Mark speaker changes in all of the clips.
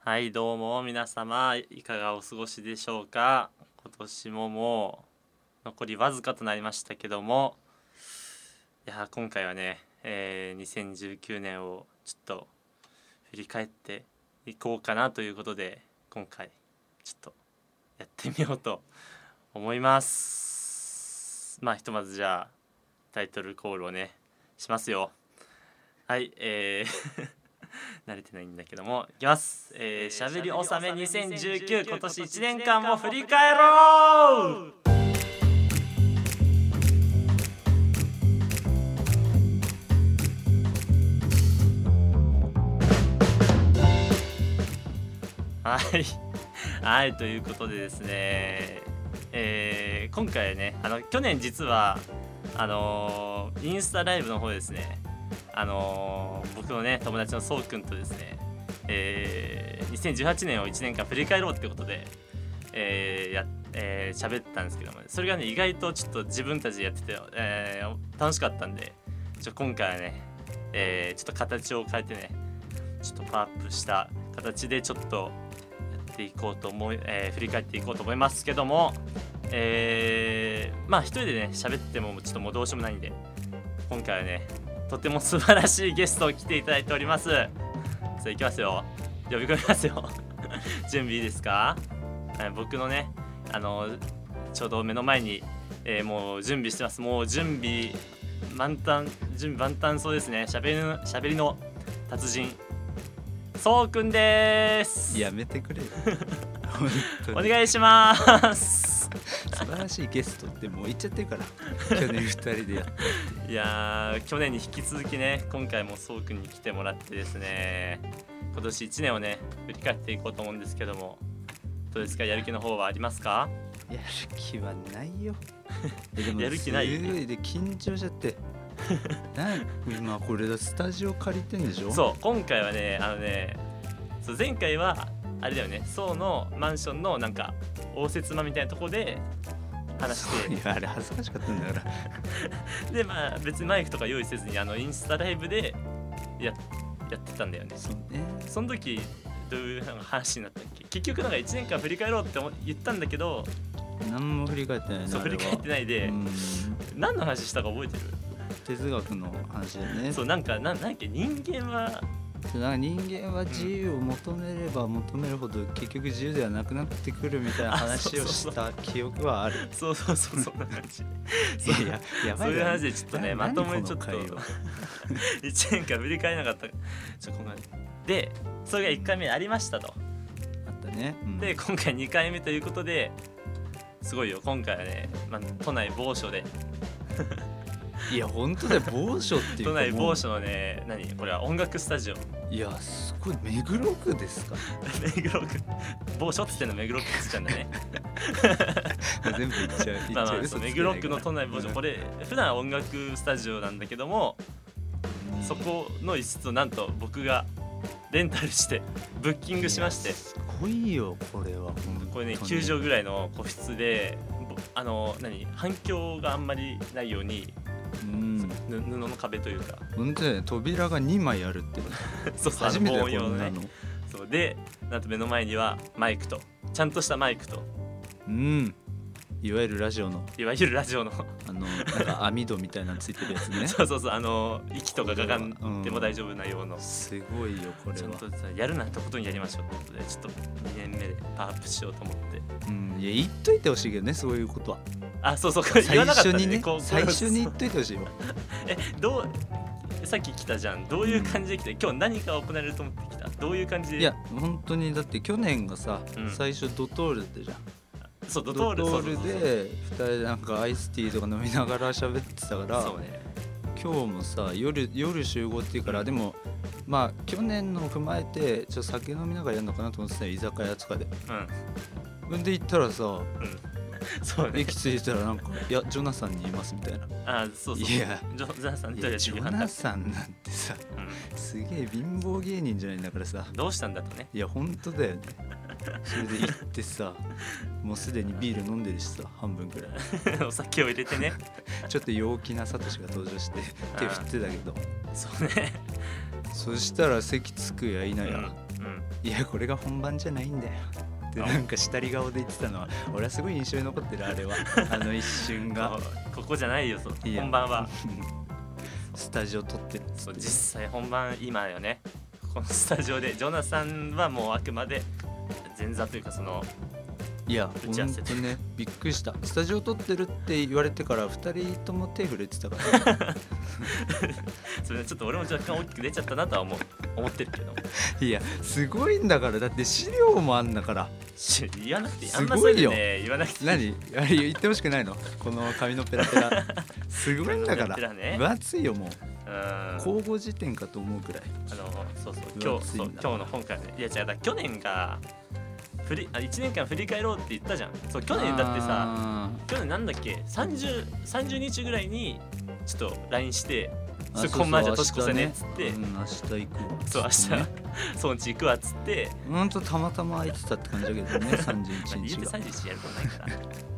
Speaker 1: はいどうも皆様いかがお過ごしでしょうか今年ももう残りわずかとなりましたけどもいやー今回はね、えー2019年をちょっと振り返っていこうかなということで今回ちょっとやってみようと思いますまあひとまずじゃあタイトルコールをねしますよはいえー 慣れてないんだけどもいきますえー、しゃべり納め2019今年1年間を振り返ろうはいはいということでですね、えー今回ねあの去年実はあのーインスタライブの方でですねあのー僕のね友達のそうくんとですね、えー2018年を1年間振り返ろうってことで、えーやえー喋ったんですけどもそれがね意外とちょっと自分たちでやってて、えー楽しかったんでちょ今回はね、えーちょっと形を変えてねちょっとパワーアップした形でちょっとやっていこうと思い、えー振り返っていこうと思いますけども、えーまあ一人でね喋ってもちょっともうどうしようもないんで今回はねとても素晴らしいゲストを来ていただいておりますさあ行きますよ呼び込みますよ 準備いいですか、はい、僕のねあのちょうど目の前に、えーもう準備してますもう準備満タン準備万端そうですねしゃべりのしゃべりの達人そうくんです
Speaker 2: やめてくれよ本当
Speaker 1: お
Speaker 2: に
Speaker 1: 願いします
Speaker 2: 素晴らしいゲストってもう言っちゃってるから去年二人でやって
Speaker 1: いやー去年に引き続きね今回もそうくんに来てもらってですね今年1年をね振り返っていこうと思うんですけどもどうですかやる気の方はありますか
Speaker 2: やる気はないよえでも
Speaker 1: やる気ない
Speaker 2: すごいで緊張しちゃってなん今これだスタジオ借りてんでしょ
Speaker 1: そう今回はねあのねそう前回はあれだよねそうのマンションのなんか応接間みたいなとこで話し
Speaker 2: いやあれ恥ずかしかったんだから
Speaker 1: てでまあ別にマイクとか用意せずにあのインスタライブでややってたんだよね
Speaker 2: そうね
Speaker 1: その時どういうなんか話になったっけ結局なんか1年間振り返ろうって思言ったんだけど
Speaker 2: 何も振り返ってないね
Speaker 1: そう
Speaker 2: あ
Speaker 1: 振
Speaker 2: れ
Speaker 1: り
Speaker 2: は
Speaker 1: 返ってないで、
Speaker 2: うん
Speaker 1: 何の話したか覚えて
Speaker 2: 哲学の話だよね
Speaker 1: るそうなんかなんなんやっけ人間は
Speaker 2: そうなんか人間は自由を求めれば求めるほど結局自由ではなくなってくるみたいな話をした記憶はある
Speaker 1: そうそうそうそんな感じ
Speaker 2: いやいややば
Speaker 1: そう
Speaker 2: い
Speaker 1: いう
Speaker 2: な
Speaker 1: 話でちょっとね
Speaker 2: な
Speaker 1: まともにちょ
Speaker 2: 何
Speaker 1: っと
Speaker 2: この会話
Speaker 1: 1年間振り返らなかったちょっと今回でそれが1回目ありましたと
Speaker 2: あったね、うん
Speaker 1: で今回2回目ということですごいよ今回はね、まあ、都内某所で
Speaker 2: いや本当だよ某所っていうか
Speaker 1: 都内
Speaker 2: もう
Speaker 1: 某所のね何これは音楽スタジオ
Speaker 2: いやすごい目黒区ですか
Speaker 1: 目黒区某所っつってんの目黒区っつっちゃうんだね
Speaker 2: 全部言っちゃう言っちゃ
Speaker 1: まあまあ
Speaker 2: 嘘
Speaker 1: そう
Speaker 2: つけな
Speaker 1: 目
Speaker 2: いか
Speaker 1: 黒
Speaker 2: ら
Speaker 1: 区の都内某所これ普段は音楽スタジオなんだけども
Speaker 2: うん
Speaker 1: そこの一室をなんと僕がレンタルしてブッキングしまし
Speaker 2: い
Speaker 1: て
Speaker 2: やすごいよこれは
Speaker 1: これね9
Speaker 2: 9
Speaker 1: 畳ぐらいの個室でぼあの何反響があんまりないように
Speaker 2: うん
Speaker 1: ぬ布の壁というか
Speaker 2: 本当だよ扉が2枚あるって
Speaker 1: そう そうあ
Speaker 2: 初
Speaker 1: の
Speaker 2: めてだ
Speaker 1: 防
Speaker 2: よ
Speaker 1: 音用
Speaker 2: こん
Speaker 1: のね
Speaker 2: なの
Speaker 1: そうでなんと目の前にはマイクとちゃんとしたマイクと
Speaker 2: うんいわゆるラジオの
Speaker 1: いわゆるラジオの
Speaker 2: あのなんか網戸みたいなのついてるやつね
Speaker 1: そうそうそうあの息とかがかんでも大
Speaker 2: 丈
Speaker 1: 丈夫なようの
Speaker 2: すごいよこれ
Speaker 1: ちゃん
Speaker 2: は
Speaker 1: とさやるなってことにやりましょうってことでちょっと2年目でパワーアップしようと思って
Speaker 2: うんいや言っといてほしいけどねそういうことは
Speaker 1: あそうそうこれ言わなかった
Speaker 2: 最初に
Speaker 1: ね
Speaker 2: ね
Speaker 1: こうこれ
Speaker 2: 最
Speaker 1: を
Speaker 2: 初に言っといてほしいわ
Speaker 1: えどうさっき来たじゃんどういう感じで来て、今日何が行われると思って来たどういう感じで
Speaker 2: いや本当にだって去年がさ、
Speaker 1: うん
Speaker 2: 最初ドトールだったじゃん
Speaker 1: そうドトール
Speaker 2: ド
Speaker 1: そうそうそう
Speaker 2: で2人でなんかアイスティーとか飲みながら喋ってたから、
Speaker 1: そうね
Speaker 2: 今日もさ夜夜集合っていうから、でもまあ去年のを踏まえてちょっと酒飲みながらやるのかなと思ってたよ居酒屋とかで
Speaker 1: うん
Speaker 2: で行ったらさ
Speaker 1: そうね
Speaker 2: 駅着いたらなんか「いやジョナサンにいます」みたいな「
Speaker 1: あそうそう
Speaker 2: いや
Speaker 1: ジョジョナサン
Speaker 2: い
Speaker 1: と
Speaker 2: や
Speaker 1: や
Speaker 2: ジョナサンなんてさ
Speaker 1: う
Speaker 2: すげえ貧乏芸人じゃないんだからさ
Speaker 1: ん、どうしたんだとね
Speaker 2: いや本当だよねそれで行ってさもうすでにビール飲んでるしさ半分くらい
Speaker 1: お酒を入れてね
Speaker 2: ちょっと陽気なサトシが登場して手振ってたけど
Speaker 1: そうね
Speaker 2: そしたら席着くやいな
Speaker 1: うん、う
Speaker 2: や、
Speaker 1: ん、
Speaker 2: いやこれが本番じゃないんだよって
Speaker 1: あ
Speaker 2: なんか下り顔で言ってたのは俺はすごい印象に残ってるあれはあの一瞬が
Speaker 1: ここじゃないよと
Speaker 2: いや
Speaker 1: 本番は
Speaker 2: スタジオ撮ってるっつ
Speaker 1: そ
Speaker 2: っ
Speaker 1: う
Speaker 2: て
Speaker 1: 実際本番今よねこのスタジオでジョナサンはもうあくまで前座というかその
Speaker 2: いや
Speaker 1: 打ち合わ
Speaker 2: 本
Speaker 1: せ
Speaker 2: 当ねびっくりしたスタジオ撮ってるって言われてから2人とも手震えて たから
Speaker 1: それでちょっと俺も若干大きく出ちゃったなとは思う思ってるけど
Speaker 2: いやすごいんだからだって資料もあんだから
Speaker 1: し言わなくていいあ
Speaker 2: す
Speaker 1: んまそ
Speaker 2: ご
Speaker 1: うい
Speaker 2: いうよ
Speaker 1: のね言わなくていい
Speaker 2: 何 あれ言ってほしくないのこの髪のペラペラすごいんだか
Speaker 1: 髪のペラ
Speaker 2: ら
Speaker 1: ペラね
Speaker 2: 分厚いよもう
Speaker 1: うんあの
Speaker 2: 交互辞典かと思うくらい
Speaker 1: そうそう
Speaker 2: 分
Speaker 1: 今日
Speaker 2: 厚い
Speaker 1: そう今
Speaker 2: んだ
Speaker 1: 日の本からねいや違うだから去年が振りあ1年間振り返ろうって言ったじゃんそう去年だってさ
Speaker 2: さ
Speaker 1: 去年なんだっけ 30, 30日ぐらいにちょっと LINE して「
Speaker 2: あ
Speaker 1: ちょ
Speaker 2: そうそう
Speaker 1: こんなんじゃ年越せね」っつっ
Speaker 2: う
Speaker 1: て
Speaker 2: ん、明日行くわ
Speaker 1: そう明日
Speaker 2: ね
Speaker 1: そんち行くわっつって
Speaker 2: ほんとたまたま空いてたって感じだけどね 31
Speaker 1: 言う
Speaker 2: 日
Speaker 1: て
Speaker 2: が
Speaker 1: 31やることないから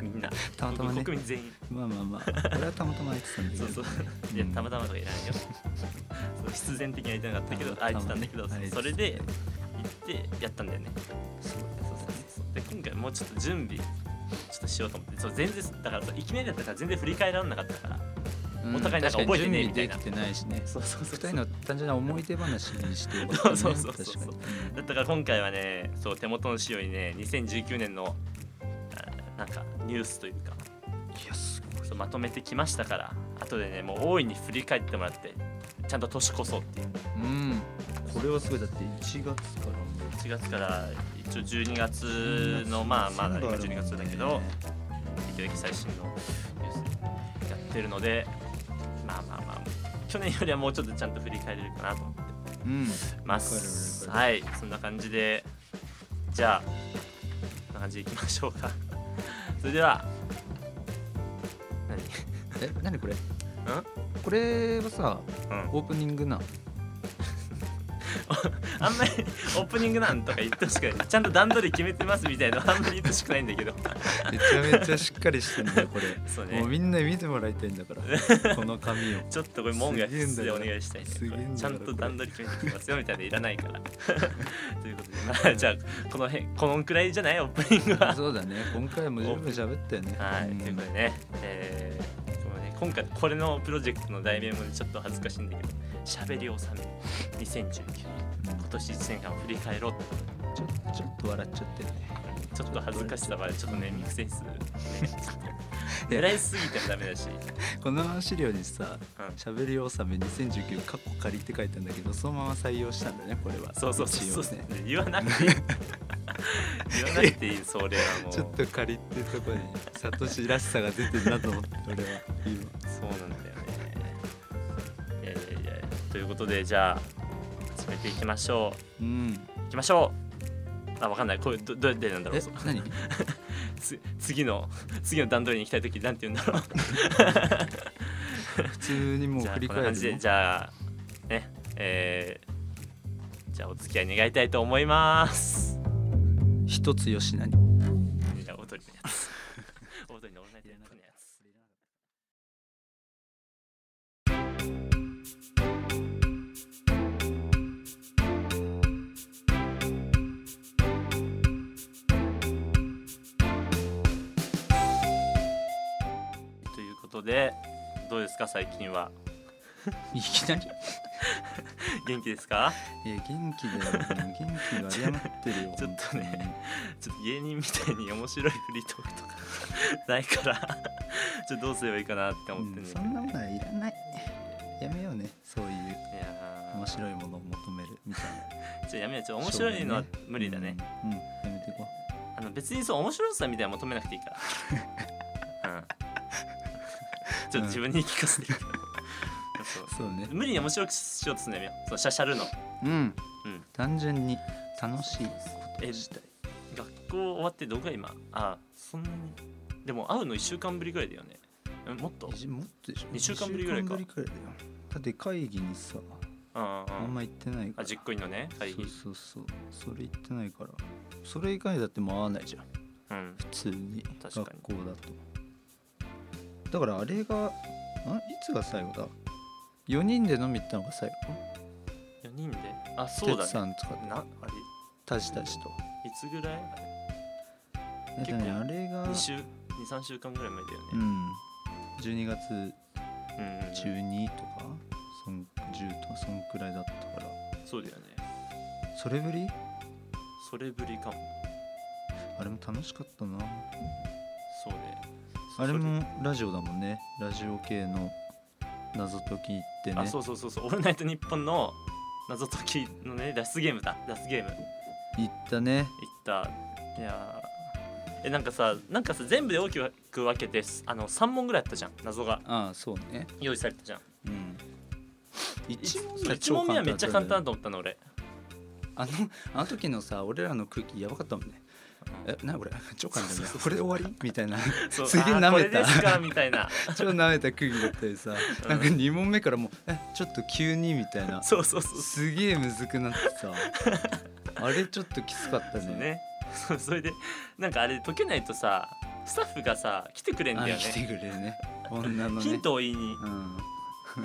Speaker 1: みんな
Speaker 2: たまたまね
Speaker 1: 国民全員
Speaker 2: まあまあまあ俺はたまたま空いてたんだけ
Speaker 1: そ
Speaker 2: ど
Speaker 1: うそう
Speaker 2: うん
Speaker 1: いやたまたまとかいらないよそう必然的には言ってなかったけどあ言ってたんだけど
Speaker 2: たまたまね
Speaker 1: それで行ってやったんだよね
Speaker 2: そう
Speaker 1: そうそうそうで今回もうちょっと準備ちょっとしようと思ってそう全然だからそういきなりだったから全然振り返らなかったから
Speaker 2: うん
Speaker 1: お互いなんか覚えてねえみたいな
Speaker 2: 確かに準備できてないしね
Speaker 1: そうそうそう
Speaker 2: 二
Speaker 1: そう
Speaker 2: 人の単純な思い出話にしてよかったね
Speaker 1: そうそうそう
Speaker 2: 確
Speaker 1: そう
Speaker 2: かに
Speaker 1: だったから今回はねそう手元の資料にね2019年のあなんかニュースというか
Speaker 2: いやすごい
Speaker 1: そうまとめてきましたから後でねもう大いに振り返ってもらってちゃんと年越そうっていう
Speaker 2: うんこれはすごいだって1月からもう
Speaker 1: 1月から一応12月のまあまだ今12月だけど適齢最新のニュースやってるのでまあまあまあ去年よりはもうちょっとちゃんと振り返れるかなと思って
Speaker 2: うん
Speaker 1: ます
Speaker 2: わか
Speaker 1: はいそんな感じでじゃあこんな感じでいきましょうか それでは何
Speaker 2: え何これこれはさ
Speaker 1: うん、うん、
Speaker 2: オープニングな
Speaker 1: あんまり オープニングなんとか言ってほしくないちゃんと段取り決めてますみたいなのあんまり言ってほしくないんだけど
Speaker 2: めちゃめちゃしっかりしてんだよこれ
Speaker 1: そう
Speaker 2: もう
Speaker 1: ね
Speaker 2: みんな見てもらいたいんだからこの紙を
Speaker 1: ちょっとこれ門が
Speaker 2: すげえん
Speaker 1: 必
Speaker 2: だ
Speaker 1: 須でお
Speaker 2: から
Speaker 1: 願いしたいね
Speaker 2: すげえんだ
Speaker 1: これち
Speaker 2: から
Speaker 1: ゃんと段取り決めてきますよみたいないら ないからということで、まあ、じゃあこの辺このくらいじゃないオープニングは
Speaker 2: そうだね今回も十分喋ったよね
Speaker 1: はい、
Speaker 2: うん
Speaker 1: ということでね、えーこのね今回これのプロジェクトの題名もちょっと恥ずかしいんだけど「しゃべり納め2019
Speaker 2: うん
Speaker 1: 今年1年間を振り返ろう」
Speaker 2: ちょちょっと笑っちゃってるね
Speaker 1: ちょっと恥ずかしさはちょっとねミクセンスね
Speaker 2: い や
Speaker 1: 狙いすぎてもダメだし、
Speaker 2: この資料にさ
Speaker 1: うん
Speaker 2: 「しゃべり納め2019」カッコ仮って書いてあるんだけどそのまま採用したんだねこれは
Speaker 1: そうそうそうそ
Speaker 2: 一
Speaker 1: う、
Speaker 2: 応ね
Speaker 1: 言わなくていい言わなくていいそれは もう
Speaker 2: ちょっと仮ってとこにサトシらしさが出てるなと思って俺は今
Speaker 1: そうなんだよねいやいやいやということでじゃあ始めていきましょう
Speaker 2: うん
Speaker 1: 行きましょうあわかんないこれどどうやってなんだろ
Speaker 2: え
Speaker 1: うそう
Speaker 2: 何
Speaker 1: つ次の次の段取りに行きたい時なんて言うんだろう
Speaker 2: 普通にもう
Speaker 1: じゃあ
Speaker 2: 振り
Speaker 1: こんな
Speaker 2: 返
Speaker 1: 感じ
Speaker 2: る
Speaker 1: で
Speaker 2: の
Speaker 1: じゃあねえーじゃあお付き合い願いたいと思います
Speaker 2: 一つよしなに
Speaker 1: じゃあ踊りのやつ踊りのオールナイトニッポンのやつということでどうですか最近はい
Speaker 2: きなり
Speaker 1: 元気ですか
Speaker 2: いや元気だよ元気が謝ってるよ
Speaker 1: ちょっとねちょっと芸人みたいに面白いフリートークとかないからちょっとどうすればいいかなって
Speaker 2: 本
Speaker 1: 思って
Speaker 2: 当に
Speaker 1: ね、
Speaker 2: そんなものはいらないやめようねそういう
Speaker 1: いやー
Speaker 2: 面白いものを求めるみたい
Speaker 1: ちょっとやめようちょっ
Speaker 2: な
Speaker 1: と面白いのは
Speaker 2: しょうがない
Speaker 1: 無理だね、
Speaker 2: うん、うんやめていこ
Speaker 1: あの別にそう面白さみたいなの求めなくていいからう んちょっと自分に言い聞かせていいからそう
Speaker 2: うそうね
Speaker 1: 無理に面白くしようとするのやめようそうシャシャルの
Speaker 2: うん
Speaker 1: うん
Speaker 2: 単純に楽しいことをしたい
Speaker 1: 学校終わってどこが今あそんなにでも会うの1週間ぶりぐらいだよねえもっと
Speaker 2: えもっとでしょ
Speaker 1: 二週間ぶりぐらいか
Speaker 2: 二週間ぶりくらいだよだって会議にさ
Speaker 1: うんうん
Speaker 2: あん
Speaker 1: うん
Speaker 2: ま行ってないか
Speaker 1: あ
Speaker 2: ら
Speaker 1: 実行委員のね会議
Speaker 2: そうそうそうそれ行ってないからそれ以外だってもう会わないじゃん
Speaker 1: うん
Speaker 2: 普通に
Speaker 1: 確
Speaker 2: 学
Speaker 1: か
Speaker 2: 校
Speaker 1: に
Speaker 2: だとだからあれがあいつが最後だ4人で飲み行ったのが最後
Speaker 1: 4人であそうだね
Speaker 2: 哲さんとか
Speaker 1: なあれ
Speaker 2: たじたじと。
Speaker 1: いつぐらい
Speaker 2: えっとね、あれが、
Speaker 1: ?2 週23週間ぐらい前だよ
Speaker 2: う
Speaker 1: ね
Speaker 2: ん、12月
Speaker 1: うん、
Speaker 2: 12とか、そん10とかそんくらいだったから
Speaker 1: そうだよね
Speaker 2: それぶり
Speaker 1: それぶりかも
Speaker 2: あれも楽しかったな
Speaker 1: そうね
Speaker 2: あれもラジオだもんねラジオ系の謎解きってね
Speaker 1: あそうそうそうそう「オールナイトニッポン」の謎解きのね脱出ゲームだ脱ゲーム行
Speaker 2: 行ったね
Speaker 1: ったいやーえなんかさなんかさ全部で大きく分けてすあの3問ぐらいあったじゃん謎が
Speaker 2: ああそうね
Speaker 1: 用意されたじゃん
Speaker 2: うん一問目は
Speaker 1: 1問目はめっちゃ簡単だ
Speaker 2: だ
Speaker 1: と思ったの俺
Speaker 2: あのあの時のさ俺らの空気やばかったもんねえなにこれ超簡単だよ
Speaker 1: そうそうそう
Speaker 2: これで終わりみたいな
Speaker 1: そう
Speaker 2: すげえ
Speaker 1: あー
Speaker 2: 舐めた
Speaker 1: これですかみたいな
Speaker 2: 超舐めた空気だったりさ
Speaker 1: うん
Speaker 2: なんか2問目からもうえちょっと急にみたいな
Speaker 1: そうそうそう
Speaker 2: すげえむずくなって さあれちょっときつかった
Speaker 1: そう
Speaker 2: ね
Speaker 1: ねそうそれでなんかあれ解けないとさスタッフがさ来てくれんだ
Speaker 2: あ
Speaker 1: よ
Speaker 2: 来て
Speaker 1: ね
Speaker 2: くれるね女のね
Speaker 1: ヒントを言いに、
Speaker 2: うん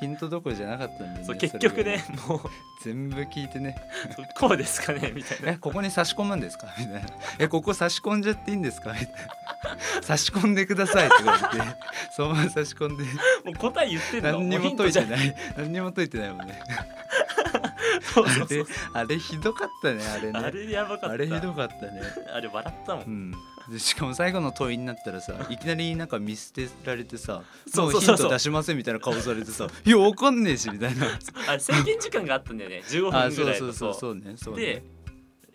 Speaker 2: ヒントどころじゃなかったんだよね
Speaker 1: そう
Speaker 2: それ
Speaker 1: 結
Speaker 2: が
Speaker 1: 局ねもう
Speaker 2: 全部聞いてね
Speaker 1: そうこうですかねみたいな
Speaker 2: えここに差し込むんですかみたいなえここ差し込んじゃっていいんですかみたいな差し込んでくださいって言われてそのまま差し込んで
Speaker 1: もう答え言ってんの
Speaker 2: 何に
Speaker 1: うヒ
Speaker 2: も
Speaker 1: ント
Speaker 2: 解い
Speaker 1: じ
Speaker 2: て
Speaker 1: ゃない
Speaker 2: ない何にも解いてないもんね
Speaker 1: そうそう
Speaker 2: あ
Speaker 1: そ
Speaker 2: れ
Speaker 1: う
Speaker 2: あれひどかったねあれね
Speaker 1: あれやばかった
Speaker 2: あれひどかったね
Speaker 1: あれ笑ったもん、
Speaker 2: うんでしかも最後の問いになったらさいきなりなんか見捨てられてさ「
Speaker 1: そう
Speaker 2: も
Speaker 1: そうう
Speaker 2: ヒ
Speaker 1: そう
Speaker 2: ン
Speaker 1: そう
Speaker 2: ト出しません」みたいな顔されてさ「いやわかんねえし」みたいな
Speaker 1: あれ制限時間があったんだよね15分ぐら
Speaker 2: あ
Speaker 1: い
Speaker 2: そう
Speaker 1: だ
Speaker 2: そう
Speaker 1: と
Speaker 2: そうそうねそうね
Speaker 1: で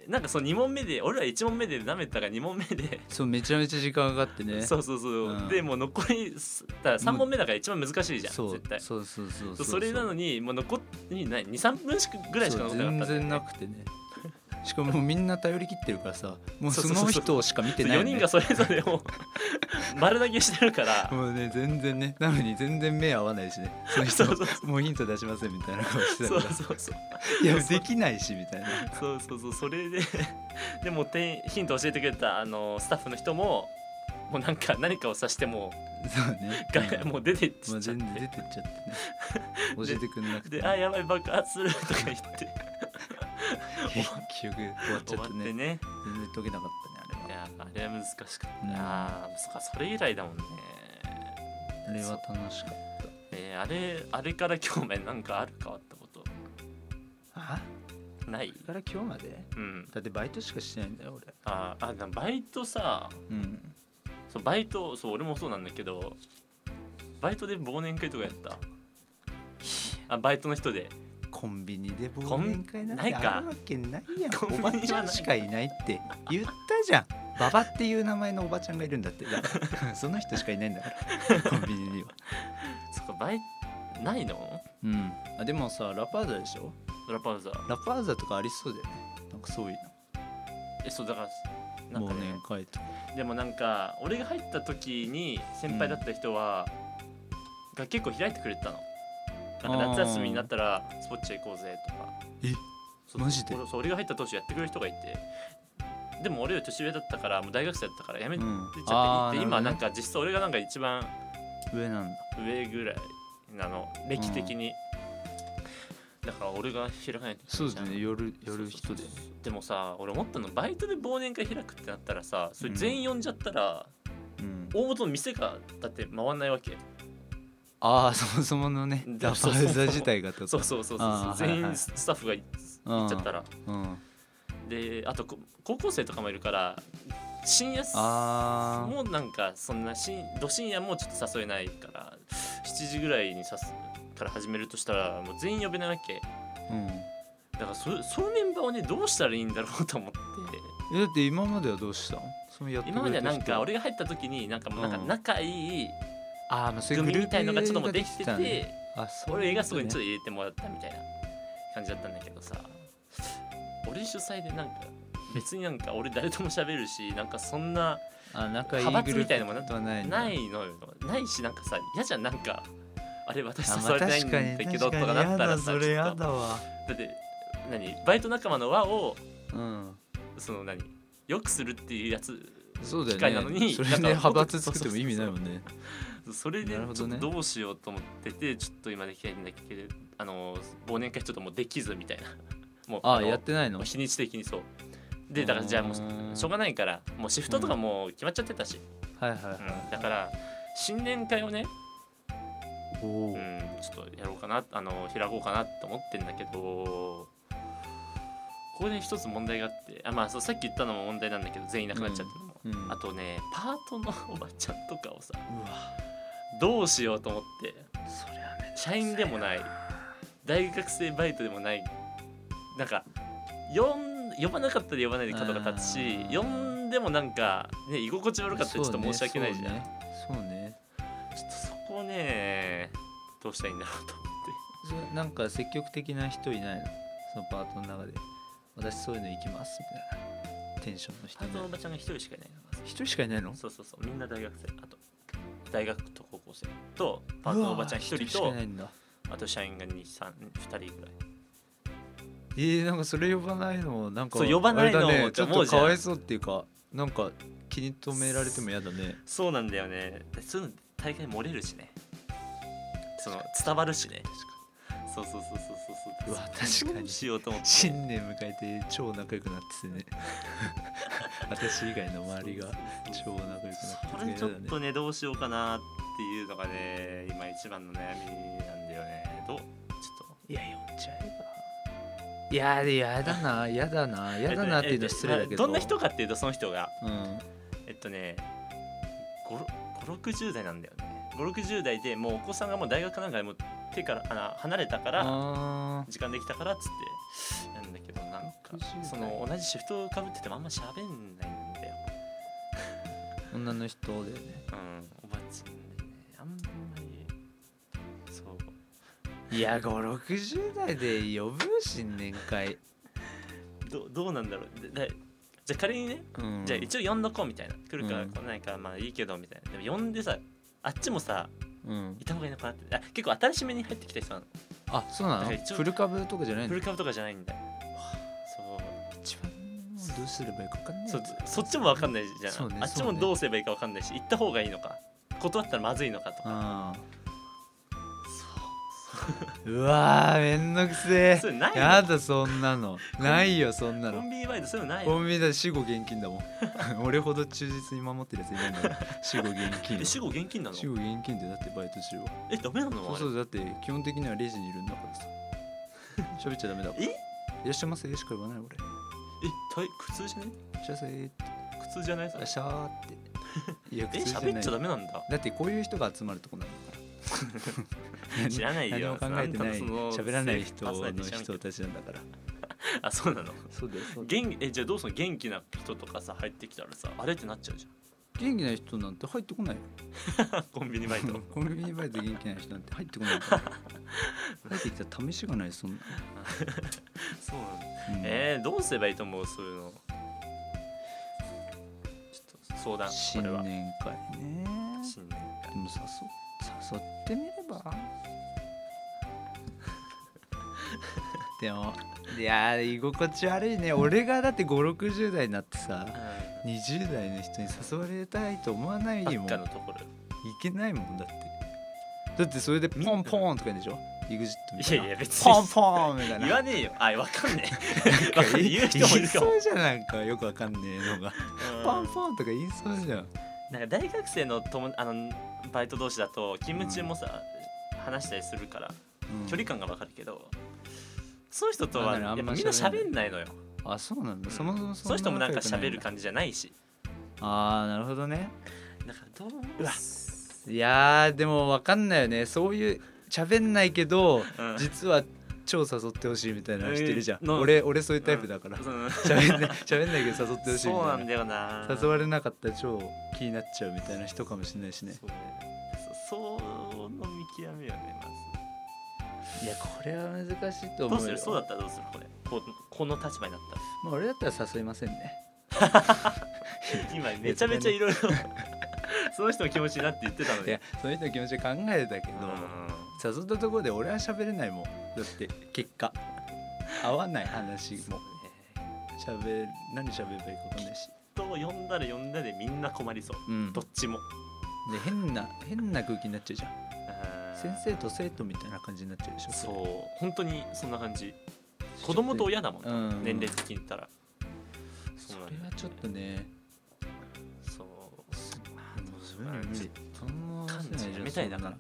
Speaker 1: なんかその2問目で俺ら1問目で舐めたが2問目で、
Speaker 2: そうめちゃめちゃ時間かかってね
Speaker 1: そうそうそう、
Speaker 2: うん
Speaker 1: でもう残りすだから3問目だから一番難しいじゃん
Speaker 2: そう
Speaker 1: 絶対
Speaker 2: そうそうそう
Speaker 1: そうそれなのにもう残り23分しかぐらいしか
Speaker 2: そう
Speaker 1: 残ってなかったん
Speaker 2: 全
Speaker 1: だよね
Speaker 2: 然なくてねしかももうみんな頼り切ってるからさもう
Speaker 1: そうそ
Speaker 2: そ
Speaker 1: うそう
Speaker 2: の人しか見てない
Speaker 1: 4
Speaker 2: よね
Speaker 1: 人がそれぞれを丸投げしてるから
Speaker 2: もうね全然ねなのに全然目合わないしねその人
Speaker 1: そうそう
Speaker 2: もうヒント出しませんみたいな顔してた
Speaker 1: そう
Speaker 2: から
Speaker 1: そうそう
Speaker 2: いやできないしみたいな
Speaker 1: そうそうそうそれで でも店員ヒント教えてくれたあのスタッフの人ももうなんか何かを指しても
Speaker 2: そうね
Speaker 1: うがもう出ていっちゃ
Speaker 2: まあ、
Speaker 1: って
Speaker 2: 全然出てっちゃってね教えてくんなくて
Speaker 1: で「あやばい爆発する」とか言って終
Speaker 2: 記憶終わっちゃ
Speaker 1: わ
Speaker 2: っ
Speaker 1: ってて
Speaker 2: ね
Speaker 1: ね
Speaker 2: 全然解けなかったねあ
Speaker 1: い
Speaker 2: れ
Speaker 1: や
Speaker 2: は
Speaker 1: あれは難しかった
Speaker 2: うん
Speaker 1: あーそっかそれ以来だもんね
Speaker 2: あれは楽しかった
Speaker 1: えーあれあれから今日までなんかある変わったこと
Speaker 2: あ
Speaker 1: ない
Speaker 2: だから今日まで
Speaker 1: うん
Speaker 2: だってバイトしかしてないんだよ俺
Speaker 1: あーあでもバイトさ
Speaker 2: うん
Speaker 1: そうバイトそう俺もそうなんだけどバイトで忘年会とかやったあバイトの人で
Speaker 2: コンビニで忘年会なんて
Speaker 1: ないか
Speaker 2: あるわけないや
Speaker 1: コン
Speaker 2: ん
Speaker 1: ビ
Speaker 2: お
Speaker 1: ニは
Speaker 2: ば
Speaker 1: ない
Speaker 2: ちゃんしかいないって言ったじゃんババっていう名前のおばちゃんがいるんだってだから その人しかいないんだからコンビニには
Speaker 1: そっかバイないの
Speaker 2: うんあでもさラパーザでしょ
Speaker 1: ラパウザー
Speaker 2: ラパーザとかありそうだよねなんかそういう
Speaker 1: えそうだからな
Speaker 2: の
Speaker 1: んか
Speaker 2: 忘
Speaker 1: ね
Speaker 2: 年会とか
Speaker 1: でもなんか俺が入った時に先輩だった人は、が結構開いてくれてたのなんか夏休みになったらスポッチャ行こうぜとか
Speaker 2: え
Speaker 1: そう
Speaker 2: マジで
Speaker 1: 俺そう俺が入った当初やってくれる人がいてでも俺より年上だったからもう大学生だったからやめてっち
Speaker 2: ん
Speaker 1: ゃっていいって、今
Speaker 2: あーるほどね
Speaker 1: なんか実質俺がなんか一番
Speaker 2: 上なんだ
Speaker 1: 上ぐらいなの歴的に、だから俺が開かないと
Speaker 2: そうですね夜夜
Speaker 1: そ
Speaker 2: 人
Speaker 1: う
Speaker 2: で
Speaker 1: そうそうでもさ俺思ったのバイトで忘年会開くってなったらさそれ全員呼んじゃったら、
Speaker 2: うん
Speaker 1: 大元の店がだって回んないわけ
Speaker 2: ああそも そものね
Speaker 1: うん
Speaker 2: ラパ
Speaker 1: そう
Speaker 2: ウ
Speaker 1: そうそう
Speaker 2: ザ自体がってこ
Speaker 1: そ
Speaker 2: と
Speaker 1: うそうそうそう
Speaker 2: あー
Speaker 1: 全
Speaker 2: はいは
Speaker 1: 員
Speaker 2: い
Speaker 1: スタッフがい行っちゃったら、
Speaker 2: うん
Speaker 1: であとこ高校生とかもいるから深夜
Speaker 2: あ
Speaker 1: もうなんかそんなしど深夜もちょっと誘えないから7時ぐらいにさすから始めるとしたらもう全員呼べないわけ
Speaker 2: あうん
Speaker 1: だからそそのメンバーをねどうしたらいいんだろうと 思って
Speaker 2: えだって今まではどうしたのそのやってくれ
Speaker 1: 今
Speaker 2: た
Speaker 1: ま
Speaker 2: 人
Speaker 1: ではなんか俺が入った時になんかもうなんか
Speaker 2: うん
Speaker 1: 仲いい
Speaker 2: あーまあそういう
Speaker 1: 組
Speaker 2: グル
Speaker 1: み
Speaker 2: ープ
Speaker 1: たいのがちょっともうできてて、
Speaker 2: がねあそう
Speaker 1: 俺がそこにちょっと
Speaker 2: っ
Speaker 1: 入れてもらったみたいな感じだったんだけどさ俺主催でなんか別になんか俺誰とも喋るしなんかそんな
Speaker 2: とあ仲いいグル
Speaker 1: 派
Speaker 2: ー
Speaker 1: 閥
Speaker 2: プ
Speaker 1: みたいのもなん
Speaker 2: とはないんだ
Speaker 1: ないのよないしなんかさ嫌じゃんなんかあれ私
Speaker 2: あ
Speaker 1: 誘
Speaker 2: ま
Speaker 1: わ
Speaker 2: あ
Speaker 1: れてない
Speaker 2: 確
Speaker 1: ん
Speaker 2: かに
Speaker 1: だけど
Speaker 2: 確
Speaker 1: とか
Speaker 2: かに
Speaker 1: だっ
Speaker 2: や
Speaker 1: たら
Speaker 2: だ
Speaker 1: さ
Speaker 2: それ
Speaker 1: ちょ
Speaker 2: や
Speaker 1: っとだ
Speaker 2: だわ
Speaker 1: って何バイト仲間の輪を
Speaker 2: うん
Speaker 1: その何よくするっていうやつ
Speaker 2: そうだ
Speaker 1: 機会な
Speaker 2: よ
Speaker 1: の
Speaker 2: ね
Speaker 1: に
Speaker 2: それで
Speaker 1: なんか
Speaker 2: 派閥作っても意味ないもんね
Speaker 1: それで
Speaker 2: なるほ
Speaker 1: ちょ
Speaker 2: ど
Speaker 1: っ
Speaker 2: ね
Speaker 1: とどうしようと思ってて、ちょっと今できないんだけどあの忘年会ちょっともうできずみたいな もう
Speaker 2: あ
Speaker 1: あの
Speaker 2: やってないの
Speaker 1: 日にち的にそうでだからじゃあも
Speaker 2: あー
Speaker 1: うしょうがないからもうシフトとかもう決まっちゃってたし、
Speaker 2: はいはいはい
Speaker 1: うんだから新年会をね、
Speaker 2: お
Speaker 1: う
Speaker 2: おー
Speaker 1: ん、ちょっとやろうかなあの開こうかなと思ってんだけどここで一つ問題があってあ、まあ、そうさっき言ったのも問題なんだけど全員いなくなっちゃったのも、
Speaker 2: うんうん
Speaker 1: あとねパートのおばちゃんとかをさ
Speaker 2: うわ
Speaker 1: どうしようと思って
Speaker 2: そりゃめんどくさいな
Speaker 1: 社員でもない大学生バイトでもないなんか呼ん呼ばなかったら呼ばないで角が立つし
Speaker 2: あー
Speaker 1: 呼んでもなんか、ね、居心地悪かったらちょっと申し訳ないじゃん、
Speaker 2: そうねそうね
Speaker 1: ちょっとそこをねどうしたらいいんだろうと思っ
Speaker 2: そうねじゃなんか積極的な人いないのそのパートの中で私そういうの行きますみたいなテンションの人
Speaker 1: てパ
Speaker 2: い
Speaker 1: ート
Speaker 2: な
Speaker 1: の
Speaker 2: い
Speaker 1: おばちゃんが一人しかいないの
Speaker 2: 一人しかいないの
Speaker 1: そうそうそうみんな大学生あと大学と高校生とパートのおばちゃん一
Speaker 2: うわー
Speaker 1: 人
Speaker 2: しか
Speaker 1: と
Speaker 2: いないんだ
Speaker 1: あと社員が2三2人ぐらい
Speaker 2: えー、なんかそれ呼ばないのなんか
Speaker 1: そう呼ばないの
Speaker 2: あれだね
Speaker 1: って
Speaker 2: ちょっ
Speaker 1: 思う
Speaker 2: と
Speaker 1: じゃん
Speaker 2: かわいそうっていうかなんか気に留められても嫌だね
Speaker 1: そうなんだよねでそういうの大概漏れるしねその伝わるしねそうそうそうそうそうそう
Speaker 2: うわ確か
Speaker 1: どう
Speaker 2: に
Speaker 1: しようと思って
Speaker 2: 新年迎えて超仲良くなってて ね私以外の周りが超仲良くなって
Speaker 1: これちょっと
Speaker 2: ね
Speaker 1: ねどうしようかなっていうのがね今一番の悩みなんだよねどうちょっと
Speaker 2: いや呼んじゃえばいやでやだなやだなやだなっていうのは失礼だけど、
Speaker 1: えっとどんな人かっていうとその人が
Speaker 2: うん
Speaker 1: えっとね560代なんだよね560代でもうお子さんがもう大学なんかでもう手からあの離れたから
Speaker 2: あ
Speaker 1: 時間できたからっつってなんだけどなん
Speaker 2: 60代
Speaker 1: かその同じシフトかぶっててもあんま喋んないんだよ
Speaker 2: ー女の人だよね
Speaker 1: うんおばちゃんでねあんまりそう
Speaker 2: いや560代で呼ぶ新年会、
Speaker 1: どどうなんだろうででじゃあ仮にね
Speaker 2: うん、
Speaker 1: じゃあ一応呼んどこうみたいな来るか
Speaker 2: う
Speaker 1: ら
Speaker 2: ん
Speaker 1: 来ないからまあいいけどみたいなでも呼んでさあっちもさ
Speaker 2: うん
Speaker 1: いた方がいいのかなってあ結構新しめに入ってきた人なの
Speaker 2: あそうな
Speaker 1: だ
Speaker 2: の
Speaker 1: から一応
Speaker 2: フル株とかじゃない
Speaker 1: フ
Speaker 2: の
Speaker 1: ル株とかじゃないんだよ
Speaker 2: 一番どうすればいいか分かんない
Speaker 1: そうそそっちも分かんないじゃ、
Speaker 2: そうんね
Speaker 1: あっちもどうすればいいか分かんないし行った方がいいのか断ったらまずいのかとか
Speaker 2: あーうわーめんどくせ
Speaker 1: そういうのな
Speaker 2: え
Speaker 1: いの
Speaker 2: やだそんなのないよそんな
Speaker 1: コン
Speaker 2: の
Speaker 1: ビニバイトそういうのない
Speaker 2: コ
Speaker 1: の
Speaker 2: ンビニだって死後現金だもん 俺ほど忠実に守ってるやついないんだから死後現金
Speaker 1: え主語現金なの
Speaker 2: 死後現金でだってバイト中は
Speaker 1: えダメなの
Speaker 2: そう
Speaker 1: あれ
Speaker 2: そうだって基本的にはレジにいるんだから さ喋っちゃダメだから
Speaker 1: え
Speaker 2: いらっしゃいませしか言わない俺い
Speaker 1: えたい苦痛じゃね
Speaker 2: らっしゃいませい
Speaker 1: 苦痛じゃないそ
Speaker 2: らっ
Speaker 1: れ
Speaker 2: しゃーっていや
Speaker 1: え
Speaker 2: 普通じゃない
Speaker 1: 喋っちゃダメなん だ
Speaker 2: だってこういう人が集まるとこなんだから
Speaker 1: 知らないよ
Speaker 2: 何も考
Speaker 1: あ
Speaker 2: えてな
Speaker 1: んたの
Speaker 2: い
Speaker 1: その
Speaker 2: 喋らない人
Speaker 1: パーソナリテ
Speaker 2: の
Speaker 1: ィ知らんけど
Speaker 2: 人たちなんだから
Speaker 1: あそうなの
Speaker 2: そうだよそうだよ
Speaker 1: 元気えじゃあどうすんの元気な人とかさ入ってきたらさあれってなっちゃうじ
Speaker 2: 元気な人なんて入ってこないよ
Speaker 1: ゃん コンビニバイ ト
Speaker 2: コンビニバイト元気な人なんて入ってこな いから入ってきたら試しがないそんな、
Speaker 1: そうなの
Speaker 2: うん
Speaker 1: えー、どうすればいいと思うそういうのちょっと相談こ
Speaker 2: 新
Speaker 1: れは
Speaker 2: 年会ね
Speaker 1: 新年
Speaker 2: でも誘っ誘ってみれば でもいやー居心地悪いね俺がだって560代になってさ
Speaker 1: 会
Speaker 2: 20代の人に誘われたいと思わないに
Speaker 1: ば
Speaker 2: も
Speaker 1: っ
Speaker 2: い
Speaker 1: かのところ
Speaker 2: けないもんだってだってそれでポンポンとか言うんでしょ EXIT みたいな
Speaker 1: や
Speaker 2: い
Speaker 1: いや別に
Speaker 2: ポンポンみたいな
Speaker 1: 言わねえよあわかんねえ わかんねえ言う人もい
Speaker 2: 言い
Speaker 1: るかも
Speaker 2: そうじゃんなんかよくわかんねえのが
Speaker 1: うん
Speaker 2: ポンポンとか言いそうじゃん
Speaker 1: なんか大学生のともあのバイト同士だと勤務中もさ、話したりするから距離感がわかるけど、その人とは
Speaker 2: なんなら
Speaker 1: やっ
Speaker 2: あん
Speaker 1: ぱみん
Speaker 2: ま
Speaker 1: な
Speaker 2: 喋
Speaker 1: 喋ん
Speaker 2: ん
Speaker 1: ないのよ
Speaker 2: うんあそうなんだ
Speaker 1: うん
Speaker 2: そもそも
Speaker 1: その人もなんか喋る
Speaker 2: か
Speaker 1: 感じじゃないし
Speaker 2: ああなるほどね
Speaker 1: だからどう
Speaker 2: うわ
Speaker 1: す
Speaker 2: いやーでもわかんないよねそういう喋んないけど
Speaker 1: うん
Speaker 2: 実は超誘ってほしいみたいなのしてるじゃ
Speaker 1: うんんの
Speaker 2: 俺俺そういうタイプだから
Speaker 1: その
Speaker 2: 喋んない喋んないけ ど誘ってほしいみ
Speaker 1: そう
Speaker 2: た
Speaker 1: ない
Speaker 2: なん
Speaker 1: だよな
Speaker 2: 誘われなかったら超気になっちゃうみたいな人かもしれないしね
Speaker 1: そうねそその見極めよねま
Speaker 2: いやこれは難しいと
Speaker 1: ずど
Speaker 2: 思
Speaker 1: う
Speaker 2: う
Speaker 1: す
Speaker 2: よ
Speaker 1: るそうだったらどうするこれここの立場になっ
Speaker 2: まあ、俺だったら誘いませんね
Speaker 1: た ら今めちゃめちゃいろいろその人の気持ちになって言ってたの
Speaker 2: い
Speaker 1: に
Speaker 2: やその人の気持ち考えてたけど、誘ったところで俺は喋れないもんだって結果合わない話
Speaker 1: うん
Speaker 2: も喋る何喋ればいいか分かんないし、
Speaker 1: 人を呼んだら呼んだでみんな困りそう
Speaker 2: うん
Speaker 1: ど
Speaker 2: で
Speaker 1: っちも
Speaker 2: 変な変な空気になっちゃうじゃん先生
Speaker 1: と
Speaker 2: と生徒みたいな感じになっちゃうでしょ
Speaker 1: そう本当にそんな感じ子供と親だもん、ね
Speaker 2: うん
Speaker 1: 年齢的に言ったら
Speaker 2: そ
Speaker 1: そう
Speaker 2: れ
Speaker 1: なんだ
Speaker 2: は
Speaker 1: よ
Speaker 2: ちょっとね
Speaker 1: そうあの
Speaker 2: 自
Speaker 1: そう
Speaker 2: 分
Speaker 1: な
Speaker 2: に
Speaker 1: んだよ漢
Speaker 2: 無理も
Speaker 1: 字やめたいだから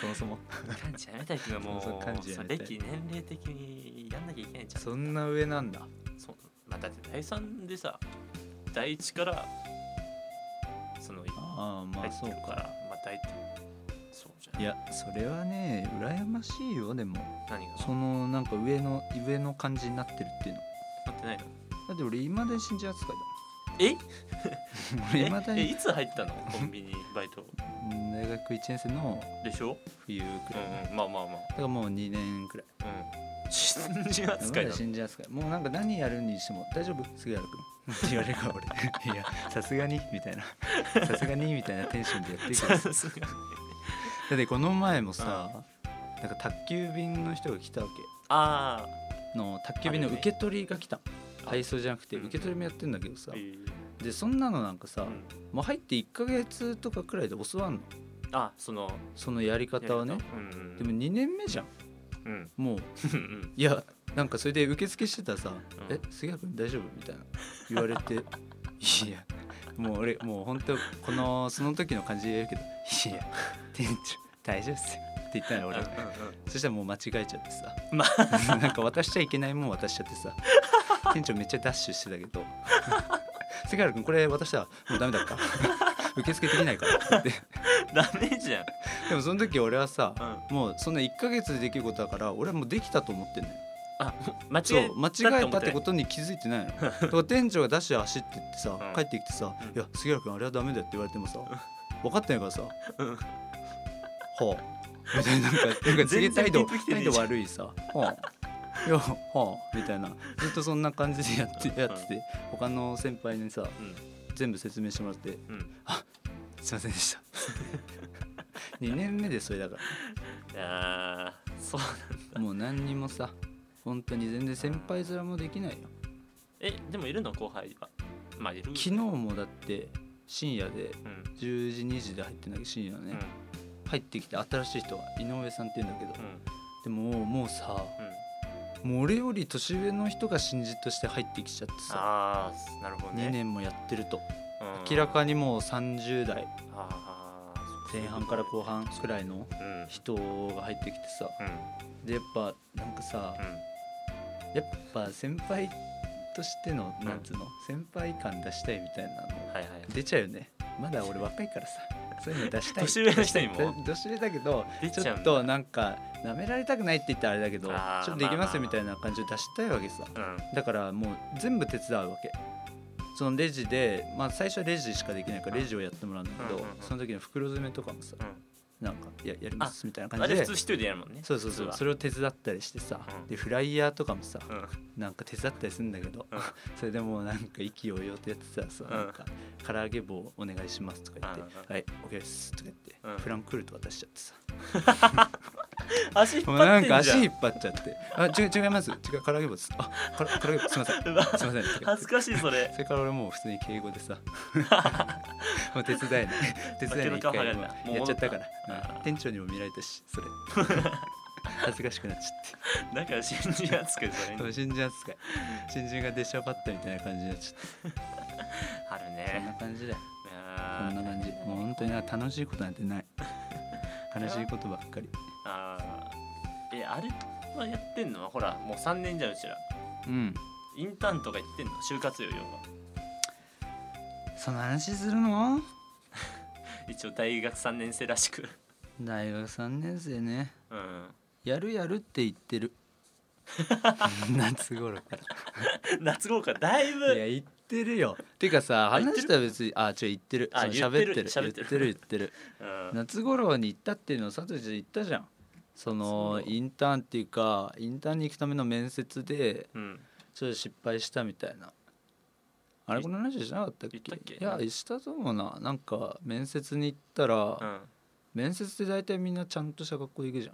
Speaker 2: そもそも
Speaker 1: 漢字やめたいけども
Speaker 2: そうそう
Speaker 1: う
Speaker 2: 漢字や
Speaker 1: そう
Speaker 2: めたい
Speaker 1: 歴年齢的にやんなきゃいけないじゃん
Speaker 2: そんな上なんだ
Speaker 1: そうまあ、だって第3でさ第1からその
Speaker 2: ああ
Speaker 1: 入
Speaker 2: まあ
Speaker 1: って
Speaker 2: そう
Speaker 1: るから
Speaker 2: か
Speaker 1: まあ大体そうじゃん
Speaker 2: いやそれはね羨ましいよでも
Speaker 1: 何が
Speaker 2: そのなんか上の上の感じになってるっていうの
Speaker 1: なってないの
Speaker 2: だって俺いまだに信じ扱い
Speaker 1: え
Speaker 2: だもん俺いまだ
Speaker 1: ええ
Speaker 2: に
Speaker 1: いつ入ったのコンビニバイト
Speaker 2: うん大学1年生の
Speaker 1: でしょ
Speaker 2: 冬く
Speaker 1: う
Speaker 2: らい、
Speaker 1: んうんまあまあま
Speaker 2: だからもう2年くらい
Speaker 1: あうん信じ
Speaker 2: ま
Speaker 1: 扱い
Speaker 2: だ
Speaker 1: だ
Speaker 2: 信じ扱いもうなんか何やるにしても「大丈夫杉原君」って言われるから俺 いやさすがにみた いなさすがにみたいなテンションでやってるから
Speaker 1: さすが
Speaker 2: だってこの前もさ、なんか宅急便の人が来たわけ
Speaker 1: あ
Speaker 2: の宅急便の受け取りが来た
Speaker 1: あ
Speaker 2: 配送じゃなくて
Speaker 1: うん
Speaker 2: 受け取りもやってんだけどさ
Speaker 1: あ、えー
Speaker 2: でそんなのなんかさ、
Speaker 1: うん
Speaker 2: もう入って1ヶ月とかくらいで教わんの
Speaker 1: あその
Speaker 2: そのやり方はね
Speaker 1: やり方うんうん
Speaker 2: でも2年目じゃん
Speaker 1: うん
Speaker 2: もう
Speaker 1: うん
Speaker 2: いやなんかそれで受付してたらさ「
Speaker 1: うん
Speaker 2: え杉原君大丈夫?」みたいな言われ て「いやもう俺もう本当このその時の感じでやるけどいや店長大丈夫っすよ」って言ったの
Speaker 1: うん
Speaker 2: 俺
Speaker 1: うんうん
Speaker 2: そしたらもう間違えちゃってさ、
Speaker 1: ま
Speaker 2: なんか渡しちゃいけないもん渡しちゃってさ店長めっちゃダッシュしてたけど 「杉原君これ渡したらもうダメだった 受付できないから」って
Speaker 1: ダメじゃん
Speaker 2: でもその時俺はさ
Speaker 1: うん
Speaker 2: もうそんな1ヶ月でできることだから俺はもうできたと思ってんのよ
Speaker 1: あ間違
Speaker 2: そ
Speaker 1: え
Speaker 2: う間違えたってことに気づいて ないのだから店長がダッシュで走ってってさ、
Speaker 1: うん
Speaker 2: 帰ってきてさ「
Speaker 1: うん
Speaker 2: いや杉原君あれはダメだよ」って言われてもさ分かってないからさ「
Speaker 1: うん
Speaker 2: はあ」みたいななんか なんか次
Speaker 1: 全然
Speaker 2: 態度
Speaker 1: ピンときてね
Speaker 2: 態
Speaker 1: えじゃん
Speaker 2: 度悪いさ「はあ」いやはあ、みたいなずっとそんな感じでやってやってて他の先輩にさ
Speaker 1: うん
Speaker 2: 全部説明してもらって
Speaker 1: うん
Speaker 2: 「すいませんでした」2年目でそれだから
Speaker 1: いやーそう
Speaker 2: もう何にもさ本当に全然先輩面もできないよ
Speaker 1: えでもいるの後輩はまあいる
Speaker 2: 昨日もだって深夜で
Speaker 1: うん
Speaker 2: 10時2時で入ってんだけど深夜
Speaker 1: うん
Speaker 2: ね、入ってきて新しい人が井上さんって言うんだけど
Speaker 1: う、ん
Speaker 2: でももうさ
Speaker 1: うん
Speaker 2: もう俺より年上の人が新人として入ってきちゃってさ
Speaker 1: ああなるほどね
Speaker 2: 2年もやってると
Speaker 1: うん
Speaker 2: 明らかにもう30代
Speaker 1: あー
Speaker 2: 前半から後半くらいの
Speaker 1: うんうん
Speaker 2: 人が入ってきてさでやっぱなんかさやっぱ先輩としての
Speaker 1: うん
Speaker 2: なんつうの先輩感出したいみたいなの
Speaker 1: うんはいはい
Speaker 2: 出ちゃうよねまだ俺若いからさそういうの出したい
Speaker 1: 年上の人にも
Speaker 2: だ年上だけど
Speaker 1: 出
Speaker 2: ち
Speaker 1: ち
Speaker 2: ょ
Speaker 1: ゃう
Speaker 2: っ
Speaker 1: んだ
Speaker 2: となんかなめられたくないって言ったらあれだけどちょ
Speaker 1: あー
Speaker 2: っとできま
Speaker 1: ま
Speaker 2: す
Speaker 1: あまあまあ
Speaker 2: よみたいな感じを出したいわけさ
Speaker 1: うん
Speaker 2: だからもう全部手伝うわけそのレジでまあ最初はレジしかできないから
Speaker 1: うん
Speaker 2: レジをやってもらうんだけ
Speaker 1: うん
Speaker 2: ど
Speaker 1: うんうん
Speaker 2: その時の袋詰めとかもさ
Speaker 1: う
Speaker 2: なんかややりますみたいなん感
Speaker 1: あ
Speaker 2: じ
Speaker 1: れ普
Speaker 2: で
Speaker 1: 通一人でやるもんね
Speaker 2: そうそうそう
Speaker 1: 普通
Speaker 2: それを手伝ったりしてさ
Speaker 1: うん
Speaker 2: でフライヤーとかもさ
Speaker 1: は
Speaker 2: なんか手伝ったりするんだけど
Speaker 1: うん
Speaker 2: それでもうなんか意気揚々とやってたらさ
Speaker 1: うん
Speaker 2: なんか唐揚げ棒お願いしますとか言って
Speaker 1: うんうん
Speaker 2: はい OK ですとか言って
Speaker 1: うん
Speaker 2: フランクフルト渡しちゃってさ
Speaker 1: うん足引っ
Speaker 2: もうな
Speaker 1: 張っ
Speaker 2: ん
Speaker 1: て
Speaker 2: か
Speaker 1: ん
Speaker 2: 足
Speaker 1: じゃん
Speaker 2: 引っ張っちゃって「あ違う違います違う唐揚げ棒です」あから唐揚げ棒すいま せんすいません」とか言っ
Speaker 1: 恥ず
Speaker 2: て
Speaker 1: かしいそれ
Speaker 2: それから俺もう普通に敬語 でさもう手伝いね手伝いね一
Speaker 1: 負け
Speaker 2: 回
Speaker 1: る
Speaker 2: もう
Speaker 1: か
Speaker 2: やっちゃ
Speaker 1: もう戻
Speaker 2: ったか
Speaker 1: った
Speaker 2: ら、う
Speaker 1: あー
Speaker 2: ん店長にも見られたし それ恥ずかしくなっちゃっ
Speaker 1: だから信じやすくそれ
Speaker 2: ても
Speaker 1: に
Speaker 2: う新人扱い新人が出しゃばったみたいな感じになっちゃって
Speaker 1: ある
Speaker 2: そんな
Speaker 1: ね
Speaker 2: 感じだよこ
Speaker 1: あ
Speaker 2: んな
Speaker 1: ー
Speaker 2: 感じもう本当にな楽しいことなんて ない悲しいことばっかり
Speaker 1: あーえあれはやってんのほらもう3年じゃんうちら
Speaker 2: うん
Speaker 1: インターンとか言ってんの就活よ要は
Speaker 2: その話するの
Speaker 1: 一応大学3年生らしく
Speaker 2: 大学3年生ね
Speaker 1: うん
Speaker 2: やるやるって言ってる 夏頃か
Speaker 1: 夏号からだい
Speaker 2: らい
Speaker 1: ぶ
Speaker 2: や言ってるよてかさ
Speaker 1: あ言ってる
Speaker 2: 話したら別にあ違う言ってる
Speaker 1: あ
Speaker 2: その
Speaker 1: 言ってる
Speaker 2: 喋ってる
Speaker 1: 喋っ
Speaker 2: 言ってて
Speaker 1: る
Speaker 2: る言ってる
Speaker 1: うん
Speaker 2: 夏頃に行ったっていうのを佐藤ちゃん言ったじゃんそ
Speaker 1: そ
Speaker 2: の
Speaker 1: う
Speaker 2: インターンっていうかインターンに行くための面接で
Speaker 1: うん
Speaker 2: ちょっと失敗したみたいなあれ
Speaker 1: い
Speaker 2: この話しなかったっけ
Speaker 1: 言ったっけ
Speaker 2: いやしたと思うななんか面接に行ったら、
Speaker 1: うん
Speaker 2: 面接って大体みんなちゃんとした格好で行くじ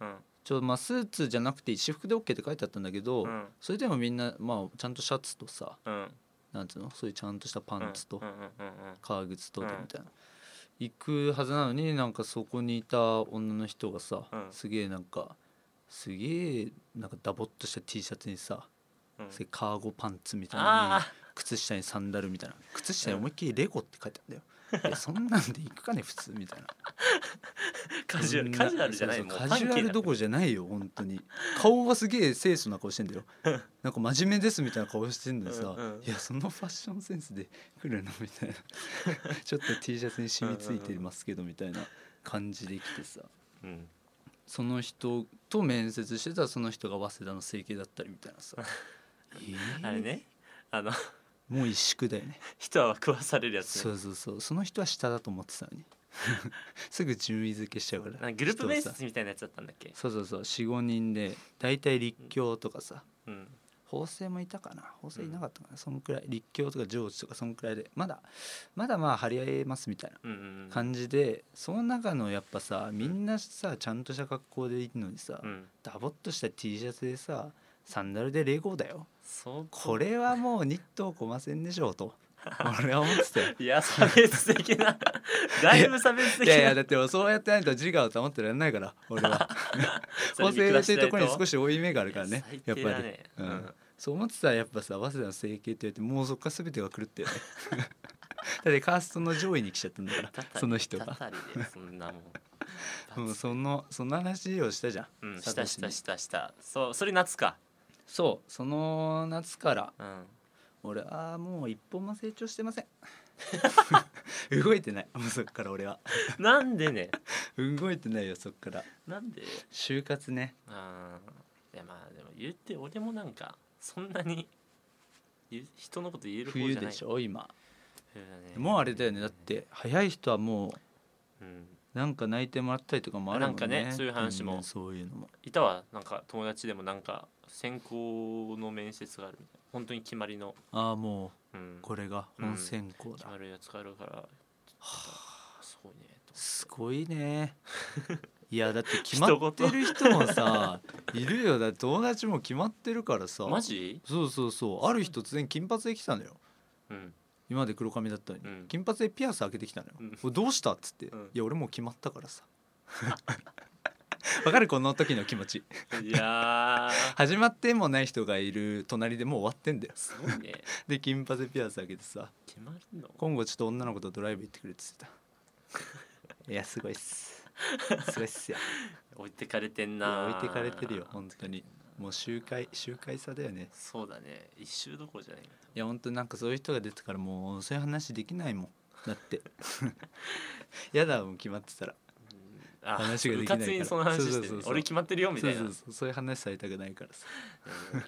Speaker 2: ゃん
Speaker 1: うん
Speaker 2: ちょまあスーツじゃなくて私服で OK って書いてあったんだけど、
Speaker 1: うん
Speaker 2: それでもみんな、まあ、ちゃんとシャツとさ
Speaker 1: うん
Speaker 2: なんつうのそういうちゃんとしたパンツと
Speaker 1: うんうんうんうん
Speaker 2: 革靴と
Speaker 1: う
Speaker 2: み
Speaker 1: ん
Speaker 2: たいな、行くはずなのになんかそこにいた女の人がさ、
Speaker 1: うん
Speaker 2: すげえなんかすげえなんかダボっとした T シャツにさ
Speaker 1: うん
Speaker 2: それカーゴパンツみたいなのに
Speaker 1: あ
Speaker 2: 靴下にサンダルみたいな靴下に思いっきりレゴって書いてあるんだよ いやそんなんで行くかね普通みたいな
Speaker 1: あカジュアル
Speaker 2: そん
Speaker 1: カジュアルじゃない
Speaker 2: そう
Speaker 1: もう
Speaker 2: そう
Speaker 1: パンキ
Speaker 2: カジュア
Speaker 1: ー
Speaker 2: ル
Speaker 1: だ
Speaker 2: どころじゃないよ本当に顔はすげえ清楚な顔してんだよなんか真面目ですみたいな顔してんだよさ、
Speaker 1: うんうん
Speaker 2: いやそのファッションセンスで来るのみたいな ちょっと T シャツに染みついてますけどみたいな感じで来てさ
Speaker 1: うん
Speaker 2: その人と面接してたらその人が早稲田の整形だったりみたいなさえー
Speaker 1: あれねあの
Speaker 2: もう一宿だよね
Speaker 1: 人は食わされるやつ
Speaker 2: そ
Speaker 1: ね
Speaker 2: うそうそうその人は下だと思っ てたのにすぐ順位付けしちゃうから
Speaker 1: なんかグループ面
Speaker 2: 人をさ
Speaker 1: 接みたいなやつだったんだっけ
Speaker 2: そうそうそう45人で大体立教とかさ
Speaker 1: うん
Speaker 2: 法政もいたかな法政いなかったかな、そのくらい立教とか上智とかそのくらいでまだまだまあ張り合えますみたいな
Speaker 1: うんうんうん
Speaker 2: 感じでその中のやっぱさみんなさちゃんとした格好でいるのにさ、
Speaker 1: うん
Speaker 2: ダボっとした T シャツでさサンダルでレゴだよ
Speaker 1: そう
Speaker 2: これはもうニットをこませんでしょうと 俺は思ってたよ
Speaker 1: いや差別的 なだいぶ差別
Speaker 2: い
Speaker 1: 的な
Speaker 2: やいやだってそうやってないと自我を保ってられない から俺は法政だっていうところに少
Speaker 1: し
Speaker 2: し負い目があるからねやっぱり、
Speaker 1: う
Speaker 2: うん
Speaker 1: ん、
Speaker 2: そう思ってたらやっぱさ早稲田の整形って言われてもうそっから全てが狂ったよね だってカーストの上位に来ちゃったんだから
Speaker 1: たたり
Speaker 2: その人が
Speaker 1: たたりでそんなもん
Speaker 2: もうそのその話をしたじゃん、
Speaker 1: うん
Speaker 2: サ
Speaker 1: し
Speaker 2: ト
Speaker 1: た
Speaker 2: シ
Speaker 1: し
Speaker 2: に
Speaker 1: たしたしたそうそれ夏か
Speaker 2: そうその夏から
Speaker 1: うん
Speaker 2: 俺はもう一歩も成長してませ ん動いてないもうそっから俺は
Speaker 1: なんでね
Speaker 2: 動いてないよそっから
Speaker 1: なんで
Speaker 2: 就活ね
Speaker 1: あーいやまあでも言って俺もなんかそんなに言う人のこと言える方じゃない
Speaker 2: 冬でしょ今
Speaker 1: 冬だね
Speaker 2: もうあれだよねだっ、て早い人はも
Speaker 1: うん、
Speaker 2: うなんか泣いてもらったりとかもあるもんね
Speaker 1: なんかねそういう話も
Speaker 2: 全然そういうのも
Speaker 1: いたわなんか友達でもなんか選考の面接があるみたいな本当に決まりの、
Speaker 2: ああもう
Speaker 1: うん、
Speaker 2: これが本選考だ、
Speaker 1: 決まるやつがあるからすごいねと
Speaker 2: すごいね いやだって決まってる人もさいるよだって友達も決まってるからさ
Speaker 1: マジ
Speaker 2: そうそうそうある日突然金髪で来たのよ
Speaker 1: うん
Speaker 2: 今まで黒髪だったのに、
Speaker 1: うん
Speaker 2: 金髪でピアス開けてきたのよ
Speaker 1: うん、
Speaker 2: 俺どうしたっつって、
Speaker 1: うん
Speaker 2: いや俺もう決まったからさ わかるこの時の気持ち
Speaker 1: いやー
Speaker 2: 始まってもない人がいる隣でもう終わってんだよ
Speaker 1: すごいね
Speaker 2: で金髪でピアス開けてさ
Speaker 1: 決まるの
Speaker 2: 今後ちょっと女の子とドライブ行ってくれって言って たいやすごいっすすごいっすよ
Speaker 1: 置いてかれてん
Speaker 2: い や
Speaker 1: な
Speaker 2: 置いてかれてるよ本当にもう集会集会差だよね
Speaker 1: そうだね一周どころじゃないよ
Speaker 2: いや本当なんかそういう人が出てからもうそういう話できないもんだって やだもん決まってたら
Speaker 1: うんあ
Speaker 2: 話ができないか
Speaker 1: う
Speaker 2: ら
Speaker 1: かつにその話して
Speaker 2: そう
Speaker 1: ね
Speaker 2: そうそうそう
Speaker 1: 俺決まってるよみ
Speaker 2: そ
Speaker 1: たい
Speaker 2: う
Speaker 1: な
Speaker 2: そうそうそういう話されたくないからさ
Speaker 1: うん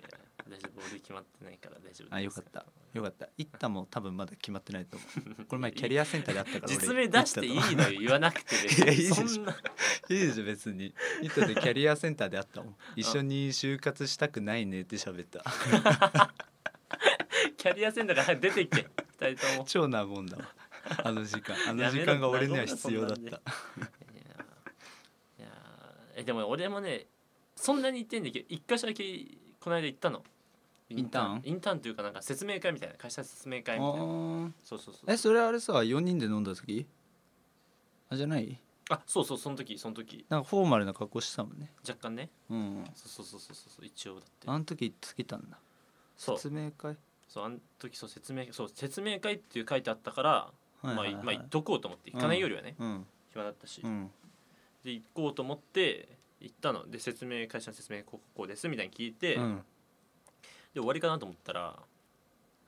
Speaker 1: 大丈夫俺決まってないから大丈夫
Speaker 2: あよかったよかった一太も多分まだ決まってないと思うこれ前キャリアセンターであったから俺
Speaker 1: 実名出していいのよ言わなくて
Speaker 2: いやいいでし
Speaker 1: そ
Speaker 2: ょ
Speaker 1: んない
Speaker 2: いでしょ別にニットでキャリアセンターであったもん一緒に就活したくないねって喋った
Speaker 1: キャリアセンターから早く出てい け二人とも
Speaker 2: 超なもんだわあ の時間あの
Speaker 1: やめ
Speaker 2: 時
Speaker 1: ろ
Speaker 2: 間が俺には必要だった
Speaker 1: いやーいやーえでも俺もねそんなに行ってんだけど一箇所だけこの間行ったの
Speaker 2: インターン
Speaker 1: インターンというかなんか説明会みたいな会社説明会みたいな
Speaker 2: あ
Speaker 1: そうそうそう
Speaker 2: えそれあれさ4人で飲んだ時あじゃない
Speaker 1: あそうそうその時その時
Speaker 2: なんかフォーマルな格好してたもんね
Speaker 1: 若干ね
Speaker 2: うん
Speaker 1: そうそうそうそうそう一応だって
Speaker 2: あの時つけたんだ
Speaker 1: そう
Speaker 2: 説明会
Speaker 1: そうあの時そう説明そう説明会っていう書いてあったから、
Speaker 2: はいはいは
Speaker 1: まあ、まあ
Speaker 2: い
Speaker 1: 行っとこうと思って行かないよりはね、
Speaker 2: うん
Speaker 1: 暇だったし、
Speaker 2: うん
Speaker 1: で行こうと思って行ったので説明会社の説明こうこうこうですみたいに聞いて、
Speaker 2: うん
Speaker 1: で終わりかなと思ったら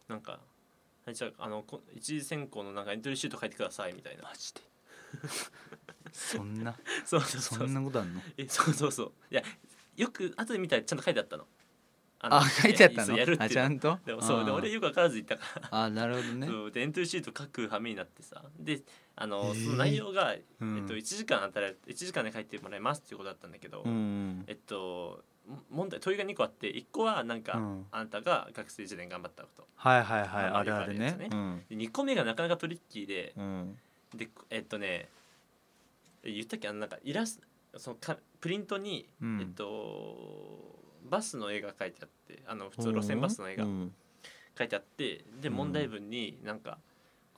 Speaker 1: なんか「はいじゃああのこ一次選考のなんかエントリーシート書いてください」みたい な
Speaker 2: マジでそんな
Speaker 1: そう そうそ
Speaker 2: そ
Speaker 1: うん
Speaker 2: なことあんの
Speaker 1: えそうそうそういやよく後で見たらちゃんと書いてあったのあの
Speaker 2: あ書いてあった
Speaker 1: そう
Speaker 2: の
Speaker 1: やるってい
Speaker 2: あ
Speaker 1: う
Speaker 2: ちゃんと
Speaker 1: でもそうで
Speaker 2: あー
Speaker 1: 俺よく分からず行ったから
Speaker 2: あなるほどね
Speaker 1: そうでエントリーシート書くはめになってさであの、
Speaker 2: へー
Speaker 1: その内容が、
Speaker 2: うん
Speaker 1: えっと、1時間あたら1時間で書いてもらいますっていうことだったんだけど、
Speaker 2: うん
Speaker 1: えっとも問題問いが2個あって1個はなんか、
Speaker 2: うん
Speaker 1: あんたが学生時代に頑張ったこと
Speaker 2: はいはいはい
Speaker 1: まあ
Speaker 2: あるある
Speaker 1: よくあるや
Speaker 2: ね
Speaker 1: つね
Speaker 2: うん
Speaker 1: で2個目がなかなかトリッキーで
Speaker 2: うん
Speaker 1: でえっとねえ言ったっけあのなんかイラストそのかプリントに、
Speaker 2: うん
Speaker 1: えっとバスの絵が書いてあってあの普通路線バスの絵が
Speaker 2: うん
Speaker 1: 書いてあってで
Speaker 2: うん
Speaker 1: 問題文になんか、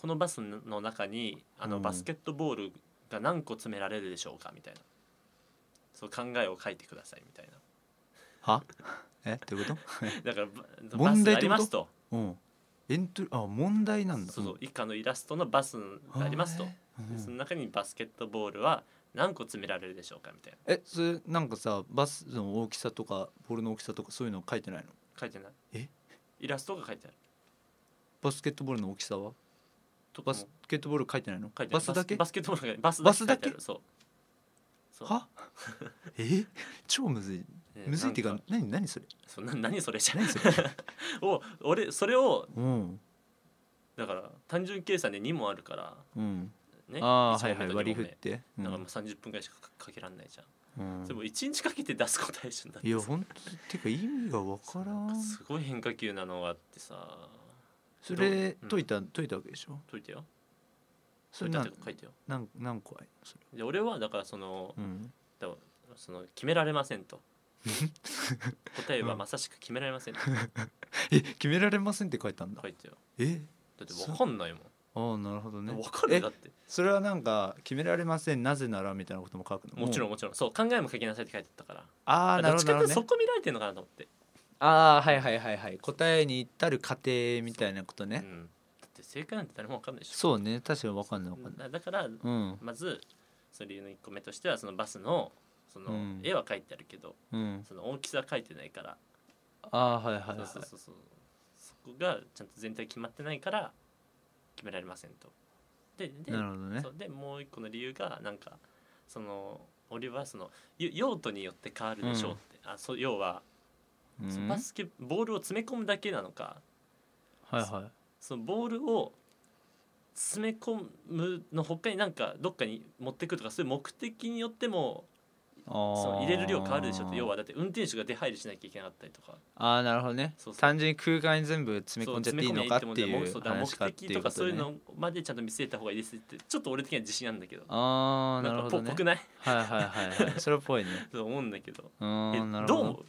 Speaker 1: このバスの中にあ
Speaker 2: う
Speaker 1: の
Speaker 2: ん
Speaker 1: バスケットボールが何個詰められるでしょうかみたいなそう考えを書いてくださいみたいな
Speaker 2: はえ どういうこ
Speaker 1: だからば
Speaker 2: 問
Speaker 1: バスがあ
Speaker 2: 題ってこと
Speaker 1: りますと
Speaker 2: とうんエントリーあ問題なんだ
Speaker 1: そうそう以下のイラストのバスがありますと
Speaker 2: あーう
Speaker 1: で
Speaker 2: ん
Speaker 1: その中にバスケットボールは何個詰められるでしょうかみたいな
Speaker 2: えそれなんかさバスの大きさとかボールの大きさとかそういうの書いてないの
Speaker 1: 書いてない
Speaker 2: え
Speaker 1: イラストが書いてある
Speaker 2: バスケットボールの大きさは
Speaker 1: とか
Speaker 2: バ
Speaker 1: も
Speaker 2: スケットボール書いてないの
Speaker 1: 書いてある
Speaker 2: バスだけ
Speaker 1: バスケットボールがバス
Speaker 2: バスだけ
Speaker 1: 書いてあるそうそう
Speaker 2: はえ超むずい
Speaker 1: ね
Speaker 2: むずいっていう
Speaker 1: なん
Speaker 2: か何何それ
Speaker 1: そんな 何それじゃない
Speaker 2: 何それ
Speaker 1: を俺それを
Speaker 2: うん
Speaker 1: だから単純計算で2問あるから
Speaker 2: うん
Speaker 1: ね
Speaker 2: ああ
Speaker 1: 一問
Speaker 2: はい
Speaker 1: 目
Speaker 2: はい
Speaker 1: と
Speaker 2: 割
Speaker 1: 二
Speaker 2: り振
Speaker 1: 問
Speaker 2: っ
Speaker 1: 目
Speaker 2: てうん
Speaker 1: だからもう30分ぐらいしかかかけらんないじゃん、
Speaker 2: うん
Speaker 1: でも1日かけて出す答えじゃんだって
Speaker 2: いやほんとてか意味がわから
Speaker 1: なんか
Speaker 2: ん
Speaker 1: すごい変化球なのがあってさ
Speaker 2: それ
Speaker 1: うん
Speaker 2: 解いた解いたわけでしょ
Speaker 1: 解いてよ
Speaker 2: そ
Speaker 1: 解いた
Speaker 2: れな
Speaker 1: って
Speaker 2: ん
Speaker 1: か書いてよ
Speaker 2: なん何個あいそれ
Speaker 1: で俺はだからその
Speaker 2: うん
Speaker 1: だからその決められませんと 答えは
Speaker 2: うん
Speaker 1: まさしく決められませんと
Speaker 2: え決められませんって書いたんだ
Speaker 1: 書いてよ
Speaker 2: え
Speaker 1: だって分かんないもん
Speaker 2: ああなるほどね
Speaker 1: 分かる
Speaker 2: え
Speaker 1: だって
Speaker 2: それはなんか決められませんなぜならみたいなことも書くの
Speaker 1: もちろ
Speaker 2: うん
Speaker 1: もちろんそう考えも書きなさいって書いてあったから
Speaker 2: ああ
Speaker 1: ど
Speaker 2: なる
Speaker 1: っ
Speaker 2: ほ
Speaker 1: ち
Speaker 2: ど
Speaker 1: か
Speaker 2: な
Speaker 1: っていうと
Speaker 2: るほど
Speaker 1: そ
Speaker 2: ね
Speaker 1: こ見られてるのかなと思って、
Speaker 2: ああはいはいはいはい答えに至る過程みたいなこと
Speaker 1: う
Speaker 2: ね
Speaker 1: ん、だって正解なんて誰も分かんないでしょ
Speaker 2: そうね確かにわかんないわかんない
Speaker 1: だだから
Speaker 2: うん
Speaker 1: まずその理由の1個目としてはそのバスのその
Speaker 2: うん
Speaker 1: 絵は描いてあるけど、
Speaker 2: うん
Speaker 1: その大きさは描いてないから、
Speaker 2: ああはいはいはい
Speaker 1: そうそうそうそうそこがちゃんと全体決まってないから決められませんと。でで
Speaker 2: なるほどね
Speaker 1: そうでもう1個の理由がなんかその俺はそのゆ用途によって変わるでしょうって、あそう要は
Speaker 2: うん
Speaker 1: その
Speaker 2: は
Speaker 1: バ
Speaker 2: い
Speaker 1: スケボールを詰め込むだけなのか
Speaker 2: は
Speaker 1: そのボールを詰め込むの他になんかどっかに持ってくとかそういう目的によっても
Speaker 2: いあー
Speaker 1: その入れる量変わるでしょって要はだって運転手が出入りしなきゃいけなかったりとか
Speaker 2: ああなるほどね
Speaker 1: そうそう
Speaker 2: 単純に空間に全部詰め込んじゃっていいのかって
Speaker 1: そう詰め込み
Speaker 2: い
Speaker 1: ゃ
Speaker 2: う
Speaker 1: もんだよもう
Speaker 2: 話
Speaker 1: そう
Speaker 2: か
Speaker 1: だ
Speaker 2: っ
Speaker 1: 目
Speaker 2: て
Speaker 1: 的
Speaker 2: いう
Speaker 1: と
Speaker 2: こ
Speaker 1: かそう
Speaker 2: と
Speaker 1: いう
Speaker 2: ね
Speaker 1: のまでちゃんと見据えた方がいいですってちょっと俺的には自信あるんだけど
Speaker 2: ああなるほ
Speaker 1: んかぽ
Speaker 2: どね
Speaker 1: ぽくない
Speaker 2: はいはいはいはいそれっぽいね
Speaker 1: と思うんだけど
Speaker 2: う
Speaker 1: え
Speaker 2: ーんなるほ
Speaker 1: どう
Speaker 2: ど
Speaker 1: 思う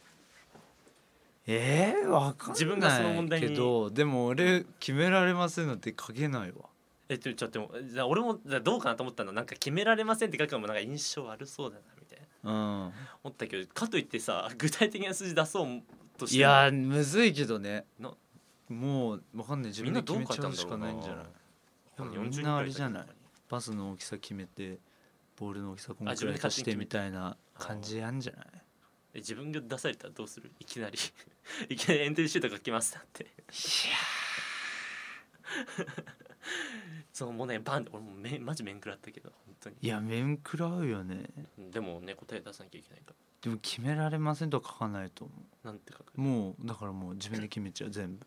Speaker 2: えー、わかんない
Speaker 1: 自分がその問題に
Speaker 2: けどでも俺決められませんなんて書けないわ
Speaker 1: えちょちょっとでもじゃあ俺もじゃあどうかなと思ったのなんか決められませんって書くのもなんか印象悪そうだなみたいな
Speaker 2: うん
Speaker 1: 思ったけどかといって さ具体的な数字出そうとして
Speaker 2: いやーむずいけどね
Speaker 1: な
Speaker 2: もうわかんない自
Speaker 1: みん
Speaker 2: 分
Speaker 1: な
Speaker 2: で
Speaker 1: どう
Speaker 2: 決め
Speaker 1: 書い
Speaker 2: ちゃ
Speaker 1: たん
Speaker 2: う
Speaker 1: だ
Speaker 2: し
Speaker 1: ろ
Speaker 2: か
Speaker 1: う
Speaker 2: な
Speaker 1: ない
Speaker 2: んじゃない
Speaker 1: 多分
Speaker 2: でもみんなあれじゃないバスの大きさ決めてボールの大きさこん
Speaker 1: あ自
Speaker 2: く
Speaker 1: 分
Speaker 2: ら
Speaker 1: で
Speaker 2: い
Speaker 1: 勝
Speaker 2: 足
Speaker 1: 手に決
Speaker 2: して
Speaker 1: め
Speaker 2: みたいな
Speaker 1: あー
Speaker 2: 感じやんじゃない
Speaker 1: え自分が出されたらどうするいきなり いきなりエントリーシュート書きますだってそのもうねバンって俺もうめマジ面食らったけど本当に
Speaker 2: いやいや面食らうよね
Speaker 1: でもね答え出さなきゃいけないか
Speaker 2: でも決められませんとは書かないと思
Speaker 1: らなんて書く
Speaker 2: うもうだからもう自分で決めちゃう全部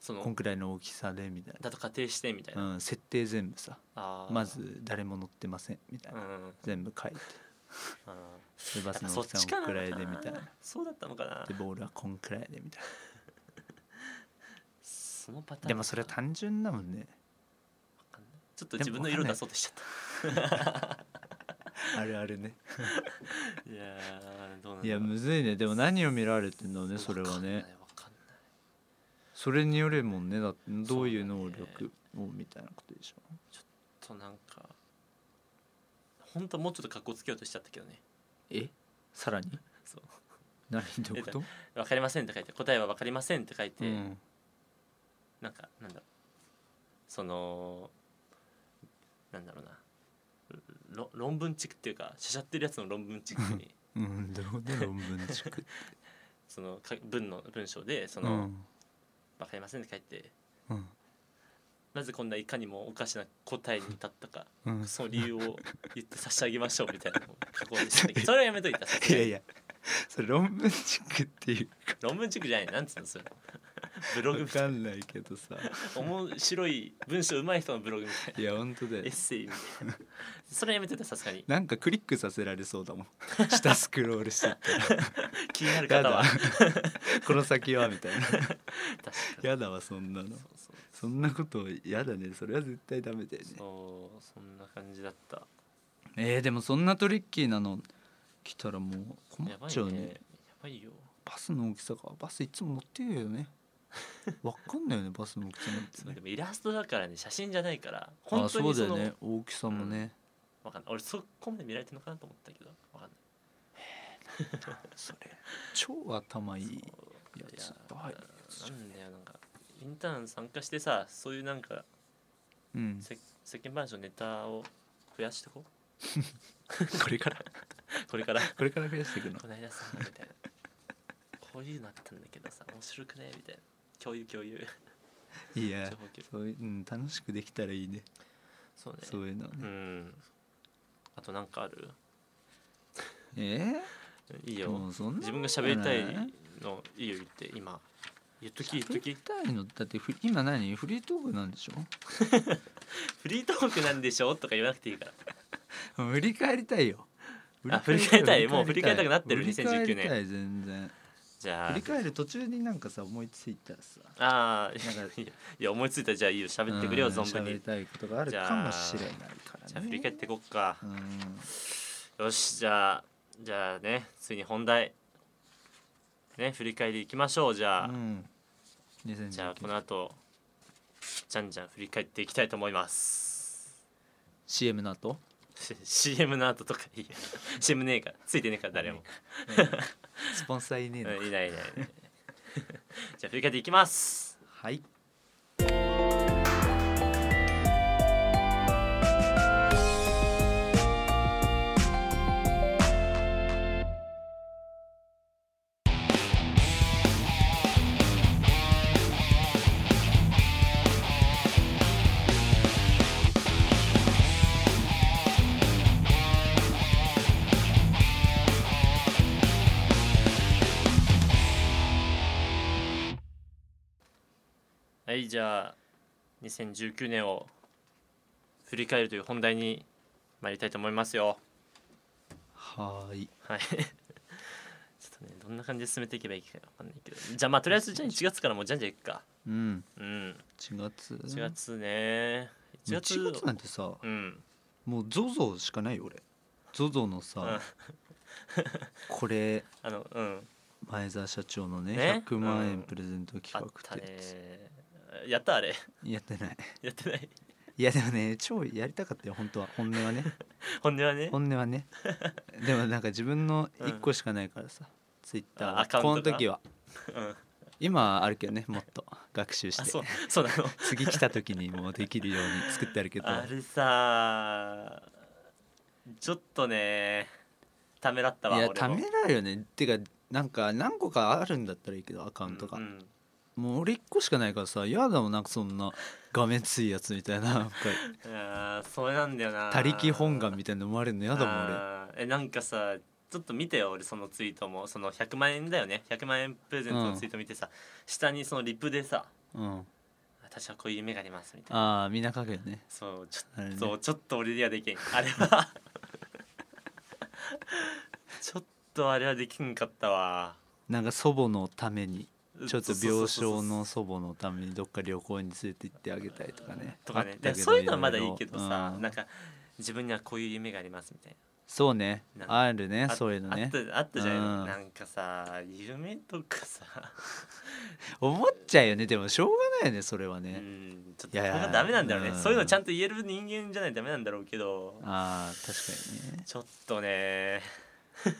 Speaker 1: そ
Speaker 2: こん
Speaker 1: の
Speaker 2: くらいの大きさでみたい
Speaker 1: だと仮定してみたいな、
Speaker 2: な、うん、設定全部さ
Speaker 1: あー
Speaker 2: まず誰も乗ってませんみたいうな、
Speaker 1: ん
Speaker 2: 全部書いて
Speaker 1: あ
Speaker 2: でバス
Speaker 1: ー
Speaker 2: の
Speaker 1: そ
Speaker 2: 大
Speaker 1: っ
Speaker 2: きさ
Speaker 1: ちか
Speaker 2: は
Speaker 1: な
Speaker 2: こんくらいでみたいな
Speaker 1: そうだったのかな
Speaker 2: でボールはこんくらいでみたい
Speaker 1: そのパター
Speaker 2: な
Speaker 1: ン
Speaker 2: でもそれは単純だもんね
Speaker 1: わかんないちょっと自分の色出そうとしちゃっ
Speaker 2: あるあるね
Speaker 1: たいやーどうなんだろう
Speaker 2: いやむずいねでも何を見られてんだろうねそれは
Speaker 1: わ
Speaker 2: ね
Speaker 1: かんない
Speaker 2: それによるもんねだってどういう
Speaker 1: そうだ
Speaker 2: 能
Speaker 1: ね
Speaker 2: 力をみたいなことでしょ
Speaker 1: となんか本当はもうちょっと格好つけようとしちゃったけどね
Speaker 2: えさらに
Speaker 1: そう
Speaker 2: 何どういうこと、
Speaker 1: 「分かりません」って書いて答えは「分かりません」って書いて、
Speaker 2: うん、
Speaker 1: なんかなんだそのなんだろうなろ論文チックっていうかしゃしゃってるやつの論文チック に
Speaker 2: うん、どうだ論文地区
Speaker 1: そのか文の文章でそ
Speaker 2: うん、う
Speaker 1: の
Speaker 2: ん
Speaker 1: 「分かりません」って書いて
Speaker 2: うん
Speaker 1: なぜこんないかにもおかしな答えに至ったか
Speaker 2: うん
Speaker 1: その理由を言って差し上げましょうみたいなのを書こうと したけどそれはやめといたさす
Speaker 2: い
Speaker 1: が
Speaker 2: や
Speaker 1: に
Speaker 2: いやそれ論文地区っていう
Speaker 1: 論文チックじゃないなんつうのそれブログ
Speaker 2: わ
Speaker 1: みたいな
Speaker 2: かんないけどさ
Speaker 1: 面白い文章上手い人のブログみたい
Speaker 2: いや本当だよ
Speaker 1: なエッセイみたいなそれやめてたさすがに
Speaker 2: なんかクリックさせられそうだもん下スクロールしてったら
Speaker 1: 気になる
Speaker 2: や
Speaker 1: 方は
Speaker 2: だ
Speaker 1: 確
Speaker 2: この先はみたいな
Speaker 1: かに
Speaker 2: やだわそんなの
Speaker 1: そうそう
Speaker 2: そんなことやだねそれは絶対ダメだよね
Speaker 1: そうそんな感じだった
Speaker 2: えー、でもそんなトリッキーなの来たらもう困っ
Speaker 1: やばい
Speaker 2: ちゃうね
Speaker 1: ねやばいよ
Speaker 2: バスの大きさかバスいつも乗ってるよねわかんないよねバスの大 きさなんて
Speaker 1: で
Speaker 2: ね
Speaker 1: もイラストだからね写真じゃないから
Speaker 2: あ
Speaker 1: 本当
Speaker 2: そ
Speaker 1: に
Speaker 2: うだ
Speaker 1: そ
Speaker 2: よ
Speaker 1: の
Speaker 2: ね大きさもね、
Speaker 1: わかんない俺そこまで見られてるのかなと思ったけどわかんない
Speaker 2: それ超頭いい
Speaker 1: い
Speaker 2: や
Speaker 1: や
Speaker 2: つばいやつじゃん
Speaker 1: なんだよなんかインターン参加してさそういうなんか
Speaker 2: うん
Speaker 1: 世世間話のネタを増やしてこ う
Speaker 2: これから
Speaker 1: これ から
Speaker 2: これから増やしていく の
Speaker 1: この間さみたいなこういうのあったんだけどさ面白くねみたいな共有共有
Speaker 2: いや
Speaker 1: 情報共有
Speaker 2: そういう、うん、楽しくできたらいいね
Speaker 1: そうね
Speaker 2: そういうのはね
Speaker 1: うんあとなんかある
Speaker 2: え
Speaker 1: いい
Speaker 2: え
Speaker 1: よ
Speaker 2: もうそんな
Speaker 1: 自分が喋りたい
Speaker 2: もんじゃな
Speaker 1: のいいよ言って今言っとき言っと
Speaker 2: 喋
Speaker 1: き
Speaker 2: りたいのだってフリ今何フリートークなんでしょ
Speaker 1: フリートークなんでしょとか言わなくていいから
Speaker 2: 振り返りたいよ
Speaker 1: あ振り返りたい
Speaker 2: よ
Speaker 1: もう振り返りたくなってる
Speaker 2: 振り返りたい
Speaker 1: 2019年
Speaker 2: 全然
Speaker 1: じゃ
Speaker 2: 振
Speaker 1: あ
Speaker 2: り返る途中になんかさ思いついたらさ
Speaker 1: ああ
Speaker 2: なんか
Speaker 1: いやいや思いついたらじゃあいいよ喋ってくれよ
Speaker 2: うん
Speaker 1: 存分
Speaker 2: 喋
Speaker 1: に
Speaker 2: りたいことがあるかもしれないからね
Speaker 1: じゃあ振り返ってこっか
Speaker 2: うん
Speaker 1: よしじゃあじゃあねついに本題ね振り返りいきましょうじゃあ、
Speaker 2: うん2019
Speaker 1: じゃあこの後じゃんじゃん振り返っていきたいと思います
Speaker 2: CM の後
Speaker 1: CM の後とかいい CM ねえからついてねえから誰も
Speaker 2: スポンサーいねえの
Speaker 1: うんいないいないいないじゃあ振り返っていきます
Speaker 2: はい
Speaker 1: はいじゃあ2019年を振り返るという本題に参りたいと思いますよ
Speaker 2: はーい
Speaker 1: はい ちょっとねどんな感じで進めていけばいいかわかんないけどじゃあまあとりあえずじゃあ1月からもうじゃんじゃんいくか
Speaker 2: うん
Speaker 1: うん
Speaker 2: 4月
Speaker 1: 1月ね1
Speaker 2: 1
Speaker 1: 月
Speaker 2: 月なんてさ
Speaker 1: うん
Speaker 2: もう ZOZO しかないよ俺 ZOZO の
Speaker 1: うん
Speaker 2: さこれ
Speaker 1: あのうん
Speaker 2: 前澤社長の
Speaker 1: ね
Speaker 2: ね100万
Speaker 1: うん
Speaker 2: 円プレゼント
Speaker 1: あっ
Speaker 2: 企画
Speaker 1: た
Speaker 2: ってやつ
Speaker 1: ねやったあれ
Speaker 2: やってない
Speaker 1: やってない
Speaker 2: いやでもね超やりたかったよ本当は本音 はね
Speaker 1: 本音はね
Speaker 2: 本音はねでもなんか自分の
Speaker 1: うん
Speaker 2: 1個しかないからさ Twitter
Speaker 1: あア
Speaker 2: は
Speaker 1: カウ
Speaker 2: こ
Speaker 1: ン
Speaker 2: の
Speaker 1: トが
Speaker 2: 時は
Speaker 1: うん
Speaker 2: 今はあるけどねもっと学習し
Speaker 1: あそう
Speaker 2: て
Speaker 1: そうなの
Speaker 2: 次来た時にもうできるように作ってあるけど
Speaker 1: あれさちょっとねためらったわ
Speaker 2: いや
Speaker 1: 俺
Speaker 2: た
Speaker 1: も
Speaker 2: めらうよねってかなんか何個かあるんだったらいいけどアカウントが、
Speaker 1: うんうん
Speaker 2: もう俺1個しかないからさ嫌だもんなんかそんな画面ついやつみたいななんか
Speaker 1: いやーそれなんだよな
Speaker 2: 他力本願みたいな思われるの嫌だもん俺
Speaker 1: あーえなんかさちょっと見てよ俺そのツイートもその100万円だよね100万円プレゼントのツイート見てさ、下にそのリプでさ
Speaker 2: うん、
Speaker 1: 「私はこういう夢があります」みたいな
Speaker 2: ああみんな書くよね
Speaker 1: そうち
Speaker 2: あれ
Speaker 1: ょ
Speaker 2: ね
Speaker 1: っと、ちょっと俺にはできんあれ はちょっとあれはできんかったわ
Speaker 2: なんか祖母のために ちょっと病床の
Speaker 1: そ
Speaker 2: 祖母のためにどっか旅行に連れて行ってあげたいとかね
Speaker 1: うそうそうそうとか
Speaker 2: あ
Speaker 1: ね
Speaker 2: っ
Speaker 1: で
Speaker 2: たけど
Speaker 1: そういうのはまだいいけどさ、
Speaker 2: うん
Speaker 1: なんか自分にはこういう夢がありますみたいな
Speaker 2: そうね
Speaker 1: なんか
Speaker 2: あるね
Speaker 1: あ
Speaker 2: そういうのね
Speaker 1: あったあったじゃん、
Speaker 2: うん
Speaker 1: なんかさ夢とかさ、
Speaker 2: 思っちゃうよねでもしょうがないよねそれは
Speaker 1: う
Speaker 2: ね、
Speaker 1: んちょっ
Speaker 2: い
Speaker 1: と
Speaker 2: やいや
Speaker 1: 僕はダメなんだろうね
Speaker 2: うん
Speaker 1: そういうのちゃんと言える人間じゃないとダメなんだろうけど
Speaker 2: ああ確かにね
Speaker 1: ちょっとね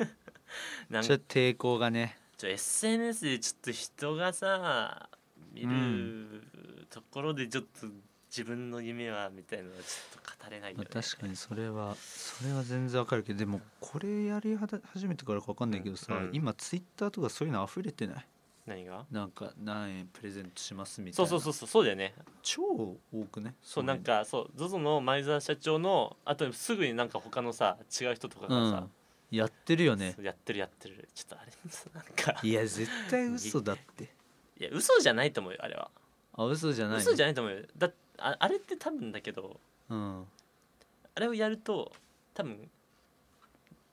Speaker 1: なん
Speaker 2: ちょ
Speaker 1: か
Speaker 2: っと抵抗がね
Speaker 1: ちょ SNS でちょっと人がさ見
Speaker 2: う
Speaker 1: るところでちょっと自分の夢はみたいなのはちょっと語れないよ
Speaker 2: ま
Speaker 1: ね
Speaker 2: あ確かにそれはそれは全然わかるけどでもこれやりはだ始めてからかわかんないけどさ、
Speaker 1: うん
Speaker 2: 今ツイッターとかそういうの溢れてない
Speaker 1: 何が
Speaker 2: なんか何円プレゼントしますみたい
Speaker 1: そう
Speaker 2: な
Speaker 1: そうそうそうそうだよね
Speaker 2: 超多くね
Speaker 1: そう
Speaker 2: い
Speaker 1: なんかそう ZOZO の前澤社長のあとすぐになんか他のさ違う人とか
Speaker 2: う
Speaker 1: がさ、
Speaker 2: んやってるよね
Speaker 1: そうやってるやってるちょっとあれ なんか
Speaker 2: いや絶対嘘だって
Speaker 1: いや嘘じゃないと思うよあれは
Speaker 2: あ嘘じゃない
Speaker 1: 嘘じ
Speaker 2: ゃ
Speaker 1: ゃないと思うよだああれって多分だけど
Speaker 2: うん
Speaker 1: あれをやると多分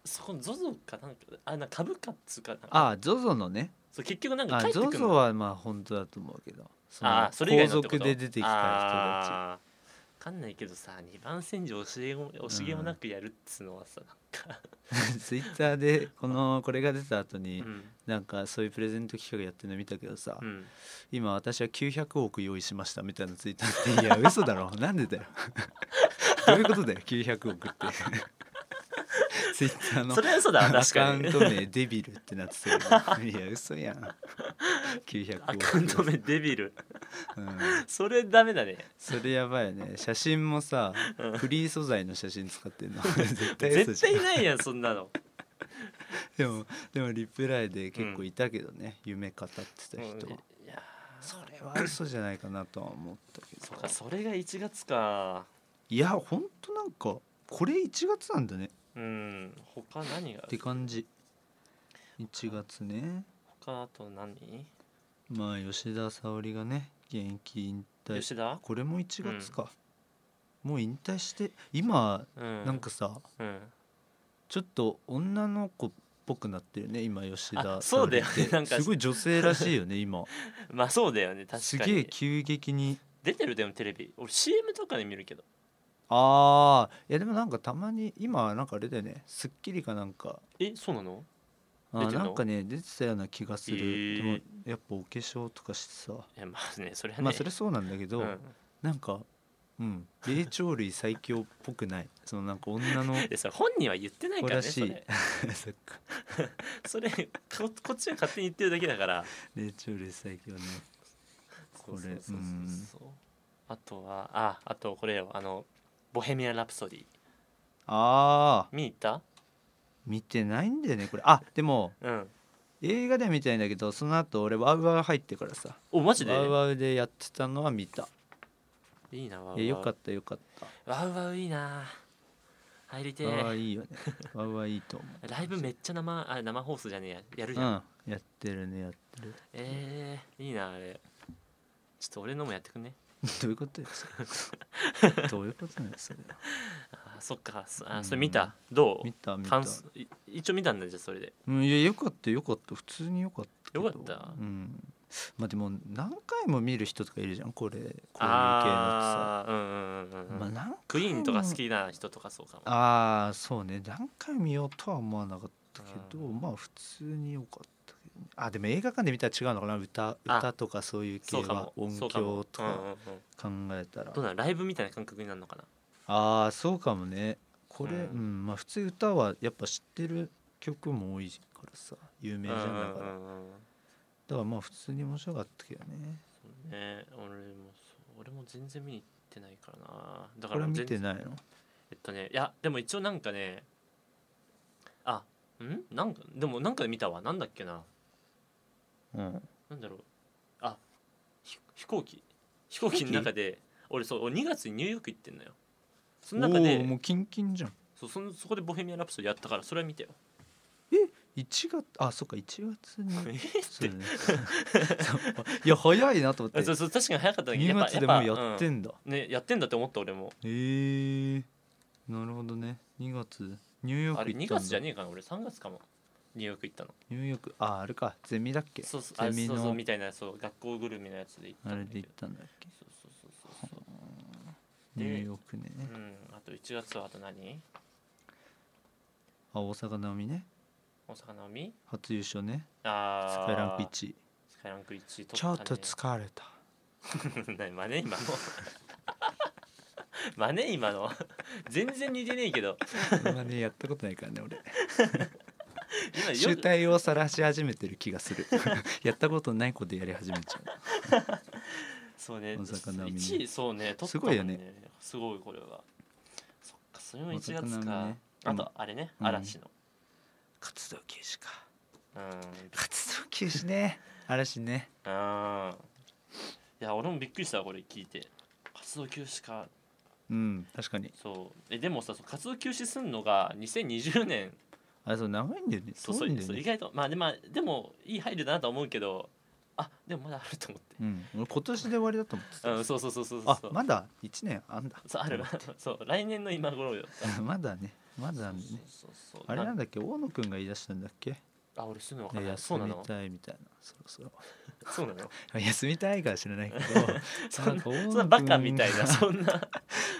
Speaker 1: そこの ZOZO かなんかあなんか株価っつうかなんか
Speaker 2: あ ZOZO のね
Speaker 1: そう結局なん
Speaker 2: あ
Speaker 1: か返ってくる
Speaker 2: ZOZO はまあ本当だと思うけどその
Speaker 1: あそれ以外の
Speaker 2: 後
Speaker 1: ってこと
Speaker 2: 続で出てきた人た
Speaker 1: あーわかんないけどさ二番煎じを惜しげも惜しげもなくやるっつうのはさなんか、
Speaker 2: ち ツイッターでこのこれが出た後
Speaker 1: う
Speaker 2: に
Speaker 1: ん
Speaker 2: なんかそういうプレゼント企画やってるの見たけどさ、
Speaker 1: うん、
Speaker 2: 今私は900億用意しましたみたいなツイートあっていや嘘だろなんでだよどういうことだよ900億ってツイッターの
Speaker 1: それは嘘 だ
Speaker 2: ア
Speaker 1: 確
Speaker 2: カ
Speaker 1: か
Speaker 2: ウ
Speaker 1: に
Speaker 2: ント名デビルってなってたよねいや嘘やん900億
Speaker 1: アカウント名デビル
Speaker 2: うん、
Speaker 1: それダメだ ね
Speaker 2: それやばいね写真もさ
Speaker 1: うん
Speaker 2: フリー素材の写真使ってんの絶対
Speaker 1: 絶
Speaker 2: 嘘じゃん
Speaker 1: 対ないやんそんなの
Speaker 2: でもでもリプライで結構いたけどね、夢語ってた人は、
Speaker 1: うんいや
Speaker 2: それは嘘じゃないかなとは思ったけど
Speaker 1: そうかそれが1月か
Speaker 2: いやほんとなんかこれ1月なんだね
Speaker 1: うん他何があ
Speaker 2: っ
Speaker 1: る
Speaker 2: て感じ1月ね
Speaker 1: 他あと何
Speaker 2: まあ吉田沙保里がね現役引退
Speaker 1: 吉田
Speaker 2: これも1月か、もう引退して今
Speaker 1: うん
Speaker 2: なんかさ、
Speaker 1: うん
Speaker 2: ちょっと女の子っぽくなってるね今吉田
Speaker 1: あそうだよね
Speaker 2: 沙保里って
Speaker 1: なんか
Speaker 2: すごい女性らしいよね今
Speaker 1: まあそうだよね確
Speaker 2: す
Speaker 1: か
Speaker 2: げえ
Speaker 1: に
Speaker 2: 急激に
Speaker 1: 出てるでもテレビ俺 CM とかで見るけど
Speaker 2: ああいやでもなんかたまに今なんかあれだよね『スッキリ』かなんか
Speaker 1: えそうなの
Speaker 2: あ
Speaker 1: 出
Speaker 2: ー
Speaker 1: てんの
Speaker 2: なんかね出てたような気がする、
Speaker 1: えー
Speaker 2: でもやっぱお化粧とかしてさ
Speaker 1: いやまあねそれはね
Speaker 2: まあそれそうなんだけど、
Speaker 1: うん
Speaker 2: なんかうん霊長類最強っぽくない そのなんか 女の
Speaker 1: でさ本人は言ってない
Speaker 2: 子
Speaker 1: から
Speaker 2: ら
Speaker 1: ね
Speaker 2: し
Speaker 1: そ
Speaker 2: い
Speaker 1: れ
Speaker 2: そっか
Speaker 1: それここっちが勝手に言ってるだけだから
Speaker 2: 霊長類最強ね
Speaker 1: そ
Speaker 2: こ
Speaker 1: う
Speaker 2: れ
Speaker 1: そうそうそう
Speaker 2: うん
Speaker 1: そうあとはああとこれよあの「ボヘミアン・ラプソディ
Speaker 2: あ」ー
Speaker 1: 見に行った
Speaker 2: 見てないんだよねこれあでも
Speaker 1: うん
Speaker 2: 映画では見たいんだけどその後俺ワウワウ入ってからさ
Speaker 1: おマジで
Speaker 2: ワウワウでやってたのは見た
Speaker 1: いいなワウワウ
Speaker 2: いやよかったよかった
Speaker 1: ワウワウいいな入りて
Speaker 2: ワウワウ
Speaker 1: え
Speaker 2: いいよ ねワウワウいいと思
Speaker 1: ライブめっちゃ生あ生放送じゃねえややる
Speaker 2: う、
Speaker 1: じ
Speaker 2: う
Speaker 1: ゃん、
Speaker 2: ん、やってるねやってる
Speaker 1: えー、いいなあれちょっと俺のもやってくんね
Speaker 2: どういうことよそ れどういうことなんですか
Speaker 1: あーそっかそ
Speaker 2: うん
Speaker 1: あそれ見たど
Speaker 2: 見
Speaker 1: う
Speaker 2: た見た
Speaker 1: 感想い一応見たんだじゃあそれで
Speaker 2: うん、いやよかったよかった普通によかったけど
Speaker 1: よかった
Speaker 2: うんまあでも何回も見る人とかいるじゃんこれこういう系のってさ
Speaker 1: ああーうんうんうんうん、
Speaker 2: まあ、何
Speaker 1: クイーンとか
Speaker 2: 回も
Speaker 1: 好きな人とかそうかも
Speaker 2: ああそうね何回見ようとは思わなかったけど
Speaker 1: う
Speaker 2: まあ普通によかったけど、ね、あでも映画館で見たら違うのかな歌
Speaker 1: あ
Speaker 2: 歌とかそういう系
Speaker 1: そうか
Speaker 2: は
Speaker 1: も
Speaker 2: 音
Speaker 1: そうかも
Speaker 2: 響と
Speaker 1: うんうん
Speaker 2: か
Speaker 1: うん
Speaker 2: 考えたら
Speaker 1: どうなんライブみたいな感覚になるのかな
Speaker 2: ああそうかもねこれ、う
Speaker 1: うんん
Speaker 2: まあ普通歌はやっぱ知ってる曲も多いからさ有名じゃんだか
Speaker 1: う
Speaker 2: ら、
Speaker 1: んうんうんうん
Speaker 2: だからまあ普通に面白かったけどね
Speaker 1: そうね俺もそう俺も全然見に行ってないからなだか
Speaker 2: こ
Speaker 1: ら
Speaker 2: れ見
Speaker 1: 全
Speaker 2: てないの
Speaker 1: えっとねいやでも一応なんかねあんなんかでもなんかで見たわなんだっけな
Speaker 2: うん
Speaker 1: なんだろうあひ飛行機飛行機の中で俺そう俺2月にニューヨーク行ってんのよその中
Speaker 2: おーも
Speaker 1: で
Speaker 2: うキンキンじゃん
Speaker 1: そうそのそこで「ボヘミアン・ラプソディ」やったからそれは見たよ
Speaker 2: 1月あそっか1月 に
Speaker 1: えっ
Speaker 2: そ
Speaker 1: て
Speaker 2: うだねいや早いなと思って
Speaker 1: あそうそう確かに早かったんだけ
Speaker 2: 2
Speaker 1: どやっぱ
Speaker 2: 月でもう
Speaker 1: やっぱ
Speaker 2: やってんだ
Speaker 1: うんねやってんだって思った俺も
Speaker 2: へえなるほどね2月ニューヨー
Speaker 1: あ
Speaker 2: ク
Speaker 1: れ
Speaker 2: 行
Speaker 1: 2
Speaker 2: ったんだ
Speaker 1: 月じゃねえかな俺3月かもニューヨーク行ったの
Speaker 2: ニューヨークああれかゼミだっけ
Speaker 1: そうそうあ
Speaker 2: ゼミ
Speaker 1: そうそう
Speaker 2: の
Speaker 1: みたいなそう学校ぐるみのやつで行った
Speaker 2: あ
Speaker 1: ん
Speaker 2: れ
Speaker 1: だ
Speaker 2: で
Speaker 1: け
Speaker 2: 行
Speaker 1: ど
Speaker 2: ったんだっけ
Speaker 1: そうそうそうそうそう
Speaker 2: ニ
Speaker 1: で
Speaker 2: ューヨークね
Speaker 1: うんあと1月はあと何
Speaker 2: あ大阪なおみね
Speaker 1: 大阪なおみ
Speaker 2: 初優勝ね
Speaker 1: あ
Speaker 2: ス
Speaker 1: ー
Speaker 2: カイランク1位
Speaker 1: スカイランク1取
Speaker 2: ちょっと
Speaker 1: つ
Speaker 2: 疲れた
Speaker 1: 何マネ 今のマネ今の全然似てねえけど
Speaker 2: まあねやったことないからね俺
Speaker 1: 今よ
Speaker 2: 集大を晒し始めてる気がする やったことないことやり始めちゃ
Speaker 1: そうね
Speaker 2: 大阪なおみね
Speaker 1: 1位そうね取ったもん
Speaker 2: すごいよね
Speaker 1: すごいこれはそっかそれ
Speaker 2: う
Speaker 1: も1
Speaker 2: 大阪
Speaker 1: 月
Speaker 2: なお
Speaker 1: か、
Speaker 2: みね
Speaker 1: あ
Speaker 2: うん
Speaker 1: とあれね、
Speaker 2: うん
Speaker 1: 嵐の
Speaker 2: 活動休止か
Speaker 1: うん
Speaker 2: 活動休止ね嵐ね
Speaker 1: うんいや俺もびっくりしたわこれ聞いて活動休止か
Speaker 2: うん確かに
Speaker 1: そうえでもさそう活動休止すんのが2020年
Speaker 2: あれそう長いんだよね
Speaker 1: そうそ
Speaker 2: 遠
Speaker 1: う
Speaker 2: いんだよ
Speaker 1: そう
Speaker 2: ね
Speaker 1: 意外とまあで,、まあ、でもいい配慮だなとは思うけどあでもまだあると思って
Speaker 2: うん、俺今年で終わりだと思ってた、
Speaker 1: うんそうそうそうそうそう
Speaker 2: あまだ1年あんだ
Speaker 1: そうあるそう来年の今頃よ
Speaker 2: まだねまだあるね
Speaker 1: そうそうそう
Speaker 2: あれなん
Speaker 1: だ
Speaker 2: だっけ大野くんが言い出したんだっけ
Speaker 1: あ俺すぐの分
Speaker 2: い
Speaker 1: かん
Speaker 2: や
Speaker 1: ない
Speaker 2: 休
Speaker 1: そうな
Speaker 2: み
Speaker 1: の
Speaker 2: たいみたいなそろそろ
Speaker 1: そうなの
Speaker 2: あ休みたいから知らないけど
Speaker 1: そんな
Speaker 2: か大野く
Speaker 1: そ
Speaker 2: ん
Speaker 1: んなバカみたい なそんな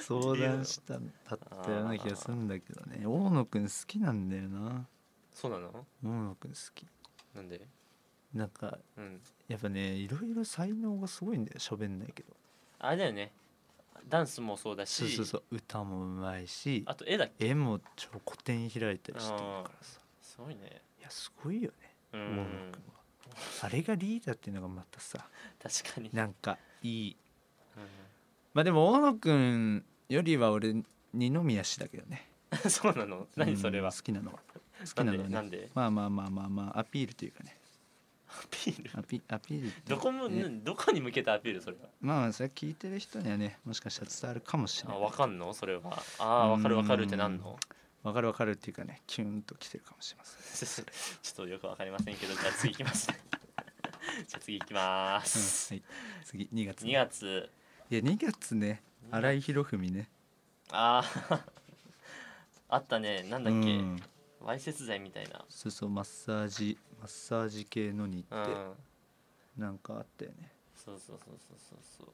Speaker 2: 相談したんだったような気がするんだけどね大野くん好きなんだよな
Speaker 1: そうなの
Speaker 2: 大野くん好き
Speaker 1: なんで
Speaker 2: なんか
Speaker 1: うん
Speaker 2: やっぱねいろいろ才能がすごいんだよ喋んないけど
Speaker 1: あれだよねダンスもそうだし
Speaker 2: そうそうそう歌もうまいし
Speaker 1: あと絵だっけ
Speaker 2: 絵もちょこてん開いたりしてるからさ
Speaker 1: すごいね
Speaker 2: いやすごいよね
Speaker 1: う
Speaker 2: ウォーノ
Speaker 1: ん
Speaker 2: ックもあれがリーダーっていうのがまたさ
Speaker 1: 確かに、
Speaker 2: なんかいい
Speaker 1: うん
Speaker 2: まあでも大野くんよりは俺二宮氏だけどね
Speaker 1: そうなの何それは
Speaker 2: うん好きなのは好き
Speaker 1: な
Speaker 2: なんの
Speaker 1: で
Speaker 2: は
Speaker 1: な
Speaker 2: ね
Speaker 1: んで
Speaker 2: まあまあまあまあまあアピールというかね
Speaker 1: アピール
Speaker 2: アピアピールっていうか
Speaker 1: どこも、
Speaker 2: ね
Speaker 1: んどこに向けたアピールそれは
Speaker 2: まあまあそれ聞いてる人にはねもしかしたら伝わるかもしれ
Speaker 1: あ
Speaker 2: ない
Speaker 1: わかんのそれはあーわかるわかるってなんの
Speaker 2: わかるわかるっていうかねキュンときてるかもしれませ
Speaker 1: ちょ
Speaker 2: ん
Speaker 1: っとよくわかりませんけどじゃあ次いきます じゃあ次いきま
Speaker 2: うん
Speaker 1: す、
Speaker 2: はい、次2月
Speaker 1: 2月
Speaker 2: いや2月ね新井博文ね
Speaker 1: あー あったねなんだっ
Speaker 2: う
Speaker 1: け
Speaker 2: ん
Speaker 1: わいせつ罪みたいな
Speaker 2: そうそうマッサージマッサージ系のに
Speaker 1: う
Speaker 2: 行っ
Speaker 1: ん
Speaker 2: てなんかあったよね
Speaker 1: そうそうそうそうそうそう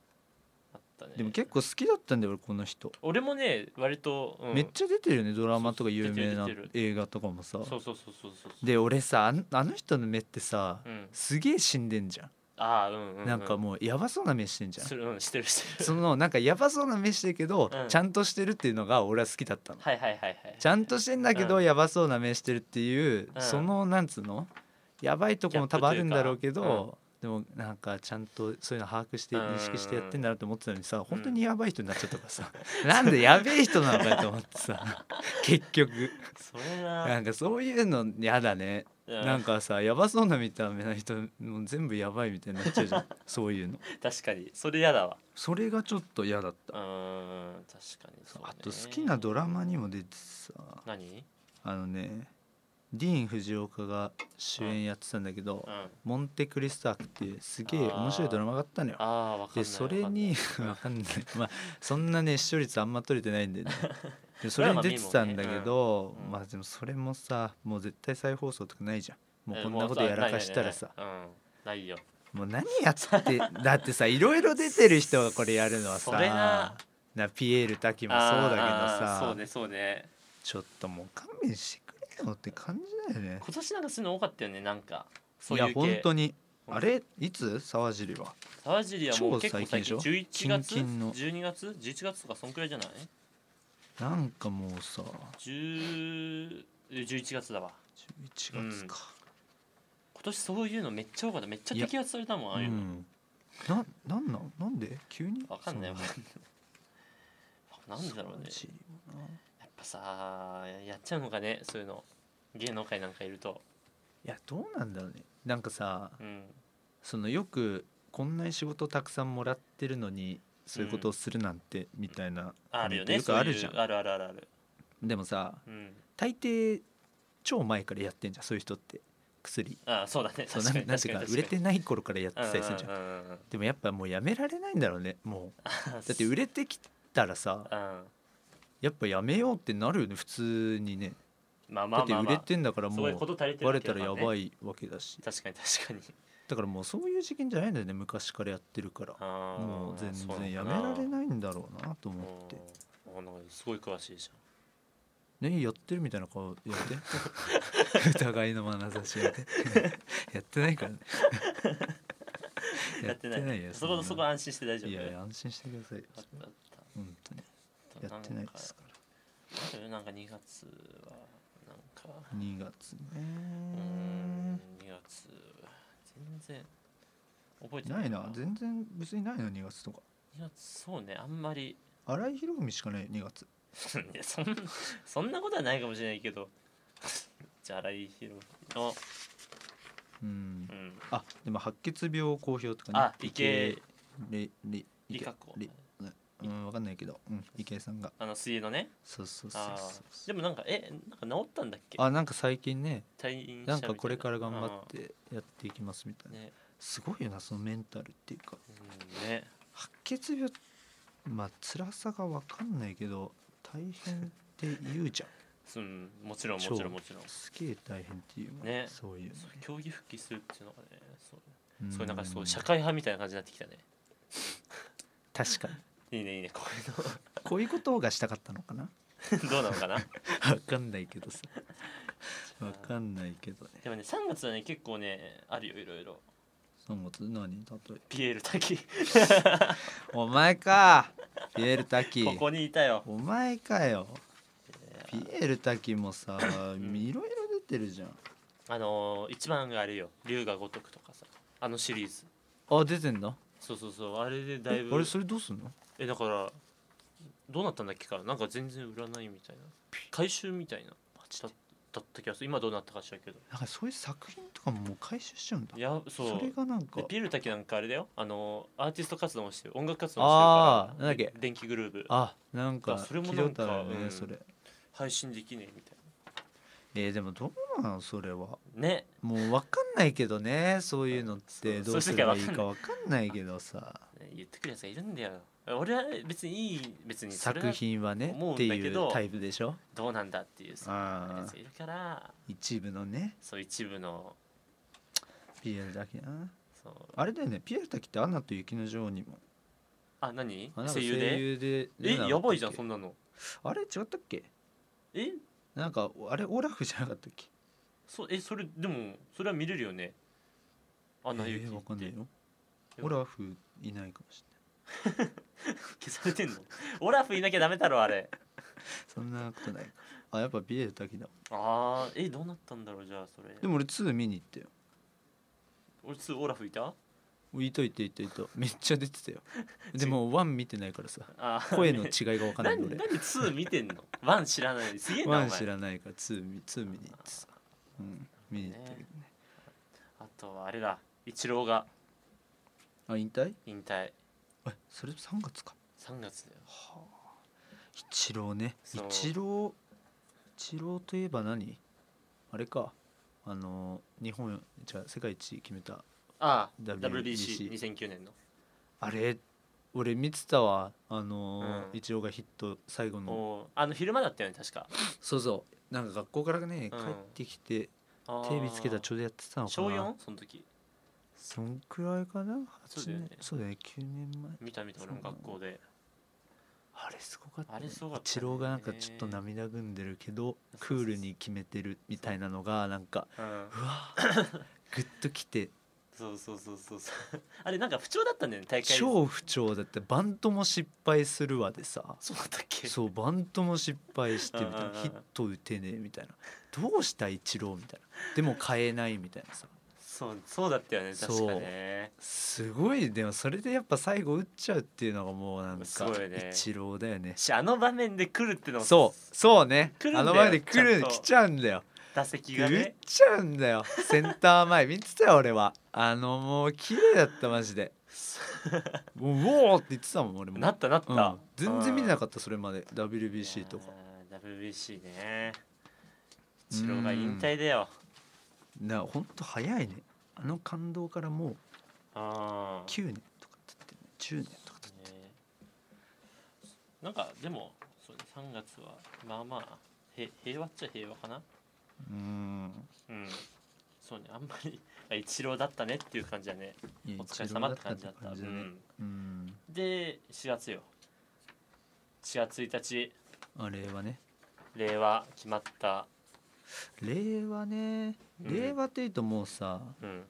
Speaker 1: あったね
Speaker 2: でも結構好きだったんだよ俺この人
Speaker 1: 俺もね割と、うん、
Speaker 2: めっちゃ出てるよねドラマとか有名
Speaker 1: 出
Speaker 2: な
Speaker 1: てる出
Speaker 2: 映画とかもさ
Speaker 1: そうそうそうそうそう
Speaker 2: で俺さあんあの人の目ってさ
Speaker 1: うん
Speaker 2: すげえ死んでんじゃ
Speaker 1: ああうんうん、うんん、
Speaker 2: なんかもうやばそうな目してんじゃん
Speaker 1: するうんしてる してる
Speaker 2: そのなんかやばそうな目してるけど
Speaker 1: うん
Speaker 2: ちゃんとしてるっていうのが俺は好きだったの
Speaker 1: はいはいはいはい
Speaker 2: ちゃんとしてんだけど
Speaker 1: うん
Speaker 2: やばそうな目してるっていう、
Speaker 1: うん
Speaker 2: そのなんつうのやばいとこも多分あるんだろうけど、でもなんかちゃんとそういうの把握して
Speaker 1: うん
Speaker 2: 認識してやってんだなって思ってたのにさ、本当にやばい人になっちゃったからさ、 なんでやべえ人なのかよと思って さ結局
Speaker 1: それな
Speaker 2: なんかそういうのやだね、
Speaker 1: うん
Speaker 2: なんかさやばそうな見た目の人もう全部やばいみたいになっちゃうじゃ んそういうの
Speaker 1: 確かにそれ嫌だわ
Speaker 2: それがちょっと嫌だっ
Speaker 1: う
Speaker 2: た、
Speaker 1: ーん確かにそうね
Speaker 2: あと好きなドラマにも出てさ
Speaker 1: 何
Speaker 2: あのねディーン・フジオカが主演やってたんだけど「
Speaker 1: うんあ
Speaker 2: モンテクリスターク」っていうすげえ面白いドラマがあったのよ。
Speaker 1: あ分かんない
Speaker 2: でそれにわかんないまあそんなね視聴率あんま取れてないんでね でそれに出てたんだけど、
Speaker 1: まあまあ見るもんねうん
Speaker 2: まあでもそれもさもう絶対再放送とかないじゃんもう
Speaker 1: え
Speaker 2: こんなことやらかしたらさ
Speaker 1: もうないないないうんないよ
Speaker 2: もう何やってだってさいろいろ出てる人がこれやるのはさ
Speaker 1: それな
Speaker 2: なピエール滝もそうだけど
Speaker 1: あー
Speaker 2: さ
Speaker 1: そうねそうね
Speaker 2: ちょっともう勘弁してくれよって感じだよね
Speaker 1: 今年なんかそういうの多かったよねなんかそう
Speaker 2: い
Speaker 1: いう
Speaker 2: や
Speaker 1: 系
Speaker 2: 本当に
Speaker 1: うん
Speaker 2: あれいつ沢尻は
Speaker 1: 沢尻はもう結構
Speaker 2: 超
Speaker 1: 最
Speaker 2: 最近
Speaker 1: 近
Speaker 2: でし
Speaker 1: 11
Speaker 2: ょ
Speaker 1: 月
Speaker 2: 近々の
Speaker 1: 12月11月とかそんくらいじゃない
Speaker 2: なんかもうさ
Speaker 1: 10 11月だわ
Speaker 2: 11月か、
Speaker 1: 今年そういうのめっちゃ多かっためっちゃ摘発されたもんあ
Speaker 2: う
Speaker 1: あ
Speaker 2: ん
Speaker 1: いうの
Speaker 2: ななんなんなんで急に
Speaker 1: わかんないわ
Speaker 2: そ
Speaker 1: かんないなんだろうね
Speaker 2: 沢尻もない
Speaker 1: やっぱさやっちゃうのかねそういうの芸能界なんかいると
Speaker 2: やどうなんだろうねなんかさ
Speaker 1: うん
Speaker 2: そのよくこんなに仕事たくさんもらってるのにそういうことをするなんて、みたいな
Speaker 1: あるよね
Speaker 2: よくあるじゃん
Speaker 1: そういうあるあるあるある
Speaker 2: でもさ
Speaker 1: うん
Speaker 2: 大抵超前からやってんじゃんそういう人って薬
Speaker 1: あそうだね
Speaker 2: そう
Speaker 1: 確
Speaker 2: な
Speaker 1: か
Speaker 2: ん
Speaker 1: に
Speaker 2: なん
Speaker 1: 確
Speaker 2: て
Speaker 1: か
Speaker 2: いう
Speaker 1: に
Speaker 2: か売れてない頃からやって
Speaker 1: うん
Speaker 2: たりするじゃん
Speaker 1: うんうんうん
Speaker 2: でもやっぱもうやめられないんだろうねもう
Speaker 1: だ
Speaker 2: だって売れてきたらさ
Speaker 1: うん
Speaker 2: やっぱやめようってなるよね普通にね
Speaker 1: まあまあ
Speaker 2: だって
Speaker 1: まあ
Speaker 2: 売
Speaker 1: ま
Speaker 2: れ
Speaker 1: あ
Speaker 2: てんだから
Speaker 1: す
Speaker 2: も
Speaker 1: ごいうこと足りてる
Speaker 2: バレたらやば
Speaker 1: い
Speaker 2: いわけだし
Speaker 1: 確かに確かに
Speaker 2: だからもうそういう事件じゃないんだよね昔からやってるから
Speaker 1: あー
Speaker 2: もう全
Speaker 1: そうなの
Speaker 2: 然
Speaker 1: か
Speaker 2: やめられないんだろうなと思って
Speaker 1: うんあなんかすごい詳しいじ
Speaker 2: ねやってるみたいな顔やって 疑いの眼差しやって やってないからね
Speaker 1: ゃん やって ない
Speaker 2: よ
Speaker 1: そこ
Speaker 2: んな
Speaker 1: そこ安心して大丈夫
Speaker 2: いやいや安心してくださいよ
Speaker 1: あったあった
Speaker 2: 本当にやってないですか
Speaker 1: な
Speaker 2: ら
Speaker 1: んかなんか2月はなんか
Speaker 2: 2月
Speaker 1: うー
Speaker 2: ね
Speaker 1: ん2月全然覚えて
Speaker 2: ないな
Speaker 1: 2
Speaker 2: 全然別にないな2月とか
Speaker 1: 月そうねあんまり
Speaker 2: 荒井博文しかない2月
Speaker 1: いやそんそんなことはないかもしれないけど じゃあ荒井宏の、
Speaker 2: うん
Speaker 1: うん、
Speaker 2: あでも白血病公表とかね
Speaker 1: あ池
Speaker 2: 井れれ
Speaker 1: 理
Speaker 2: 池
Speaker 1: 香子
Speaker 2: れうんわかんないけどうん池江さんが
Speaker 1: あの水泳のね
Speaker 2: そうそうそう
Speaker 1: あ
Speaker 2: そう
Speaker 1: ーでもなんかえなんか治ったんだっけ
Speaker 2: あなんか最近ね
Speaker 1: 退院
Speaker 2: なんかこれから頑張ってやっていきますみたいな
Speaker 1: ね,、
Speaker 2: すごいよなそのメンタルっていうか
Speaker 1: うん、ね
Speaker 2: 白血病まあ辛さがわかんないけど大変って言うじゃん
Speaker 1: うんもちろんもちろんもちろん
Speaker 2: すげえ大変っていうわ
Speaker 1: ね
Speaker 2: そういうの
Speaker 1: そう競技復帰するっていうのがねそう
Speaker 2: ね
Speaker 1: そういうなんかそううん社会派みたいな感じになってきたね
Speaker 2: 確かに
Speaker 1: いいねいいねこう
Speaker 2: こういうことがしたかったのかな
Speaker 1: いうの どうなのかな
Speaker 2: わかんないけどさわかんないけどね
Speaker 1: でもね3月はね結構ねあるよいろいろ
Speaker 2: 3月何例え
Speaker 1: ピエール滝
Speaker 2: お前かピエール滝
Speaker 1: ここにいたよ
Speaker 2: お前かよピエール滝もさいろいろ出てるじゃん
Speaker 1: あのー、一番があれよ龍が如くとかさあのシリーズ
Speaker 2: あ出てんだ
Speaker 1: そうそうそうあれでだい
Speaker 2: え
Speaker 1: ぶ
Speaker 2: あれそれどうすんの
Speaker 1: えだからどうなったんだっけかなんか全然売らないみたいな回収みたいなだだった気がする今どうなったか知らんけど
Speaker 2: なんかそういう作品とかももう回収しちゃうんだ
Speaker 1: いやそう
Speaker 2: それがなんか
Speaker 1: でピエール滝なんかあれだよあのーアーティスト活動もしてる音楽活動もしてるから
Speaker 2: あーなんだっけ
Speaker 1: 電気グルーブ
Speaker 2: あなんか
Speaker 1: あそれも
Speaker 2: 聞
Speaker 1: ないんか
Speaker 2: たことあるね、
Speaker 1: うん
Speaker 2: それ
Speaker 1: 配信できねえみたい
Speaker 2: えーでもどうなのそれは
Speaker 1: なね
Speaker 2: もう分かんないけどねそういうのって
Speaker 1: そう
Speaker 2: どう
Speaker 1: そ
Speaker 2: す
Speaker 1: ういう
Speaker 2: れ
Speaker 1: 時は
Speaker 2: ばいいか分かんないけどさ
Speaker 1: ね言ってくるやつがいるんだよ俺は別にいい別にそれは
Speaker 2: 作品はね
Speaker 1: 思うん
Speaker 2: って
Speaker 1: だけ
Speaker 2: い
Speaker 1: ど
Speaker 2: うタイプでしょ
Speaker 1: どうなんだっていうさ
Speaker 2: あ
Speaker 1: やつ
Speaker 2: ー
Speaker 1: いるから
Speaker 2: 一部のね
Speaker 1: そう一部の
Speaker 2: ピエールだけな
Speaker 1: そう
Speaker 2: あれだよねピエール滝って「アナと雪の女王」にも
Speaker 1: あ何
Speaker 2: あなんか
Speaker 1: 声優で
Speaker 2: で
Speaker 1: えやばいじゃんそ
Speaker 2: の
Speaker 1: んなの
Speaker 2: あれ違ったっけ
Speaker 1: え
Speaker 2: なんかあれオラフじゃなかったっけ
Speaker 1: そえそれでもそれは見れるよねあ
Speaker 2: え
Speaker 1: なゆき
Speaker 2: ー、分かんないよ
Speaker 1: え
Speaker 2: オラフいないかもしれない
Speaker 1: 消され てんのオラフいなきゃダメだろあれ
Speaker 2: そんなことないかあやっぱピエール滝だ
Speaker 1: あーえどうなったんだろうじゃあそれ
Speaker 2: でも俺2見に行ったよ
Speaker 1: 俺つオラフいた
Speaker 2: 言いといて言いといためっちゃ出てたよでも1見てないからさ
Speaker 1: あー
Speaker 2: 声の違いが分かんないの
Speaker 1: 何
Speaker 2: 俺
Speaker 1: 何2見てんの1知らないすげえなお
Speaker 2: 1
Speaker 1: 前
Speaker 2: 知らないから2見2見に行ってさ、うん、見に行ったけどね
Speaker 1: あとはあれだ一郎が
Speaker 2: あ引退
Speaker 1: 引退
Speaker 2: えそれ3月か
Speaker 1: 3月だよ
Speaker 2: はあ一郎ね
Speaker 1: そう
Speaker 2: 一郎一郎といえば何あれかあの日本じゃあ世界一決めた
Speaker 1: ああ
Speaker 2: WBC
Speaker 1: WBC2009 年の
Speaker 2: あれ俺見てたわあの、
Speaker 1: うん
Speaker 2: 一郎がヒット最後の
Speaker 1: おーあの昼間だったよね確か
Speaker 2: そうそうなんか学校からね帰
Speaker 1: うん
Speaker 2: ってきて、
Speaker 1: あー
Speaker 2: テレビつけたらちょうどやってたのか
Speaker 1: 小
Speaker 2: な
Speaker 1: 4? その時
Speaker 2: そんくらいかな
Speaker 1: そう
Speaker 2: 8
Speaker 1: だよ
Speaker 2: 年
Speaker 1: ね
Speaker 2: そうだよね9年前
Speaker 1: 見た見た俺も学校で
Speaker 2: あれすごかった、ね、
Speaker 1: あれすごかったね
Speaker 2: 一郎がなんかちょっと涙ぐんでるけどクールに決めてるみたいなのがなんか
Speaker 1: うん
Speaker 2: うわ ーグッときて
Speaker 1: そうそうそうそうそう あれなんか不調だったんだよね大会
Speaker 2: 超不調だってバントも失敗するわでさ
Speaker 1: そうだったっけ
Speaker 2: そうバントも失敗してみたい
Speaker 1: うんうんう
Speaker 2: なんヒット打てねえみたいなどうした一郎みたいなでも変えないみたいなさ
Speaker 1: そうそうだったよね確かね
Speaker 2: すごいでもそれでやっぱ最後打っちゃうっていうのがもうなんか
Speaker 1: すごいね
Speaker 2: 一郎だよね
Speaker 1: しあの場面で来るってのも
Speaker 2: そうそうね
Speaker 1: 来るんだよ
Speaker 2: あの前で来
Speaker 1: ち
Speaker 2: る
Speaker 1: ゃんと
Speaker 2: 来ちゃうんだよ
Speaker 1: 打席が
Speaker 2: 来
Speaker 1: ね
Speaker 2: ちゃうんだよセンター前見てたよ俺はあのもう綺麗だったマジでもううおーって言ってたもん俺も
Speaker 1: なったなっ
Speaker 2: う
Speaker 1: た
Speaker 2: ん、全然見てな
Speaker 1: っ
Speaker 2: かったそれまで WBC とか
Speaker 1: WBC ね一郎が引退だよ
Speaker 2: なほんと早いねあの感動からもう
Speaker 1: ああ
Speaker 2: 9年とか経ってるね10年とか経って
Speaker 1: ねなんかでもそう、ね、3月はまあまあへ平和っちゃ平和かな
Speaker 2: るうん
Speaker 1: うんそうねあんまりあ一郎だったねっていう感じだね
Speaker 2: いや
Speaker 1: お疲れ様って感じだった
Speaker 2: 一郎
Speaker 1: う
Speaker 2: ね
Speaker 1: ん、
Speaker 2: うん
Speaker 1: で4月よ4月1日
Speaker 2: あれはね
Speaker 1: 令和決まった
Speaker 2: 令和ね
Speaker 1: うん
Speaker 2: 令和っていうともうさ、
Speaker 1: うん、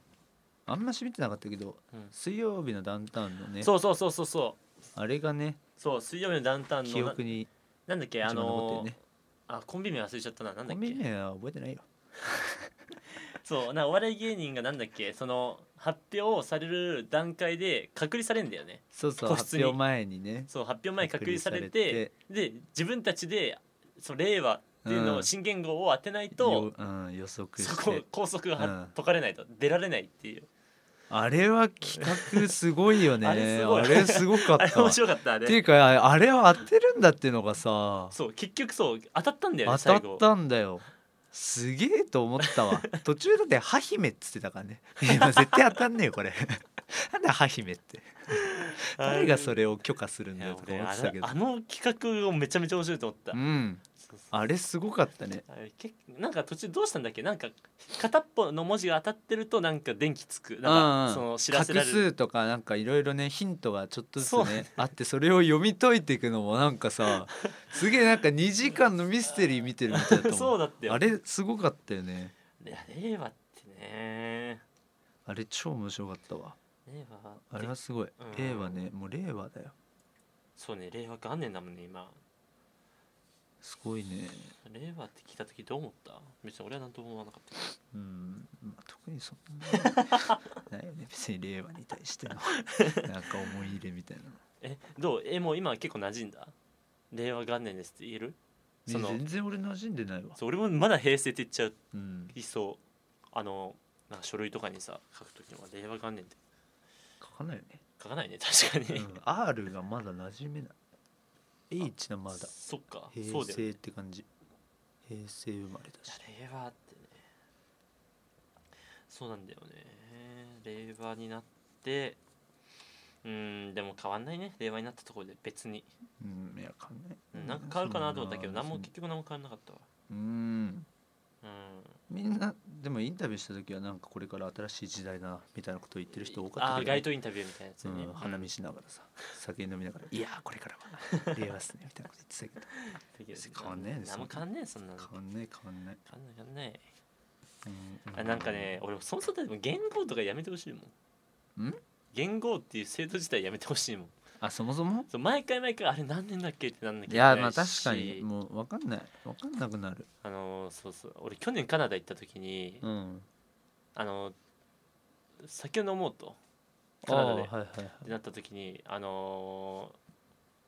Speaker 2: あんまし見てなかったけど水曜日のダウンタウンのね
Speaker 1: そうそうそうそうそう
Speaker 2: あれがね
Speaker 1: そう水曜日のダウンタウン
Speaker 2: 記
Speaker 1: のな
Speaker 2: 憶に
Speaker 1: なんだっけあ
Speaker 2: 一番残って
Speaker 1: の
Speaker 2: る
Speaker 1: ー
Speaker 2: ね
Speaker 1: あコンビ名忘れちゃったななんだ
Speaker 2: コ
Speaker 1: っ
Speaker 2: ンビ
Speaker 1: け
Speaker 2: 名は覚えてないよ
Speaker 1: そうなお笑い芸人がなんだっけその発表される段階で隔離されるんだよね
Speaker 2: そうそう
Speaker 1: 個室
Speaker 2: 発
Speaker 1: に
Speaker 2: 表前にね
Speaker 1: そう発表前に隔離され
Speaker 2: 隔離さ
Speaker 1: てで自分たちでその令和っていうの
Speaker 2: う
Speaker 1: を
Speaker 2: ん
Speaker 1: 新元号を当てないと
Speaker 2: よ、うん、予測
Speaker 1: そ
Speaker 2: し
Speaker 1: こ
Speaker 2: て
Speaker 1: 拘束がは
Speaker 2: うん
Speaker 1: 解かれないと、出られないっていう
Speaker 2: あれは企画すごいよ ね
Speaker 1: あ
Speaker 2: あ
Speaker 1: れすごい
Speaker 2: れすごかっ
Speaker 1: あれ
Speaker 2: た
Speaker 1: 面
Speaker 2: っ
Speaker 1: 白かったあれ
Speaker 2: ていうかあれを当てるんだっていうのがさ
Speaker 1: そう結局そう当たったんだよね
Speaker 2: 当
Speaker 1: 最
Speaker 2: たっ
Speaker 1: 後
Speaker 2: たんだよすげえと思っ たわ途中だって「ハヒメ」っつってたからねいや絶対当たんねえよこれ なんだハヒメって誰がそ
Speaker 1: れ
Speaker 2: れを許可するん
Speaker 1: い
Speaker 2: だ
Speaker 1: や
Speaker 2: よとか
Speaker 1: 俺
Speaker 2: 思っ
Speaker 1: あ
Speaker 2: てたけ
Speaker 1: の
Speaker 2: ど
Speaker 1: あの企画をめちゃめちゃ面白いと思った、
Speaker 2: うん
Speaker 1: そうそう
Speaker 2: あれすごかったね
Speaker 1: あれ結なんか途中どうしたんだっけなんか片っぽの文字が当たってるとなんか電気つくなんかその知らせら
Speaker 2: 画
Speaker 1: れる
Speaker 2: 数とかなんかいろいろねヒントがちょっとずつ
Speaker 1: そう
Speaker 2: ねあってそれを読み解いていくのもなん かさすげえなんか2時間のミステリー見てるみたいだった
Speaker 1: そ
Speaker 2: も
Speaker 1: うんだったよ
Speaker 2: あれすごかったよね
Speaker 1: いや令和ってね
Speaker 2: あれ超面白かったわ
Speaker 1: 令和
Speaker 2: あれはすごい
Speaker 1: うん
Speaker 2: 令和ねもう令和だよ
Speaker 1: そうね令和元年だもんね今
Speaker 2: すごいね
Speaker 1: 令和って聞いた時どう思った別に俺は何とも思わなかったけ
Speaker 2: うん、まあ、特にそ んなないよね別に令和に対してのなんか思い入れみたいな
Speaker 1: どえどうえもう今結構馴染んだ令和元年ですって言えるそ
Speaker 2: ね
Speaker 1: の
Speaker 2: 全然俺馴染んでないわ
Speaker 1: そう俺もまだ平成って言っちゃう
Speaker 2: うん
Speaker 1: いそうあのなんか書類とかにさ書くときには令和元年って
Speaker 2: 書かないよ ね、
Speaker 1: 書かないね確か
Speaker 2: う
Speaker 1: に、
Speaker 2: ん、R がまだ馴染めない H のまだ
Speaker 1: そっかそ
Speaker 2: 平
Speaker 1: うだよねい
Speaker 2: 成って感じ平成生まれだし
Speaker 1: や令和ってねそうなんだよね令和になってうんでも変わんないね令和になったところで別に、
Speaker 2: うんいや変わんない、
Speaker 1: うん、なんか変わるかなと思ったけど
Speaker 2: そんな
Speaker 1: 何も結局何も変わんなかったわ
Speaker 2: うん
Speaker 1: うん
Speaker 2: みんなでもインタビューした時はなんかこれから新しい時代だなみたいなことを言ってる人多かった
Speaker 1: あ
Speaker 2: け
Speaker 1: ー
Speaker 2: どね
Speaker 1: 街頭インタビューみたいなやつね、
Speaker 2: うん、花見しながらさ酒飲 みながら「いやーこれからは令和っすね」みたいなこと言ってたけ別に変わんねえね
Speaker 1: 何も変わんねえそんなの
Speaker 2: ど変わんない変わんない、
Speaker 1: 変わんない変わんない
Speaker 2: うん
Speaker 1: あなんかね俺そもそもでも言語とかやめてほしいもん
Speaker 2: ん
Speaker 1: 言語っていう制度自体やめてほしいもん
Speaker 2: あそもそも
Speaker 1: そう毎回毎回あれ何年だっけってなんなきゃい
Speaker 2: い
Speaker 1: けない
Speaker 2: や
Speaker 1: し
Speaker 2: まあ確かにもう分かんない分かんなくなる
Speaker 1: あのーそうそう俺去年カナダ行った時に、
Speaker 2: うん
Speaker 1: あのー酒を飲もうと
Speaker 2: あ
Speaker 1: カナ
Speaker 2: あ
Speaker 1: ダ
Speaker 2: ー
Speaker 1: で
Speaker 2: はい
Speaker 1: っ
Speaker 2: はい
Speaker 1: て
Speaker 2: はい
Speaker 1: なった時にあの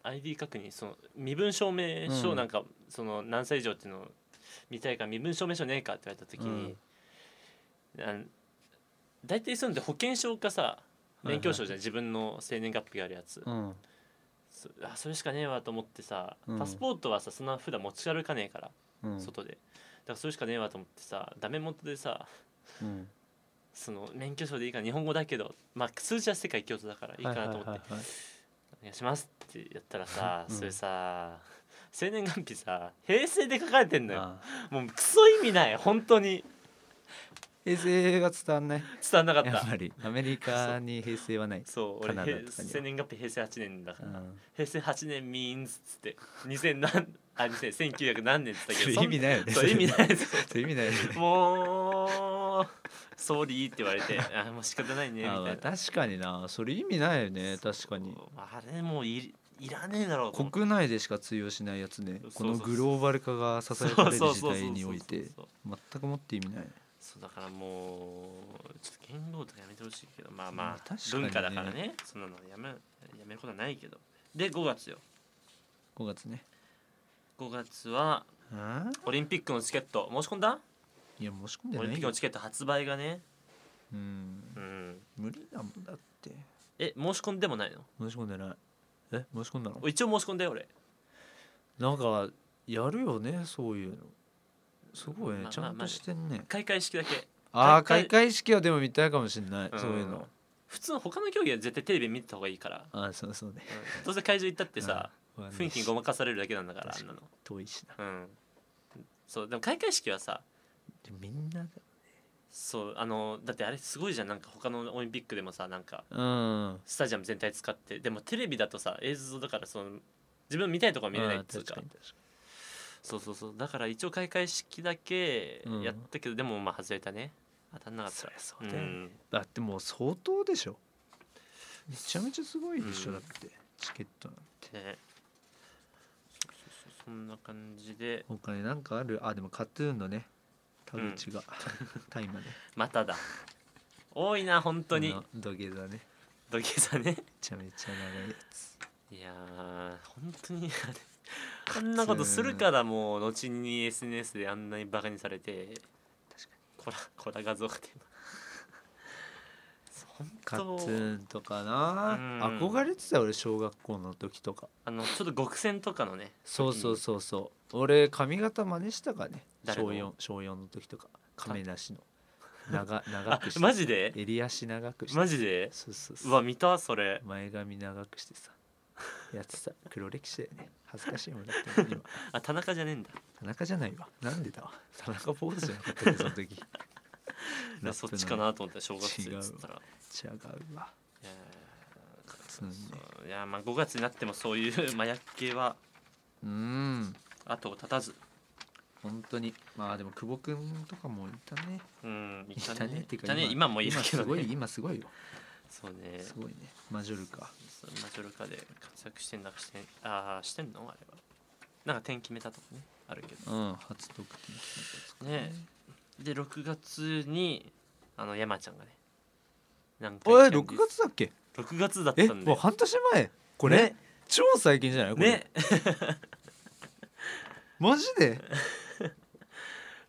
Speaker 1: ー ID 確認その身分証明書
Speaker 2: うん
Speaker 1: なんか、その何歳以上っていうのを見たいから身分証明書ねえかって言われた時に、なん大体そういうのって保険証かさ
Speaker 2: いはい
Speaker 1: 免許証じゃん自分の生年月日があるやつ、
Speaker 2: うん
Speaker 1: そあそれしかねえわと思ってさ
Speaker 2: うん
Speaker 1: パスポートはさそんな普段持ち歩かねえから、
Speaker 2: うん
Speaker 1: 外でだからそれしかねえわと思ってさダメ元でさ
Speaker 2: うん
Speaker 1: その免許証でいいから日本語だけどまあ数字は世界共通だからいいかなと思って「
Speaker 2: はいはいはいはい
Speaker 1: お願いします」ってやったらさ、
Speaker 2: うん
Speaker 1: それさ生年月日さ平成で書かれてんのよ
Speaker 2: あー
Speaker 1: もうクソ意味ない本当に
Speaker 2: 平成が伝わんない
Speaker 1: 伝わんなかっ
Speaker 2: やったぱりアメリカに平成はない
Speaker 1: そう
Speaker 2: カナダ
Speaker 1: 俺
Speaker 2: とかには
Speaker 1: 生年月日平成8年だか
Speaker 2: う
Speaker 1: ら、
Speaker 2: ん
Speaker 1: 平成8年ミーンズっつって2000何あ2000 1900何年っつったけど
Speaker 2: それ意味ないよね
Speaker 1: そんそう意味ないです
Speaker 2: そう意 味ないよね
Speaker 1: もう「ソーリー」って言われて「あもう仕方ないね」み
Speaker 2: あーま
Speaker 1: た
Speaker 2: あ
Speaker 1: いな
Speaker 2: 確かになそれ意味ないよね確かに
Speaker 1: あれもういいらねえだろうと思って
Speaker 2: 国内でしか通用しないやつね
Speaker 1: そう
Speaker 2: こ
Speaker 1: そう
Speaker 2: の
Speaker 1: そう
Speaker 2: グローバル化が支えられる
Speaker 1: そう
Speaker 2: 時
Speaker 1: そうそうそうそう
Speaker 2: 代において全くもって意味ない
Speaker 1: そうだからもうちょっと言語とかやめてほしいけどまあま
Speaker 2: まあ
Speaker 1: あ
Speaker 2: 確かにね
Speaker 1: 文化だからねそんなのやめやめることはないけどで5月よ
Speaker 2: 5月ね
Speaker 1: 5月は
Speaker 2: あ
Speaker 1: オリンピックのチケット申し込んだ
Speaker 2: ーいや申し込んで
Speaker 1: オリン
Speaker 2: な
Speaker 1: ピック
Speaker 2: い
Speaker 1: の
Speaker 2: よ
Speaker 1: チケット発売がね
Speaker 2: うん
Speaker 1: うん
Speaker 2: 無理だもんだって
Speaker 1: え申し込んでもないの
Speaker 2: 申し込んでないえ申し込んだの
Speaker 1: 一応申し込んだよ俺
Speaker 2: なんかやるよねそういうのすごいね
Speaker 1: まあ
Speaker 2: ちゃんとしてんね
Speaker 1: 開会式だけ
Speaker 2: あ
Speaker 1: ま
Speaker 2: あ
Speaker 1: あ
Speaker 2: ー
Speaker 1: 開
Speaker 2: 開会式はでも見たいかもしれない
Speaker 1: うん
Speaker 2: そういうの
Speaker 1: 普通の他の競技は絶対テレビ見てた方がいいから
Speaker 2: あーそうそうね
Speaker 1: どうせ会場行ったってさ
Speaker 2: うんわかん
Speaker 1: 雰
Speaker 2: ない
Speaker 1: 囲気にごまかされるだけなんだからあん
Speaker 2: 確
Speaker 1: な
Speaker 2: かに
Speaker 1: の
Speaker 2: 遠いしな
Speaker 1: うんそうでも開会式はさ
Speaker 2: でみんな
Speaker 1: そうあのだってあれすごいじゃんなんか他のオリンピックでもさなんか
Speaker 2: うん
Speaker 1: スタジアム全体使ってでもテレビだとさ映像だからその自分見たいとこは見れない
Speaker 2: あ
Speaker 1: っ
Speaker 2: ー
Speaker 1: つう
Speaker 2: 確
Speaker 1: か
Speaker 2: かに確かに
Speaker 1: そうそうそうだから一応開会式だけやったけど、でもまあ外れたね当たんなかっ
Speaker 2: そ
Speaker 1: た
Speaker 2: りゃそううだよね
Speaker 1: ん
Speaker 2: だってもう相当でしょめちゃめちゃすごいでしょ、
Speaker 1: うん
Speaker 2: だってチケットなんて
Speaker 1: ねそうそうそうそんな感じで
Speaker 2: 他になんかあるあでもカトゥーンのね田口が、 タイマーね
Speaker 1: まただ多いな本当に
Speaker 2: あの土下座ねめ
Speaker 1: 土下座ね
Speaker 2: ちゃめちゃ長いやつ
Speaker 1: いやー本当にあれこんなことするからもう後に SNS であんなにバカにされて
Speaker 2: 確か
Speaker 1: こらこら画像が出ます
Speaker 2: カ
Speaker 1: 本
Speaker 2: トゥ
Speaker 1: 当
Speaker 2: ーンとかな、
Speaker 1: うん
Speaker 2: 憧れてたよ俺小学校の時とか
Speaker 1: あのちょっと極戦とかのね
Speaker 2: そうそうそうそう俺髪型真似したからね
Speaker 1: 誰の
Speaker 2: 小4小4の時とか亀梨の長 長
Speaker 1: あ
Speaker 2: くして
Speaker 1: マジで
Speaker 2: 襟足長くして
Speaker 1: マジで
Speaker 2: そうそうそう
Speaker 1: うわ見たそれ
Speaker 2: 前髪長くしてさやってた黒歴史だよね恥ずかしいもんだって今
Speaker 1: あ田中じゃねえんだ
Speaker 2: 田中じゃないわなんでだわ田中坊主じゃなかったねそ の時
Speaker 1: いやそっちか
Speaker 2: ラッ
Speaker 1: なと思った小学生っつったら
Speaker 2: プの違うわ
Speaker 1: いや
Speaker 2: そうね
Speaker 1: ーそういやーまあ5月になってもそう いう麻薬系は
Speaker 2: うん
Speaker 1: 後を絶たず
Speaker 2: 本当にまあでも久保君とかもいたね
Speaker 1: うんい
Speaker 2: いたねっていうか
Speaker 1: いたね今もいるけ
Speaker 2: 今す
Speaker 1: ど
Speaker 2: ご
Speaker 1: ね
Speaker 2: い今すごいよ
Speaker 1: そうね
Speaker 2: すごいねマジョルカ
Speaker 1: そうマジョルカで活躍してんだかしてんああしてんのあれはなんか点決めたとかねあるけど
Speaker 2: うん初得点決めたやつか
Speaker 1: ねで6月にあの山ちゃんがねなんか
Speaker 2: おい6月だっけ
Speaker 1: 6月だっ
Speaker 2: え
Speaker 1: たんで
Speaker 2: もう半年前これ、
Speaker 1: ね
Speaker 2: 超最近じゃないこれ
Speaker 1: ね
Speaker 2: マジで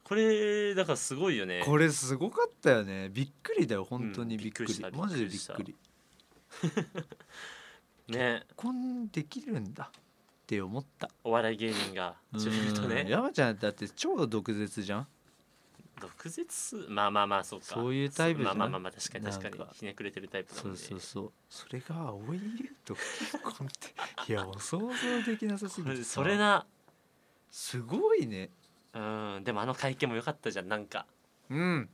Speaker 1: これだからすごいよね
Speaker 2: これすごかったよねびっくりだよ本当に
Speaker 1: うん
Speaker 2: びっく
Speaker 1: びっくり
Speaker 2: り,、
Speaker 1: した
Speaker 2: マジでびっく
Speaker 1: び
Speaker 2: り
Speaker 1: ね
Speaker 2: こんできるんだって思った
Speaker 1: お笑い芸人がちょっと
Speaker 2: うん
Speaker 1: ね
Speaker 2: 山ちゃんだって超毒舌じゃん
Speaker 1: 毒舌まあまあまあそうか
Speaker 2: そういうタイプじ
Speaker 1: ま
Speaker 2: ゃ
Speaker 1: あ
Speaker 2: ん
Speaker 1: まあまあまあ確かに確かに
Speaker 2: なんか
Speaker 1: ひねくれてるタイプなん
Speaker 2: そ
Speaker 1: で
Speaker 2: うそうそうそれが青い優と結婚っていやもう想像できなさすぎ
Speaker 1: こ
Speaker 2: て
Speaker 1: れ
Speaker 2: さ
Speaker 1: それな
Speaker 2: すごいね
Speaker 1: うんでもあの会見も良かったじゃんなんか
Speaker 2: うん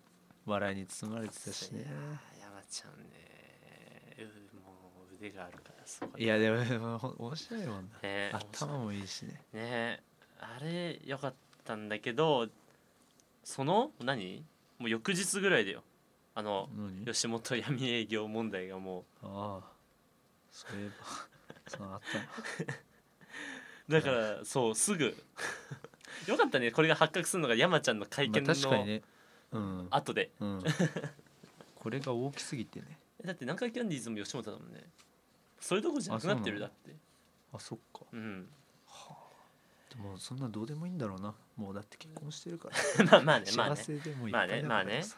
Speaker 2: 笑いに包まれてたし
Speaker 1: い
Speaker 2: ね
Speaker 1: やー山ちゃんねうんもう腕があるからすごい
Speaker 2: いやでもほ面白いもんな
Speaker 1: ね
Speaker 2: 頭もいいしね
Speaker 1: ねあれ良かったんだけどその何もう翌日ぐらいだよあの
Speaker 2: 何
Speaker 1: 吉本闇営業問題がも
Speaker 2: ああそういえばそうあったな
Speaker 1: うだからそうすぐ よかったねこれが発覚するのが山ちゃんの会見
Speaker 2: まあ、確かに
Speaker 1: の
Speaker 2: ねうん、
Speaker 1: 後で、
Speaker 2: うんこれが大きすぎてね
Speaker 1: えだって南海キャンディーズも吉本だもんねそれどころじゃなくなってるだ
Speaker 2: あ
Speaker 1: って
Speaker 2: あそっか
Speaker 1: うん
Speaker 2: でもそんなどうでもいいんだろうなもうだって結婚してるから
Speaker 1: まあまあねまあ
Speaker 2: 幸
Speaker 1: ね
Speaker 2: せでもいっ
Speaker 1: ま
Speaker 2: ぱ
Speaker 1: あ
Speaker 2: い
Speaker 1: ね
Speaker 2: だから
Speaker 1: まあね
Speaker 2: さ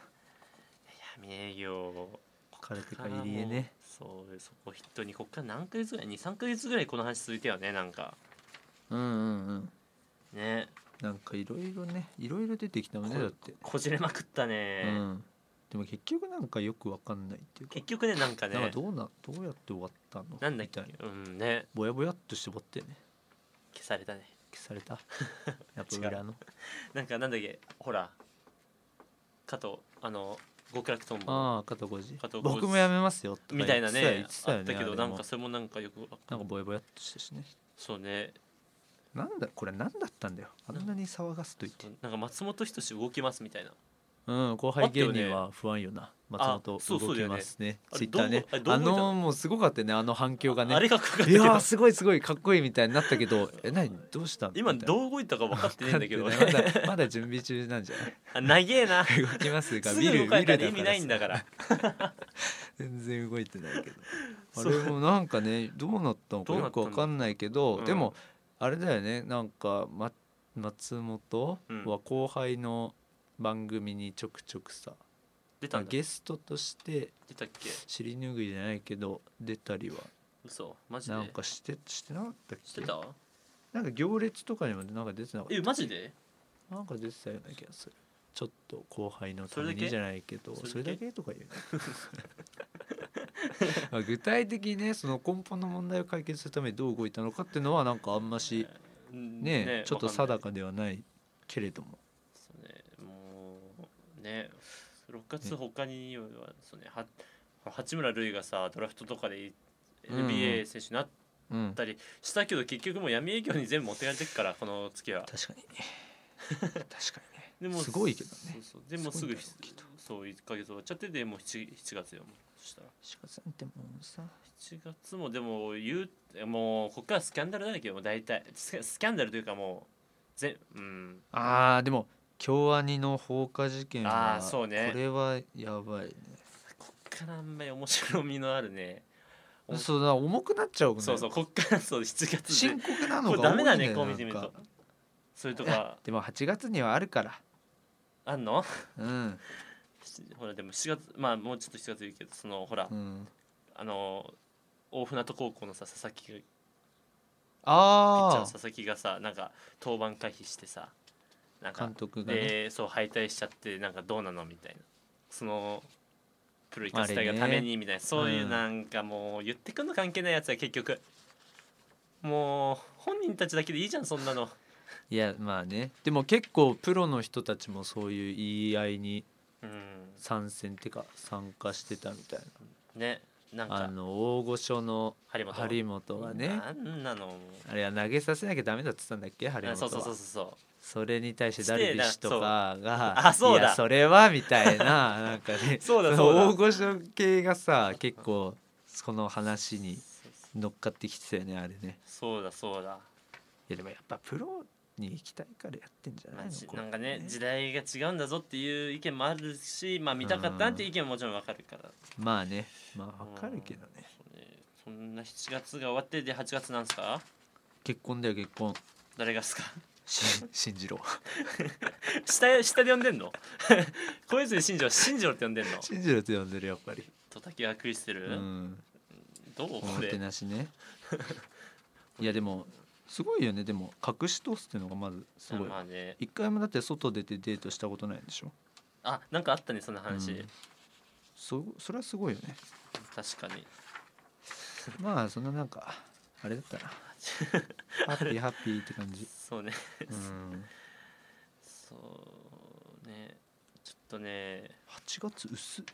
Speaker 1: 闇営業
Speaker 2: カルテか入り江ね
Speaker 1: そうそこ筆頭にこっから何ヶ月ぐらい23ヶ月ぐらいこの話続いたよねなんか
Speaker 2: うんうんうん
Speaker 1: ね
Speaker 2: なんかいろいろねいろいろ出てきたもんね
Speaker 1: こ
Speaker 2: だって、
Speaker 1: こじれまくったね、
Speaker 2: うんでも結局なんかよくわかんないっていうか
Speaker 1: 結局ねなんか
Speaker 2: なんか
Speaker 1: ね
Speaker 2: どうなどうやって終わったの
Speaker 1: なんだっ
Speaker 2: みた
Speaker 1: け
Speaker 2: いな
Speaker 1: うんね
Speaker 2: ぼやぼやっとして終わってね
Speaker 1: 消されたね
Speaker 2: 消され たやっ
Speaker 1: 違う
Speaker 2: ぱ裏の
Speaker 1: なんかなんだっけほら加藤あの極楽とんぼ
Speaker 2: ああ加藤浩次
Speaker 1: 加藤浩次
Speaker 2: 僕もやめますよとか
Speaker 1: みたいな
Speaker 2: 言
Speaker 1: ね
Speaker 2: ってた
Speaker 1: あ
Speaker 2: よ
Speaker 1: っ
Speaker 2: 言
Speaker 1: た
Speaker 2: ってた
Speaker 1: け
Speaker 2: よね
Speaker 1: ど
Speaker 2: あれ
Speaker 1: な
Speaker 2: も
Speaker 1: んかそれもなんかよくわ
Speaker 2: なんかぼやぼやっとしてしね
Speaker 1: そうね
Speaker 2: なんだこれなんだったんだよあんなに騒がすと言って
Speaker 1: なんか松本人志動きますみたいな
Speaker 2: うん後輩芸人は不安よな
Speaker 1: あ
Speaker 2: 松
Speaker 1: そう
Speaker 2: 本
Speaker 1: そ
Speaker 2: 動
Speaker 1: うだ
Speaker 2: き
Speaker 1: よね
Speaker 2: ますね
Speaker 1: あれ
Speaker 2: ツイッターね
Speaker 1: どうあれどう
Speaker 2: あ
Speaker 1: 動いたの
Speaker 2: のもうすごかったよねあの反響が
Speaker 1: あ
Speaker 2: ね
Speaker 1: れがかかっ
Speaker 2: い
Speaker 1: て
Speaker 2: や
Speaker 1: た
Speaker 2: ーすごいすごいかっこいいみたいになったけどえ何どうしたの
Speaker 1: 今
Speaker 2: みたいな
Speaker 1: どう動いたか分かってねえんだけど
Speaker 2: わ
Speaker 1: ね
Speaker 2: かってないまだまだ準備中なんじゃない
Speaker 1: あ長え な
Speaker 2: 動きますが
Speaker 1: す
Speaker 2: ビ
Speaker 1: ぐ
Speaker 2: ル
Speaker 1: 動かれ
Speaker 2: ビ
Speaker 1: た
Speaker 2: ル
Speaker 1: ら意味ないんだからら
Speaker 2: 全然動いてないけどあ
Speaker 1: そう
Speaker 2: れもなんかねどうなったのか
Speaker 1: どうな
Speaker 2: よ
Speaker 1: った
Speaker 2: く
Speaker 1: の
Speaker 2: わかんないけど、
Speaker 1: うん
Speaker 2: でもあれだよねなんか、ま、松本
Speaker 1: うん
Speaker 2: は後輩の番組にちょくちょくさ、
Speaker 1: 出たんだ
Speaker 2: ゲストとして
Speaker 1: 出たっけ
Speaker 2: 尻拭いじゃないけど出たりは
Speaker 1: 嘘マジで
Speaker 2: なんかしてしてなかったっ
Speaker 1: し
Speaker 2: け
Speaker 1: てた
Speaker 2: なんか行列とかにもなんか出てなかっ
Speaker 1: えマジで
Speaker 2: たなんか出てたような気がするちょっと後輩の
Speaker 1: そ
Speaker 2: た
Speaker 1: れだ
Speaker 2: め
Speaker 1: け
Speaker 2: にじゃないけど
Speaker 1: そ
Speaker 2: そ
Speaker 1: れ
Speaker 2: れ
Speaker 1: だ
Speaker 2: だ
Speaker 1: け
Speaker 2: けとか言う、ね、 まあ具体的にねその根本の問題を解決するためにどう動いたのかっていうのはなんかあんまし
Speaker 1: うん
Speaker 2: ねちょっと
Speaker 1: わかんない
Speaker 2: 定かではないけれども
Speaker 1: そうねもうね6月他にはそうねは八村塁がさドラフトとかで
Speaker 2: うんうん
Speaker 1: NBA 選手になっ
Speaker 2: うん
Speaker 1: たりしたけど、結局もう闇営業に全部持ってかれてくからこの月 は
Speaker 2: 確かに確か
Speaker 1: で
Speaker 2: に
Speaker 1: も
Speaker 2: ねすごいけどね
Speaker 1: そうそうでもす
Speaker 2: すごい
Speaker 1: ぐ
Speaker 2: んだろうけど
Speaker 1: そう1か月終わっちゃってでもう 7, 7月よもうそしたら
Speaker 2: 志賀さんってもうさ
Speaker 1: 7月もでも言うもうこっからスキャンダルだらけよもう大体スキャスキャンダルというかもうぜうん
Speaker 2: あーでも京アニの放火事件は
Speaker 1: あーそうね
Speaker 2: これはやばいね
Speaker 1: こっからあんまり面白みのあるねお
Speaker 2: そうだ重くなっちゃうもんね
Speaker 1: そうそうこっからそう7月で
Speaker 2: 深刻なの
Speaker 1: こ
Speaker 2: が
Speaker 1: れ
Speaker 2: 多い
Speaker 1: ダ
Speaker 2: ん
Speaker 1: メ
Speaker 2: だ
Speaker 1: だ
Speaker 2: よ
Speaker 1: ねこう
Speaker 2: な
Speaker 1: 見
Speaker 2: ん
Speaker 1: てみる
Speaker 2: か
Speaker 1: とそれとか
Speaker 2: でも8月にはあるから
Speaker 1: あんの
Speaker 2: うん、
Speaker 1: ほらでも7月まあもうちょっと7月いいけどそのほら、
Speaker 2: うん、
Speaker 1: あの大船渡高校のさ佐々木がピッチャーの
Speaker 2: あ
Speaker 1: 佐々木がさなんか登板回避してさなん
Speaker 2: あ
Speaker 1: か
Speaker 2: 監督がね
Speaker 1: でそう敗退しちゃってなんかどうなのみたいなそのプロ行かせたいが
Speaker 2: あれね
Speaker 1: ためにみたいな、そういううんなんかもう言ってくんの関係ないやつは結局もう本人たちだけでいいじゃんそんなの
Speaker 2: いやまあねでも結構プロの人たちもそういう言い合いに
Speaker 1: うん
Speaker 2: 参戦ってか参加してたみたいな
Speaker 1: ねなん
Speaker 2: あ
Speaker 1: か
Speaker 2: の大御所の
Speaker 1: 張本
Speaker 2: 張本はね
Speaker 1: なんなのも
Speaker 2: あれは投げさせなきゃダメだって言ってたんだっけ張本
Speaker 1: う
Speaker 2: は
Speaker 1: んそうそうそうそうそ
Speaker 2: それに対してダルビッシュとか
Speaker 1: う
Speaker 2: が「
Speaker 1: あそうだ
Speaker 2: いやそれは」みた いななんかね
Speaker 1: そうだ
Speaker 2: の
Speaker 1: そうだ
Speaker 2: 大御所系がさ結構その話に乗っかってきてたよねあれね
Speaker 1: うそうだそうだ
Speaker 2: いやでもやっぱプロに行きたいからやってんじゃな
Speaker 1: ま
Speaker 2: い
Speaker 1: あ
Speaker 2: の
Speaker 1: じ
Speaker 2: こう
Speaker 1: なんかね時代が違うんだぞっていう意見もあるしまあ見たかったっていう意見ももちろんわかるから
Speaker 2: まあねまあわかるけどね
Speaker 1: そうねそんな7月が終わってで8月なんすか
Speaker 2: 結婚だよ結婚
Speaker 1: 誰がっすか
Speaker 2: し信 じろ
Speaker 1: 下下で呼んでんの 小泉進次郎進次郎って呼んでんの
Speaker 2: 信じろって呼んでるやっぱり
Speaker 1: と滝はクリステ
Speaker 2: う
Speaker 1: ル、
Speaker 2: ん
Speaker 1: どう
Speaker 2: お
Speaker 1: こ
Speaker 2: もて
Speaker 1: れ
Speaker 2: な しねいやでもすごいよねでも隠し通すっていうのがまずすごい
Speaker 1: まあね
Speaker 2: 一回もだって外出てデートしたことないんでしょ
Speaker 1: あなんかあったねそんな話、
Speaker 2: うんそそれはすごいよ ね
Speaker 1: 確かに
Speaker 2: まあそんななんかあれ だったなハッピーハッピーって感じ
Speaker 1: そうね
Speaker 2: うん
Speaker 1: そうねちょっとね
Speaker 2: 8月薄っ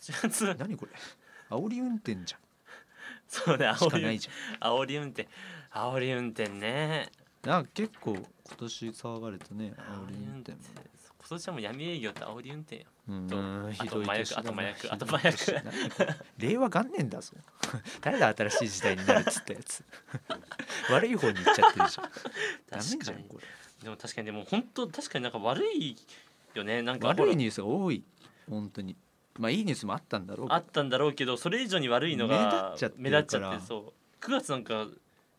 Speaker 1: 8月
Speaker 2: 何これ煽り運転じ
Speaker 1: そうね
Speaker 2: ゃんし
Speaker 1: 煽
Speaker 2: か
Speaker 1: り
Speaker 2: な
Speaker 1: 運
Speaker 2: い
Speaker 1: 転
Speaker 2: じ
Speaker 1: 煽り運転煽り運転ね
Speaker 2: ゃんなんか結構今年騒がれたね煽り運転も
Speaker 1: 今年はもう闇営業と煽り運転よ
Speaker 2: うんひどい年
Speaker 1: あ
Speaker 2: だな
Speaker 1: と麻薬あと麻
Speaker 2: ひ
Speaker 1: 薬
Speaker 2: どい年だな令和元年だぞ誰だ新しい時代になるっつったや つ悪い方に行っちゃってるじゃんダメ
Speaker 1: 確
Speaker 2: じ
Speaker 1: か
Speaker 2: ゃん
Speaker 1: に
Speaker 2: これ
Speaker 1: でも確かにでも本当確かになんか悪いよねなんか
Speaker 2: 悪い
Speaker 1: ほ
Speaker 2: ニュースが多い本当にまあいいニュースもあったんだろうけ
Speaker 1: ら
Speaker 2: ど
Speaker 1: あったんだろうけどそれ以上に悪いのが
Speaker 2: 目立っちゃって
Speaker 1: 目
Speaker 2: る
Speaker 1: 立
Speaker 2: から
Speaker 1: っちゃってそう9月なんか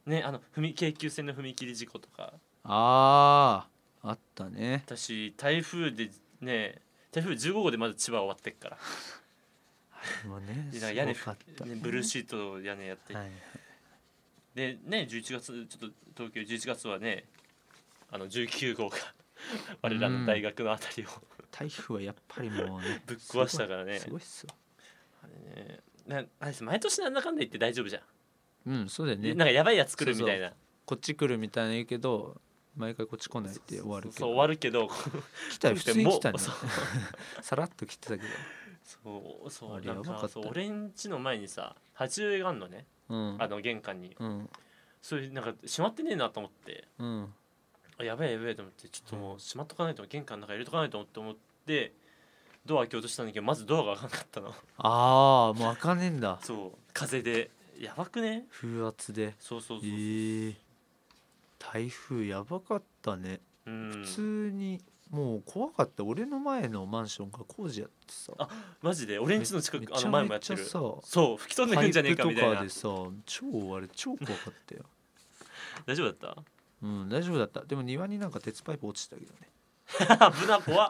Speaker 1: ねあの踏み京急線の踏切事故とか
Speaker 2: あーあったね
Speaker 1: 私台風でね台風15号でまだ千葉終わってっから
Speaker 2: もうね
Speaker 1: でなんか屋根
Speaker 2: すごかった
Speaker 1: ねブルーシートを屋根やって、
Speaker 2: はい
Speaker 1: でね11月ちょっと東京11月はねあの19号が 我らの大学のあたりを、
Speaker 2: 台風はやっぱりもうね
Speaker 1: ぶっ壊したからね
Speaker 2: すごいっすよ
Speaker 1: あれねなあれです毎年なんだかんだ言って大丈夫じゃ
Speaker 2: うんそうだよ
Speaker 1: ん、
Speaker 2: ね
Speaker 1: なんかやばいやつ来るみたいな
Speaker 2: こっち来るみたいな言うけど毎回こっち来ないって終わるけど
Speaker 1: そう終わるけど
Speaker 2: 来たよ普通に来たね
Speaker 1: そう
Speaker 2: さらっと来てたけど
Speaker 1: そうそ
Speaker 2: あ
Speaker 1: う
Speaker 2: れ
Speaker 1: なん
Speaker 2: やばか
Speaker 1: か
Speaker 2: った
Speaker 1: そう俺ん家の前にさ鉢植えがあんのね
Speaker 2: うん
Speaker 1: あの玄関に
Speaker 2: うん
Speaker 1: それなんか閉まってねえなと思って
Speaker 2: うん
Speaker 1: あやべえやべえと思ってちょっともう閉まっとかないと玄関の中入れとかないと思って思ってドア開けようとしたんだけどまずドアが開かなかった の
Speaker 2: ああもう開かねえんだ
Speaker 1: そう風でやばくね
Speaker 2: 風圧で
Speaker 1: そうそう
Speaker 2: え
Speaker 1: そう、
Speaker 2: ー台風やばかったね
Speaker 1: うん
Speaker 2: 普通にもう怖かった俺の前のマンションが工事やってさ
Speaker 1: あマジで俺んちの近
Speaker 2: め
Speaker 1: く
Speaker 2: め
Speaker 1: あ
Speaker 2: ちゃ
Speaker 1: の前もやって
Speaker 2: め
Speaker 1: る
Speaker 2: ちゃさ
Speaker 1: そう吹き飛んで
Speaker 2: パ
Speaker 1: くん
Speaker 2: イ
Speaker 1: じゃねえ
Speaker 2: プ
Speaker 1: か
Speaker 2: と
Speaker 1: みたい
Speaker 2: か
Speaker 1: な
Speaker 2: でさ超あれ超怖かったよ
Speaker 1: 大丈夫だっ
Speaker 2: うん大丈夫だったでも庭になんか鉄パイプ落ちてたけどね
Speaker 1: た 危な 怖っ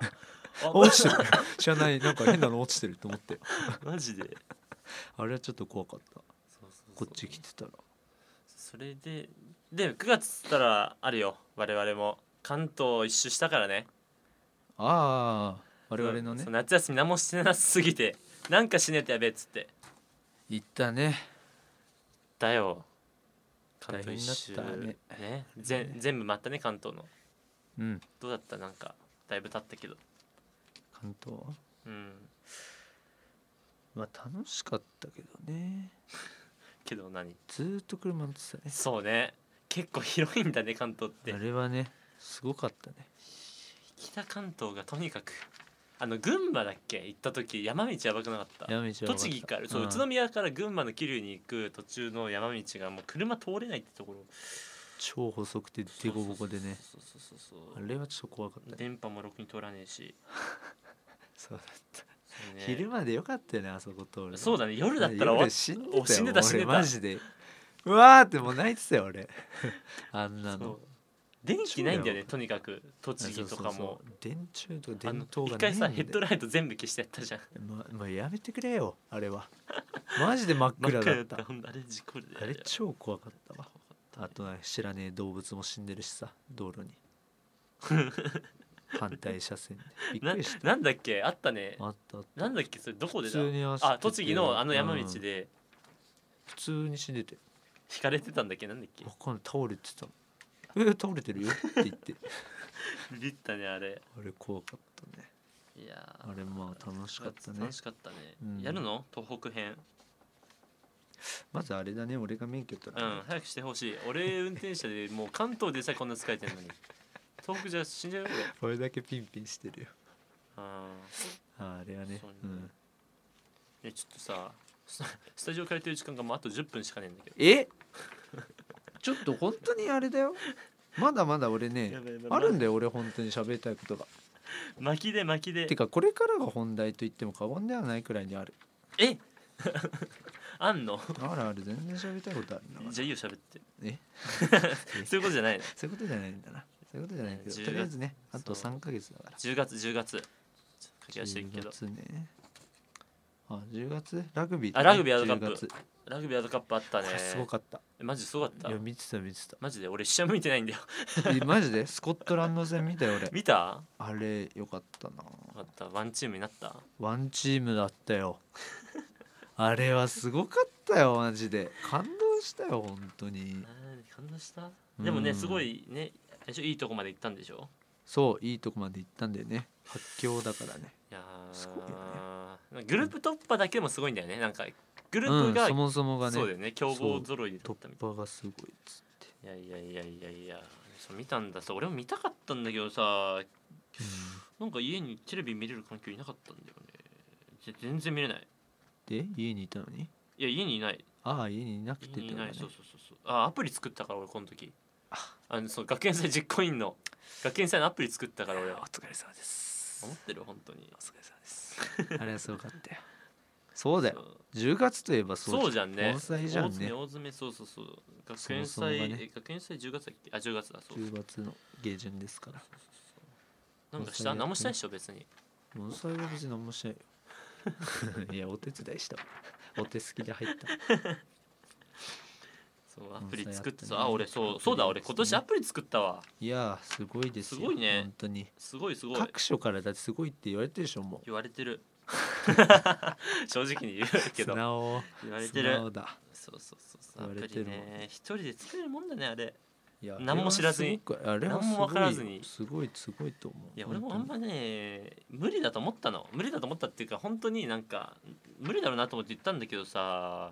Speaker 1: あ
Speaker 2: あ落ちてる 知らないなんか変なの落ちてると思って
Speaker 1: マジでそう
Speaker 2: あれはちょっと怖かった
Speaker 1: そうそう
Speaker 2: こっち来てたら
Speaker 1: それでで9月っつったらあるよ我々も関東一周したからね
Speaker 2: ああ我々のね
Speaker 1: そう夏休み何もしてなさすぎてなんかしねえとやべえっつって
Speaker 2: 行ったね
Speaker 1: だよ関
Speaker 2: 大
Speaker 1: 東一
Speaker 2: 変だっ
Speaker 1: 周
Speaker 2: たね
Speaker 1: ねぜん全部まったね関東の
Speaker 2: うん
Speaker 1: どうだったなんかだいぶ経ったけど
Speaker 2: 関東は
Speaker 1: うん
Speaker 2: まあ楽しかったけどね
Speaker 1: けど何
Speaker 2: ずーっと車乗ってたね
Speaker 1: そうね結構広いんだね関東って
Speaker 2: あれはねすごかったね
Speaker 1: 北関東がとにかくあの群馬だっけ行った時山道やばくなかった
Speaker 2: やめちゃう
Speaker 1: 栃木からそう、宇都宮から群馬の桐生に行く途中の山道がもう車通れないってところ
Speaker 2: 超細くてデコボコでね
Speaker 1: そうそうそうそう
Speaker 2: あ
Speaker 1: そう
Speaker 2: れはちょっと怖かったね
Speaker 1: 電波もろくに通らねえし、
Speaker 2: そうだった
Speaker 1: そうね
Speaker 2: 昼までよかったよねあそこ通る
Speaker 1: そう
Speaker 2: だ
Speaker 1: だね夜だったらわ
Speaker 2: 死んでた
Speaker 1: お
Speaker 2: よ
Speaker 1: 死んでた
Speaker 2: もう
Speaker 1: 死んでた
Speaker 2: 俺マジでうわーってもう泣いてた よ俺あんな
Speaker 1: そう
Speaker 2: の
Speaker 1: 電気ないんだよね
Speaker 2: そうだよ
Speaker 1: とにかく栃木
Speaker 2: そう
Speaker 1: と
Speaker 2: そう
Speaker 1: か
Speaker 2: そ
Speaker 1: も
Speaker 2: う電柱とか
Speaker 1: あの
Speaker 2: 電灯が
Speaker 1: 一回さ
Speaker 2: ないん
Speaker 1: ヘ
Speaker 2: だ
Speaker 1: ッ
Speaker 2: よ
Speaker 1: ドライト全部消してやったじゃん
Speaker 2: もうもうやめてくれよあれはマジで真っ
Speaker 1: 真っ
Speaker 2: 暗
Speaker 1: 暗
Speaker 2: だ
Speaker 1: だっ
Speaker 2: った
Speaker 1: たほんとあれ事故るで
Speaker 2: あれ超怖かったわ
Speaker 1: あ
Speaker 2: あとは知らねえ動物も死んでるしさ道路に 反対車線でびっ
Speaker 1: な
Speaker 2: くりした
Speaker 1: なんだっけあったね
Speaker 2: あったあった
Speaker 1: なんだっけそれどこで
Speaker 2: 普
Speaker 1: だ
Speaker 2: 通に走ってて
Speaker 1: あ栃木のあの山道
Speaker 2: うん
Speaker 1: で
Speaker 2: 普通に死んでて
Speaker 1: 引かれてたんだっけなんだっけ
Speaker 2: わかんない倒れてたのえー、倒れてるよって言って
Speaker 1: ビビったねあれ
Speaker 2: あれ怖かったね
Speaker 1: いやー
Speaker 2: あれまあ楽しかったね
Speaker 1: 楽しかったね
Speaker 2: うん
Speaker 1: やるの東北編
Speaker 2: まずあれだね俺が免許取
Speaker 1: う
Speaker 2: らない
Speaker 1: ん早くしてほしい俺運転者でもう関東でさえこんな疲れてるのに東北じゃ死んじゃうよ俺
Speaker 2: 俺だけピンピンしてるよ
Speaker 1: あ
Speaker 2: あれはね
Speaker 1: そうね
Speaker 2: うん
Speaker 1: えちょっとさスタスタジオ借りてる時間がもうあと10分しかねえんだけど
Speaker 2: えちょっと本当にあれだよまだまだ俺ねあるん
Speaker 1: だ
Speaker 2: だよ俺本当に喋りたいことが
Speaker 1: 巻きで巻きで
Speaker 2: てかこれからが本題と言っても過言ではないくらいにある
Speaker 1: え あんの
Speaker 2: あるある全然喋りたいことあるんだから
Speaker 1: じゃあいいよ喋って
Speaker 2: え
Speaker 1: そういうことじゃないの
Speaker 2: そういうことじゃないんだなそういうことじゃないけど
Speaker 1: 10月
Speaker 2: とりあえずねあと
Speaker 1: そう
Speaker 2: 3ヶ月だから
Speaker 1: 10月10月ちょっと書き出してるけ
Speaker 2: 10
Speaker 1: ど
Speaker 2: 月ねあ10月ラグビー
Speaker 1: あラグビーワールドカッ
Speaker 2: 10
Speaker 1: プ
Speaker 2: 月
Speaker 1: ラグビーワールドカップあったね
Speaker 2: これすごかった
Speaker 1: えマジすごかった
Speaker 2: いや見てた見てた
Speaker 1: マジで俺試合向いてないんだよ
Speaker 2: えマジでス コットランド戦見たよ俺
Speaker 1: 見た
Speaker 2: あれよかったな
Speaker 1: よかったワンチームになった
Speaker 2: ワンチームだったよあれはすごかったよマジで感動したよ本当に
Speaker 1: 感動した
Speaker 2: うん
Speaker 1: でもねすごいね最初いいとこまで行ったんでしょ
Speaker 2: そういいとこまで行ったんだよね発狂だからね
Speaker 1: いやー
Speaker 2: すごいよね
Speaker 1: なんかグループ突破だけでもすごいんだよねなんかグルー
Speaker 2: う
Speaker 1: プ
Speaker 2: ん
Speaker 1: が、
Speaker 2: そもそもがね
Speaker 1: そうだよね強豪揃いで取っ
Speaker 2: 突
Speaker 1: たみたい
Speaker 2: 破がすごいっつっ
Speaker 1: い
Speaker 2: て、
Speaker 1: やいやいやいやいやそう見たんださ俺も見たかったんだけどさなんか家にテレビ見れる環境いなかったんだよねぜ全然見れない
Speaker 2: うんで家にいたのに
Speaker 1: いや家にいない
Speaker 2: ああ家にいなくて
Speaker 1: 家にいない、
Speaker 2: ね
Speaker 1: そうそうそうそうあアプリ作ったから俺この時あのそう学園祭実行委員の学園祭のアプリ作ったから俺
Speaker 2: お
Speaker 1: は
Speaker 2: 疲れ様です
Speaker 1: 思ってる本当に
Speaker 2: お疲れ様ですあれはすごかったよ そうだ
Speaker 1: そ
Speaker 2: よ
Speaker 1: う
Speaker 2: 10月といえばそう
Speaker 1: そうじゃんね
Speaker 2: 盆栽じゃん
Speaker 1: 大詰
Speaker 2: ね
Speaker 1: め大詰めそうそうそう学
Speaker 2: そ
Speaker 1: 園
Speaker 2: もそもが
Speaker 1: 祭
Speaker 2: ね
Speaker 1: え学園祭10月だっけあ10月だそうそう
Speaker 2: 10月の下旬ですから
Speaker 1: なんかした
Speaker 2: 盆栽やってね
Speaker 1: 何もしたいっしょ別に
Speaker 2: 盆栽は別に何もしないよ いやお手伝いしたわお手すきで入った
Speaker 1: そうア
Speaker 2: 盆
Speaker 1: プリ
Speaker 2: 栽や
Speaker 1: 作っ
Speaker 2: って
Speaker 1: て
Speaker 2: ね
Speaker 1: そうあ俺そうそうだ俺今年アプリ作ったわ
Speaker 2: いやーすごいですよ
Speaker 1: すごいね
Speaker 2: 本当に
Speaker 1: すごいすごい
Speaker 2: 各所からだってすごいって言われてるでしょもう
Speaker 1: 言われて る正直に言うけ
Speaker 2: 素
Speaker 1: ど
Speaker 2: 直
Speaker 1: 言われて
Speaker 2: 素
Speaker 1: る
Speaker 2: 直だ
Speaker 1: そうそうそうそうアプ
Speaker 2: 言われて
Speaker 1: リ
Speaker 2: るもん
Speaker 1: ね一人で作れるもんだねあれ
Speaker 2: いや
Speaker 1: 何も知らずに
Speaker 2: あれは
Speaker 1: 何
Speaker 2: す
Speaker 1: も
Speaker 2: ご
Speaker 1: 分
Speaker 2: い
Speaker 1: からずに
Speaker 2: すごいすごいと思う
Speaker 1: い
Speaker 2: い
Speaker 1: や俺もあんまね無理だと思ったの無理だと思ったっていうか本当になんか無理だろうなと思って言ったんだけどさ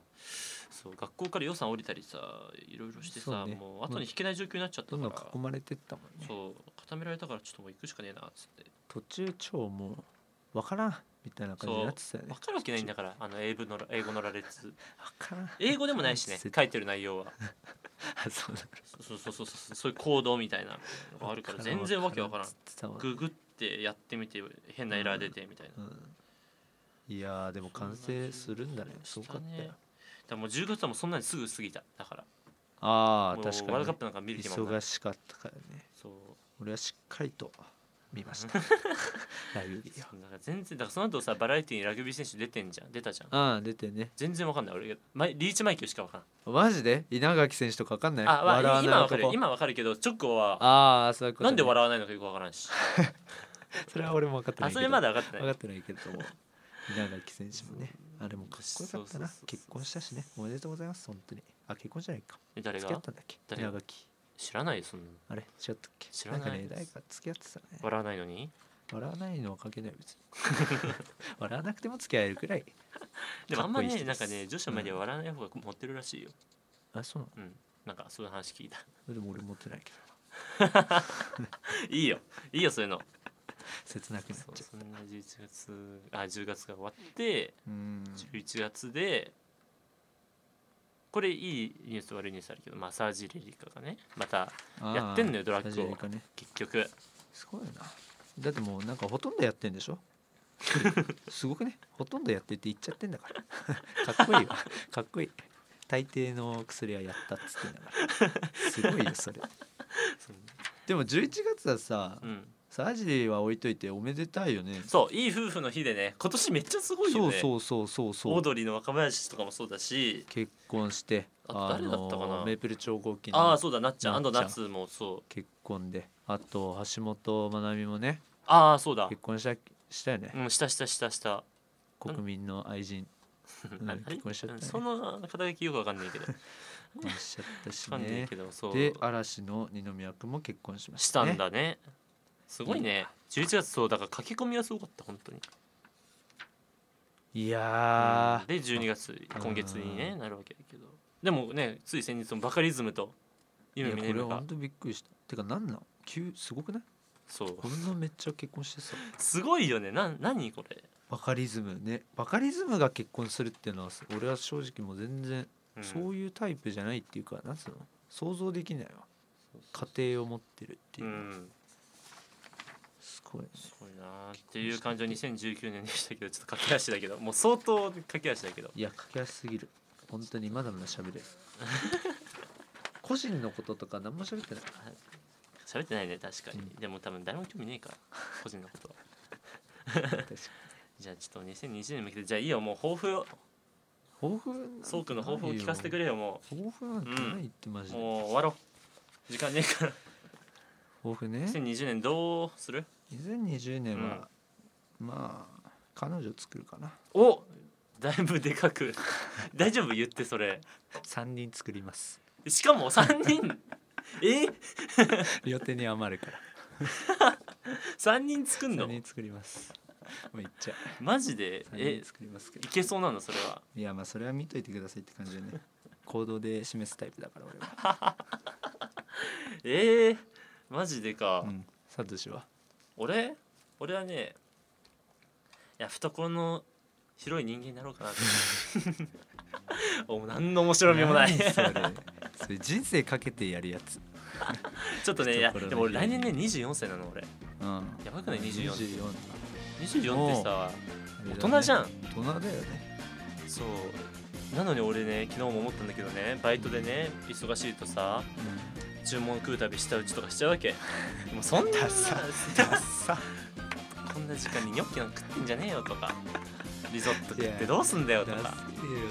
Speaker 1: そう学校から予算降りたりさいろいろして
Speaker 2: そ
Speaker 1: さ
Speaker 2: うね
Speaker 1: もう後に引けない状況になっちゃった
Speaker 2: ど
Speaker 1: か
Speaker 2: ん
Speaker 1: ら、
Speaker 2: どん囲まれてったもんね
Speaker 1: そう固められたからちょっともう行くしかねえなっつって
Speaker 2: 途中超もう分からんみたいな感じになってたよね
Speaker 1: 分かるわけないんだからあの英文の英語の羅列
Speaker 2: 分からん
Speaker 1: 英語でもない しね書いて
Speaker 2: る
Speaker 1: る内容は
Speaker 2: あ そうだ
Speaker 1: そうそうそうそうそういう行動みたいなのがあるから全然わけわからん
Speaker 2: っつってたわ
Speaker 1: ググってやってみて変なエラー出てみたいな
Speaker 2: うんいやーでも完成するんだねす
Speaker 1: そ
Speaker 2: ご
Speaker 1: う
Speaker 2: か
Speaker 1: だ
Speaker 2: っ
Speaker 1: ね
Speaker 2: たよ
Speaker 1: だからもう10月はもうそんなにすぐ過ぎただから
Speaker 2: あ
Speaker 1: も
Speaker 2: あ
Speaker 1: う
Speaker 2: 確かに
Speaker 1: ワールドカッ
Speaker 2: ね
Speaker 1: プなんか見る気もない
Speaker 2: 忙しかったからね
Speaker 1: そう
Speaker 2: 俺はしっかりと見ました ラグビー
Speaker 1: そうだから全然だからその後さバラエティにラグビー選手出てんじゃん出たじゃん
Speaker 2: ああ出てね
Speaker 1: 全然わかんない俺マイリーチマイケルしかわかん
Speaker 2: マジで稲垣選手とかわかんない
Speaker 1: ないあ、まあ、今わか
Speaker 2: 男
Speaker 1: る今わかるけど直後は
Speaker 2: ああそういうことね、
Speaker 1: なんで笑わないのかよくわからんし
Speaker 2: うそれは俺も分かってな
Speaker 1: あ
Speaker 2: いけ
Speaker 1: そ
Speaker 2: ど
Speaker 1: れまだ分かって
Speaker 2: 分
Speaker 1: な
Speaker 2: か
Speaker 1: い
Speaker 2: ってないけど も稲垣選手もねあれもかっこよかった
Speaker 1: そう
Speaker 2: な
Speaker 1: そうそうそう
Speaker 2: 結婚したしねおめでとうございます本当にあ結婚じゃないか
Speaker 1: え誰
Speaker 2: 付き合
Speaker 1: が
Speaker 2: ったんだっけ
Speaker 1: 誰が
Speaker 2: 稲垣
Speaker 1: 知らないよそんなの
Speaker 2: あれ違ったっけ
Speaker 1: 知らない
Speaker 2: んかね
Speaker 1: です
Speaker 2: 誰か付き合ってたね
Speaker 1: 笑わないのに
Speaker 2: 笑わないのは関係ない別に 笑わなくても付き合えるくらい
Speaker 1: でもあんま
Speaker 2: かっこい
Speaker 1: ね
Speaker 2: い人
Speaker 1: な
Speaker 2: で
Speaker 1: ん
Speaker 2: す
Speaker 1: かね女子の前では笑わない方が持ってるらしいよ
Speaker 2: あそうな
Speaker 1: うんなんかそういう話聞いた
Speaker 2: のでも俺持ってないけど
Speaker 1: いいよいいよそういうの
Speaker 2: 切なくなっ
Speaker 1: そう
Speaker 2: ちゃ
Speaker 1: そんな11月あ10月が終わって
Speaker 2: ううーん
Speaker 1: 11月でこれいいニュース悪いニュースあるけどマサージレリカがねまた
Speaker 2: あー
Speaker 1: やってんのよドラッグを
Speaker 2: スタジオ行かね
Speaker 1: 結局
Speaker 2: すごいなだってもうなんかほとんどやってんでしょすごくねほとんどやってって言っちゃってんだからかっこいいわかっこいい大抵の薬はやったっつってんだからすごいよそれでも11月はさ、
Speaker 1: うん
Speaker 2: サージリーは置いといておめでたいよね
Speaker 1: そういい夫婦の日でね今年めっちゃすごいよ
Speaker 2: そう
Speaker 1: ね
Speaker 2: そうそうそうそう
Speaker 1: オードリーの若林とかもそうだし
Speaker 2: 結婚して
Speaker 1: あと誰だったかな
Speaker 2: のメープル超合金
Speaker 1: ああー
Speaker 2: の
Speaker 1: そうだなっちゃん安
Speaker 2: なっ
Speaker 1: 藤
Speaker 2: ちゃん
Speaker 1: 夏もそう
Speaker 2: 結婚であと橋本まなみもね
Speaker 1: ああそうだ
Speaker 2: 結婚したしたよね、
Speaker 1: うんしたしたしたした
Speaker 2: 国民の愛人、う ん
Speaker 1: あれ
Speaker 2: 結婚しちゃったね
Speaker 1: その肩書きよくわかんないけどわ
Speaker 2: 結婚しちゃったし
Speaker 1: かんない
Speaker 2: ね
Speaker 1: けどそう
Speaker 2: で嵐の二宮君も結婚しまし、
Speaker 1: したた
Speaker 2: ね、
Speaker 1: んだねすごいね11月そうだから駆け込みはすごかった本当に
Speaker 2: いや
Speaker 1: で12月
Speaker 2: うん
Speaker 1: 今月にねなるわけだけどでもねつい先日もバカリズムと
Speaker 2: ー
Speaker 1: 夢
Speaker 2: いや
Speaker 1: 見
Speaker 2: こ
Speaker 1: ね
Speaker 2: れ
Speaker 1: る
Speaker 2: は
Speaker 1: が
Speaker 2: 本当びっくりしたてかなんなん急すごくない
Speaker 1: そう
Speaker 2: こんなめっちゃ結婚してさ
Speaker 1: すごいよねな何これ、
Speaker 2: バカリズムねバカリズムが結婚するっていうのは俺は正直もう全然
Speaker 1: うん
Speaker 2: そういうタイプじゃないっていうかなんつうの想像できないわ家庭を持ってるっていうう、
Speaker 1: ん
Speaker 2: すごいね
Speaker 1: すごいなーっていう感情2019年でしたけどちょっと駆け足だけどもう相当駆け足だけど
Speaker 2: いや書きやすすぎる本当にまだまだ喋れる 個人のこととか何も喋ってない
Speaker 1: 喋ってないね確かに、
Speaker 2: うん
Speaker 1: でも多分誰も興味ねえから個人のことは
Speaker 2: 確 かに
Speaker 1: じゃあちょっと2020年向けてじゃあいいよもう抱負を
Speaker 2: 抱負なんてないよ
Speaker 1: そうくんの抱負を聞かせてくれよも
Speaker 2: 抱負なんてないってマ
Speaker 1: う
Speaker 2: ジで、
Speaker 1: もう終わろう時間ねえから
Speaker 2: 抱負ね
Speaker 1: 2020年どうする
Speaker 2: 2020年は、まあ彼女作るかな
Speaker 1: おだいぶでかく 大丈夫言ってそれ
Speaker 2: 3人作ります
Speaker 1: しかも3人え
Speaker 2: 予定に余るから
Speaker 1: 3人作ん
Speaker 2: 3
Speaker 1: の
Speaker 2: 人作りますもういっちゃ
Speaker 1: マジで
Speaker 2: う3
Speaker 1: え
Speaker 2: 人作りますけど
Speaker 1: いけそうなのそれはい
Speaker 2: やまあそれは見といてくださいって感じでね行動で示すタイプだから俺 は、
Speaker 1: えー、マジでか、
Speaker 2: うん、サトシは
Speaker 1: 俺俺はねいや懐の広い人間になろう かなってお何の面白みもない
Speaker 2: 何
Speaker 1: ち
Speaker 2: そ れそれ人生かけてやるやつ
Speaker 1: ょっとねいや
Speaker 2: 懐の広い
Speaker 1: でも俺来年ね24歳なの俺
Speaker 2: うん
Speaker 1: やばくない24
Speaker 2: 24だ
Speaker 1: 24ってさ
Speaker 2: あれだね
Speaker 1: 大人じゃん
Speaker 2: 大人だよね
Speaker 1: そうなのに俺ね昨日も思ったんだけどねバイトでね忙しいとさ注文食うたび舌打ちとかしちゃうわ けもうそんな
Speaker 2: ダサ
Speaker 1: ダサこんな時間にニョッキなんか食ってんじゃねえよとかリゾット食ってどうすんだよ
Speaker 2: 出
Speaker 1: と
Speaker 2: せよ
Speaker 1: か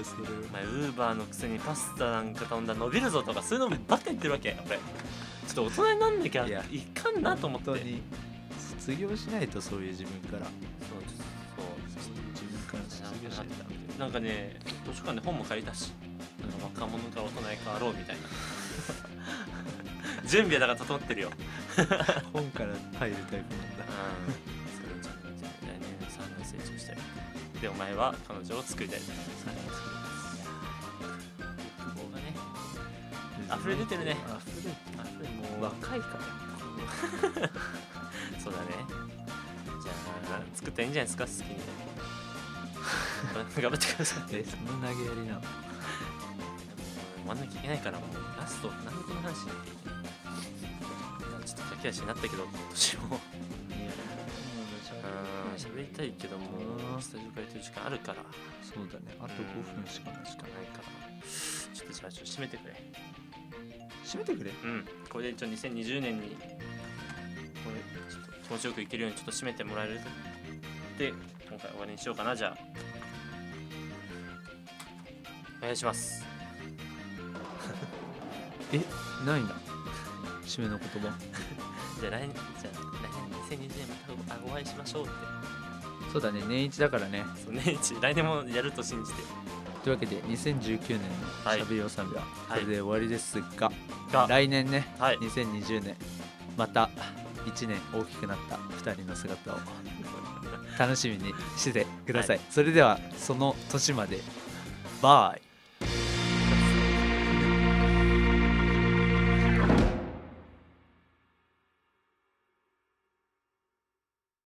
Speaker 2: それ
Speaker 1: お前ウーバーのくせにパスタなんか頼んだら伸びるぞとかそういうのばっか言ってるわけ俺ちょっと大人になんなきゃ
Speaker 2: いや
Speaker 1: いかんなと思って
Speaker 2: 本当に卒業しないとそういう自分から
Speaker 1: そうそう
Speaker 2: そういう自分から卒業しないとダメ
Speaker 1: なんかね図書館で本も借りたしなんか若者から大人へ変わろうみたいな準備はだから整ってるよ、
Speaker 2: だよ本から入るタイプなんだ
Speaker 1: それちゃんと来年3年成長してでお前は彼女を作りたい
Speaker 2: 三人作
Speaker 1: 希望がね
Speaker 2: ります
Speaker 1: 溢れ出てるね
Speaker 2: 溢れて
Speaker 1: あで
Speaker 2: る
Speaker 1: も
Speaker 2: 若いから
Speaker 1: そうだねじゃあ作ったらいいんじゃないですか好きに 頑張ってください
Speaker 2: えその投げやりなの
Speaker 1: 終わんなきゃいけないからもうラスト何のこの話しなきゃいけないいやちょっと駆け足になったけど年も
Speaker 2: いやもうめちゃ
Speaker 1: うん喋りたいけどもスタジオからという時間あるから
Speaker 2: そうだねあと5分しかないしかない
Speaker 1: ないからちょっとじゃあちょっと締めてくれ
Speaker 2: 閉めてくれ
Speaker 1: うんこれで一応2020年にこれちょっと気持ちよくいけるようにちょっと締めてもらえるで今回終わりにしようかなじゃあお願いします
Speaker 2: えないんだ締めの言葉
Speaker 1: じゃあ来年じゃあ来年2020年またお会いしましょうって
Speaker 2: そうだね年一だからね
Speaker 1: そう年一 来年もやると信じて
Speaker 2: というわけで2019年の
Speaker 1: はい
Speaker 2: しゃべりおさみはこ
Speaker 1: い
Speaker 2: れで終わりですが、
Speaker 1: が
Speaker 2: 来年ね
Speaker 1: はい
Speaker 2: 2020年また1年大きくなった2人 の姿を楽しみにしててください、それではその年までバイ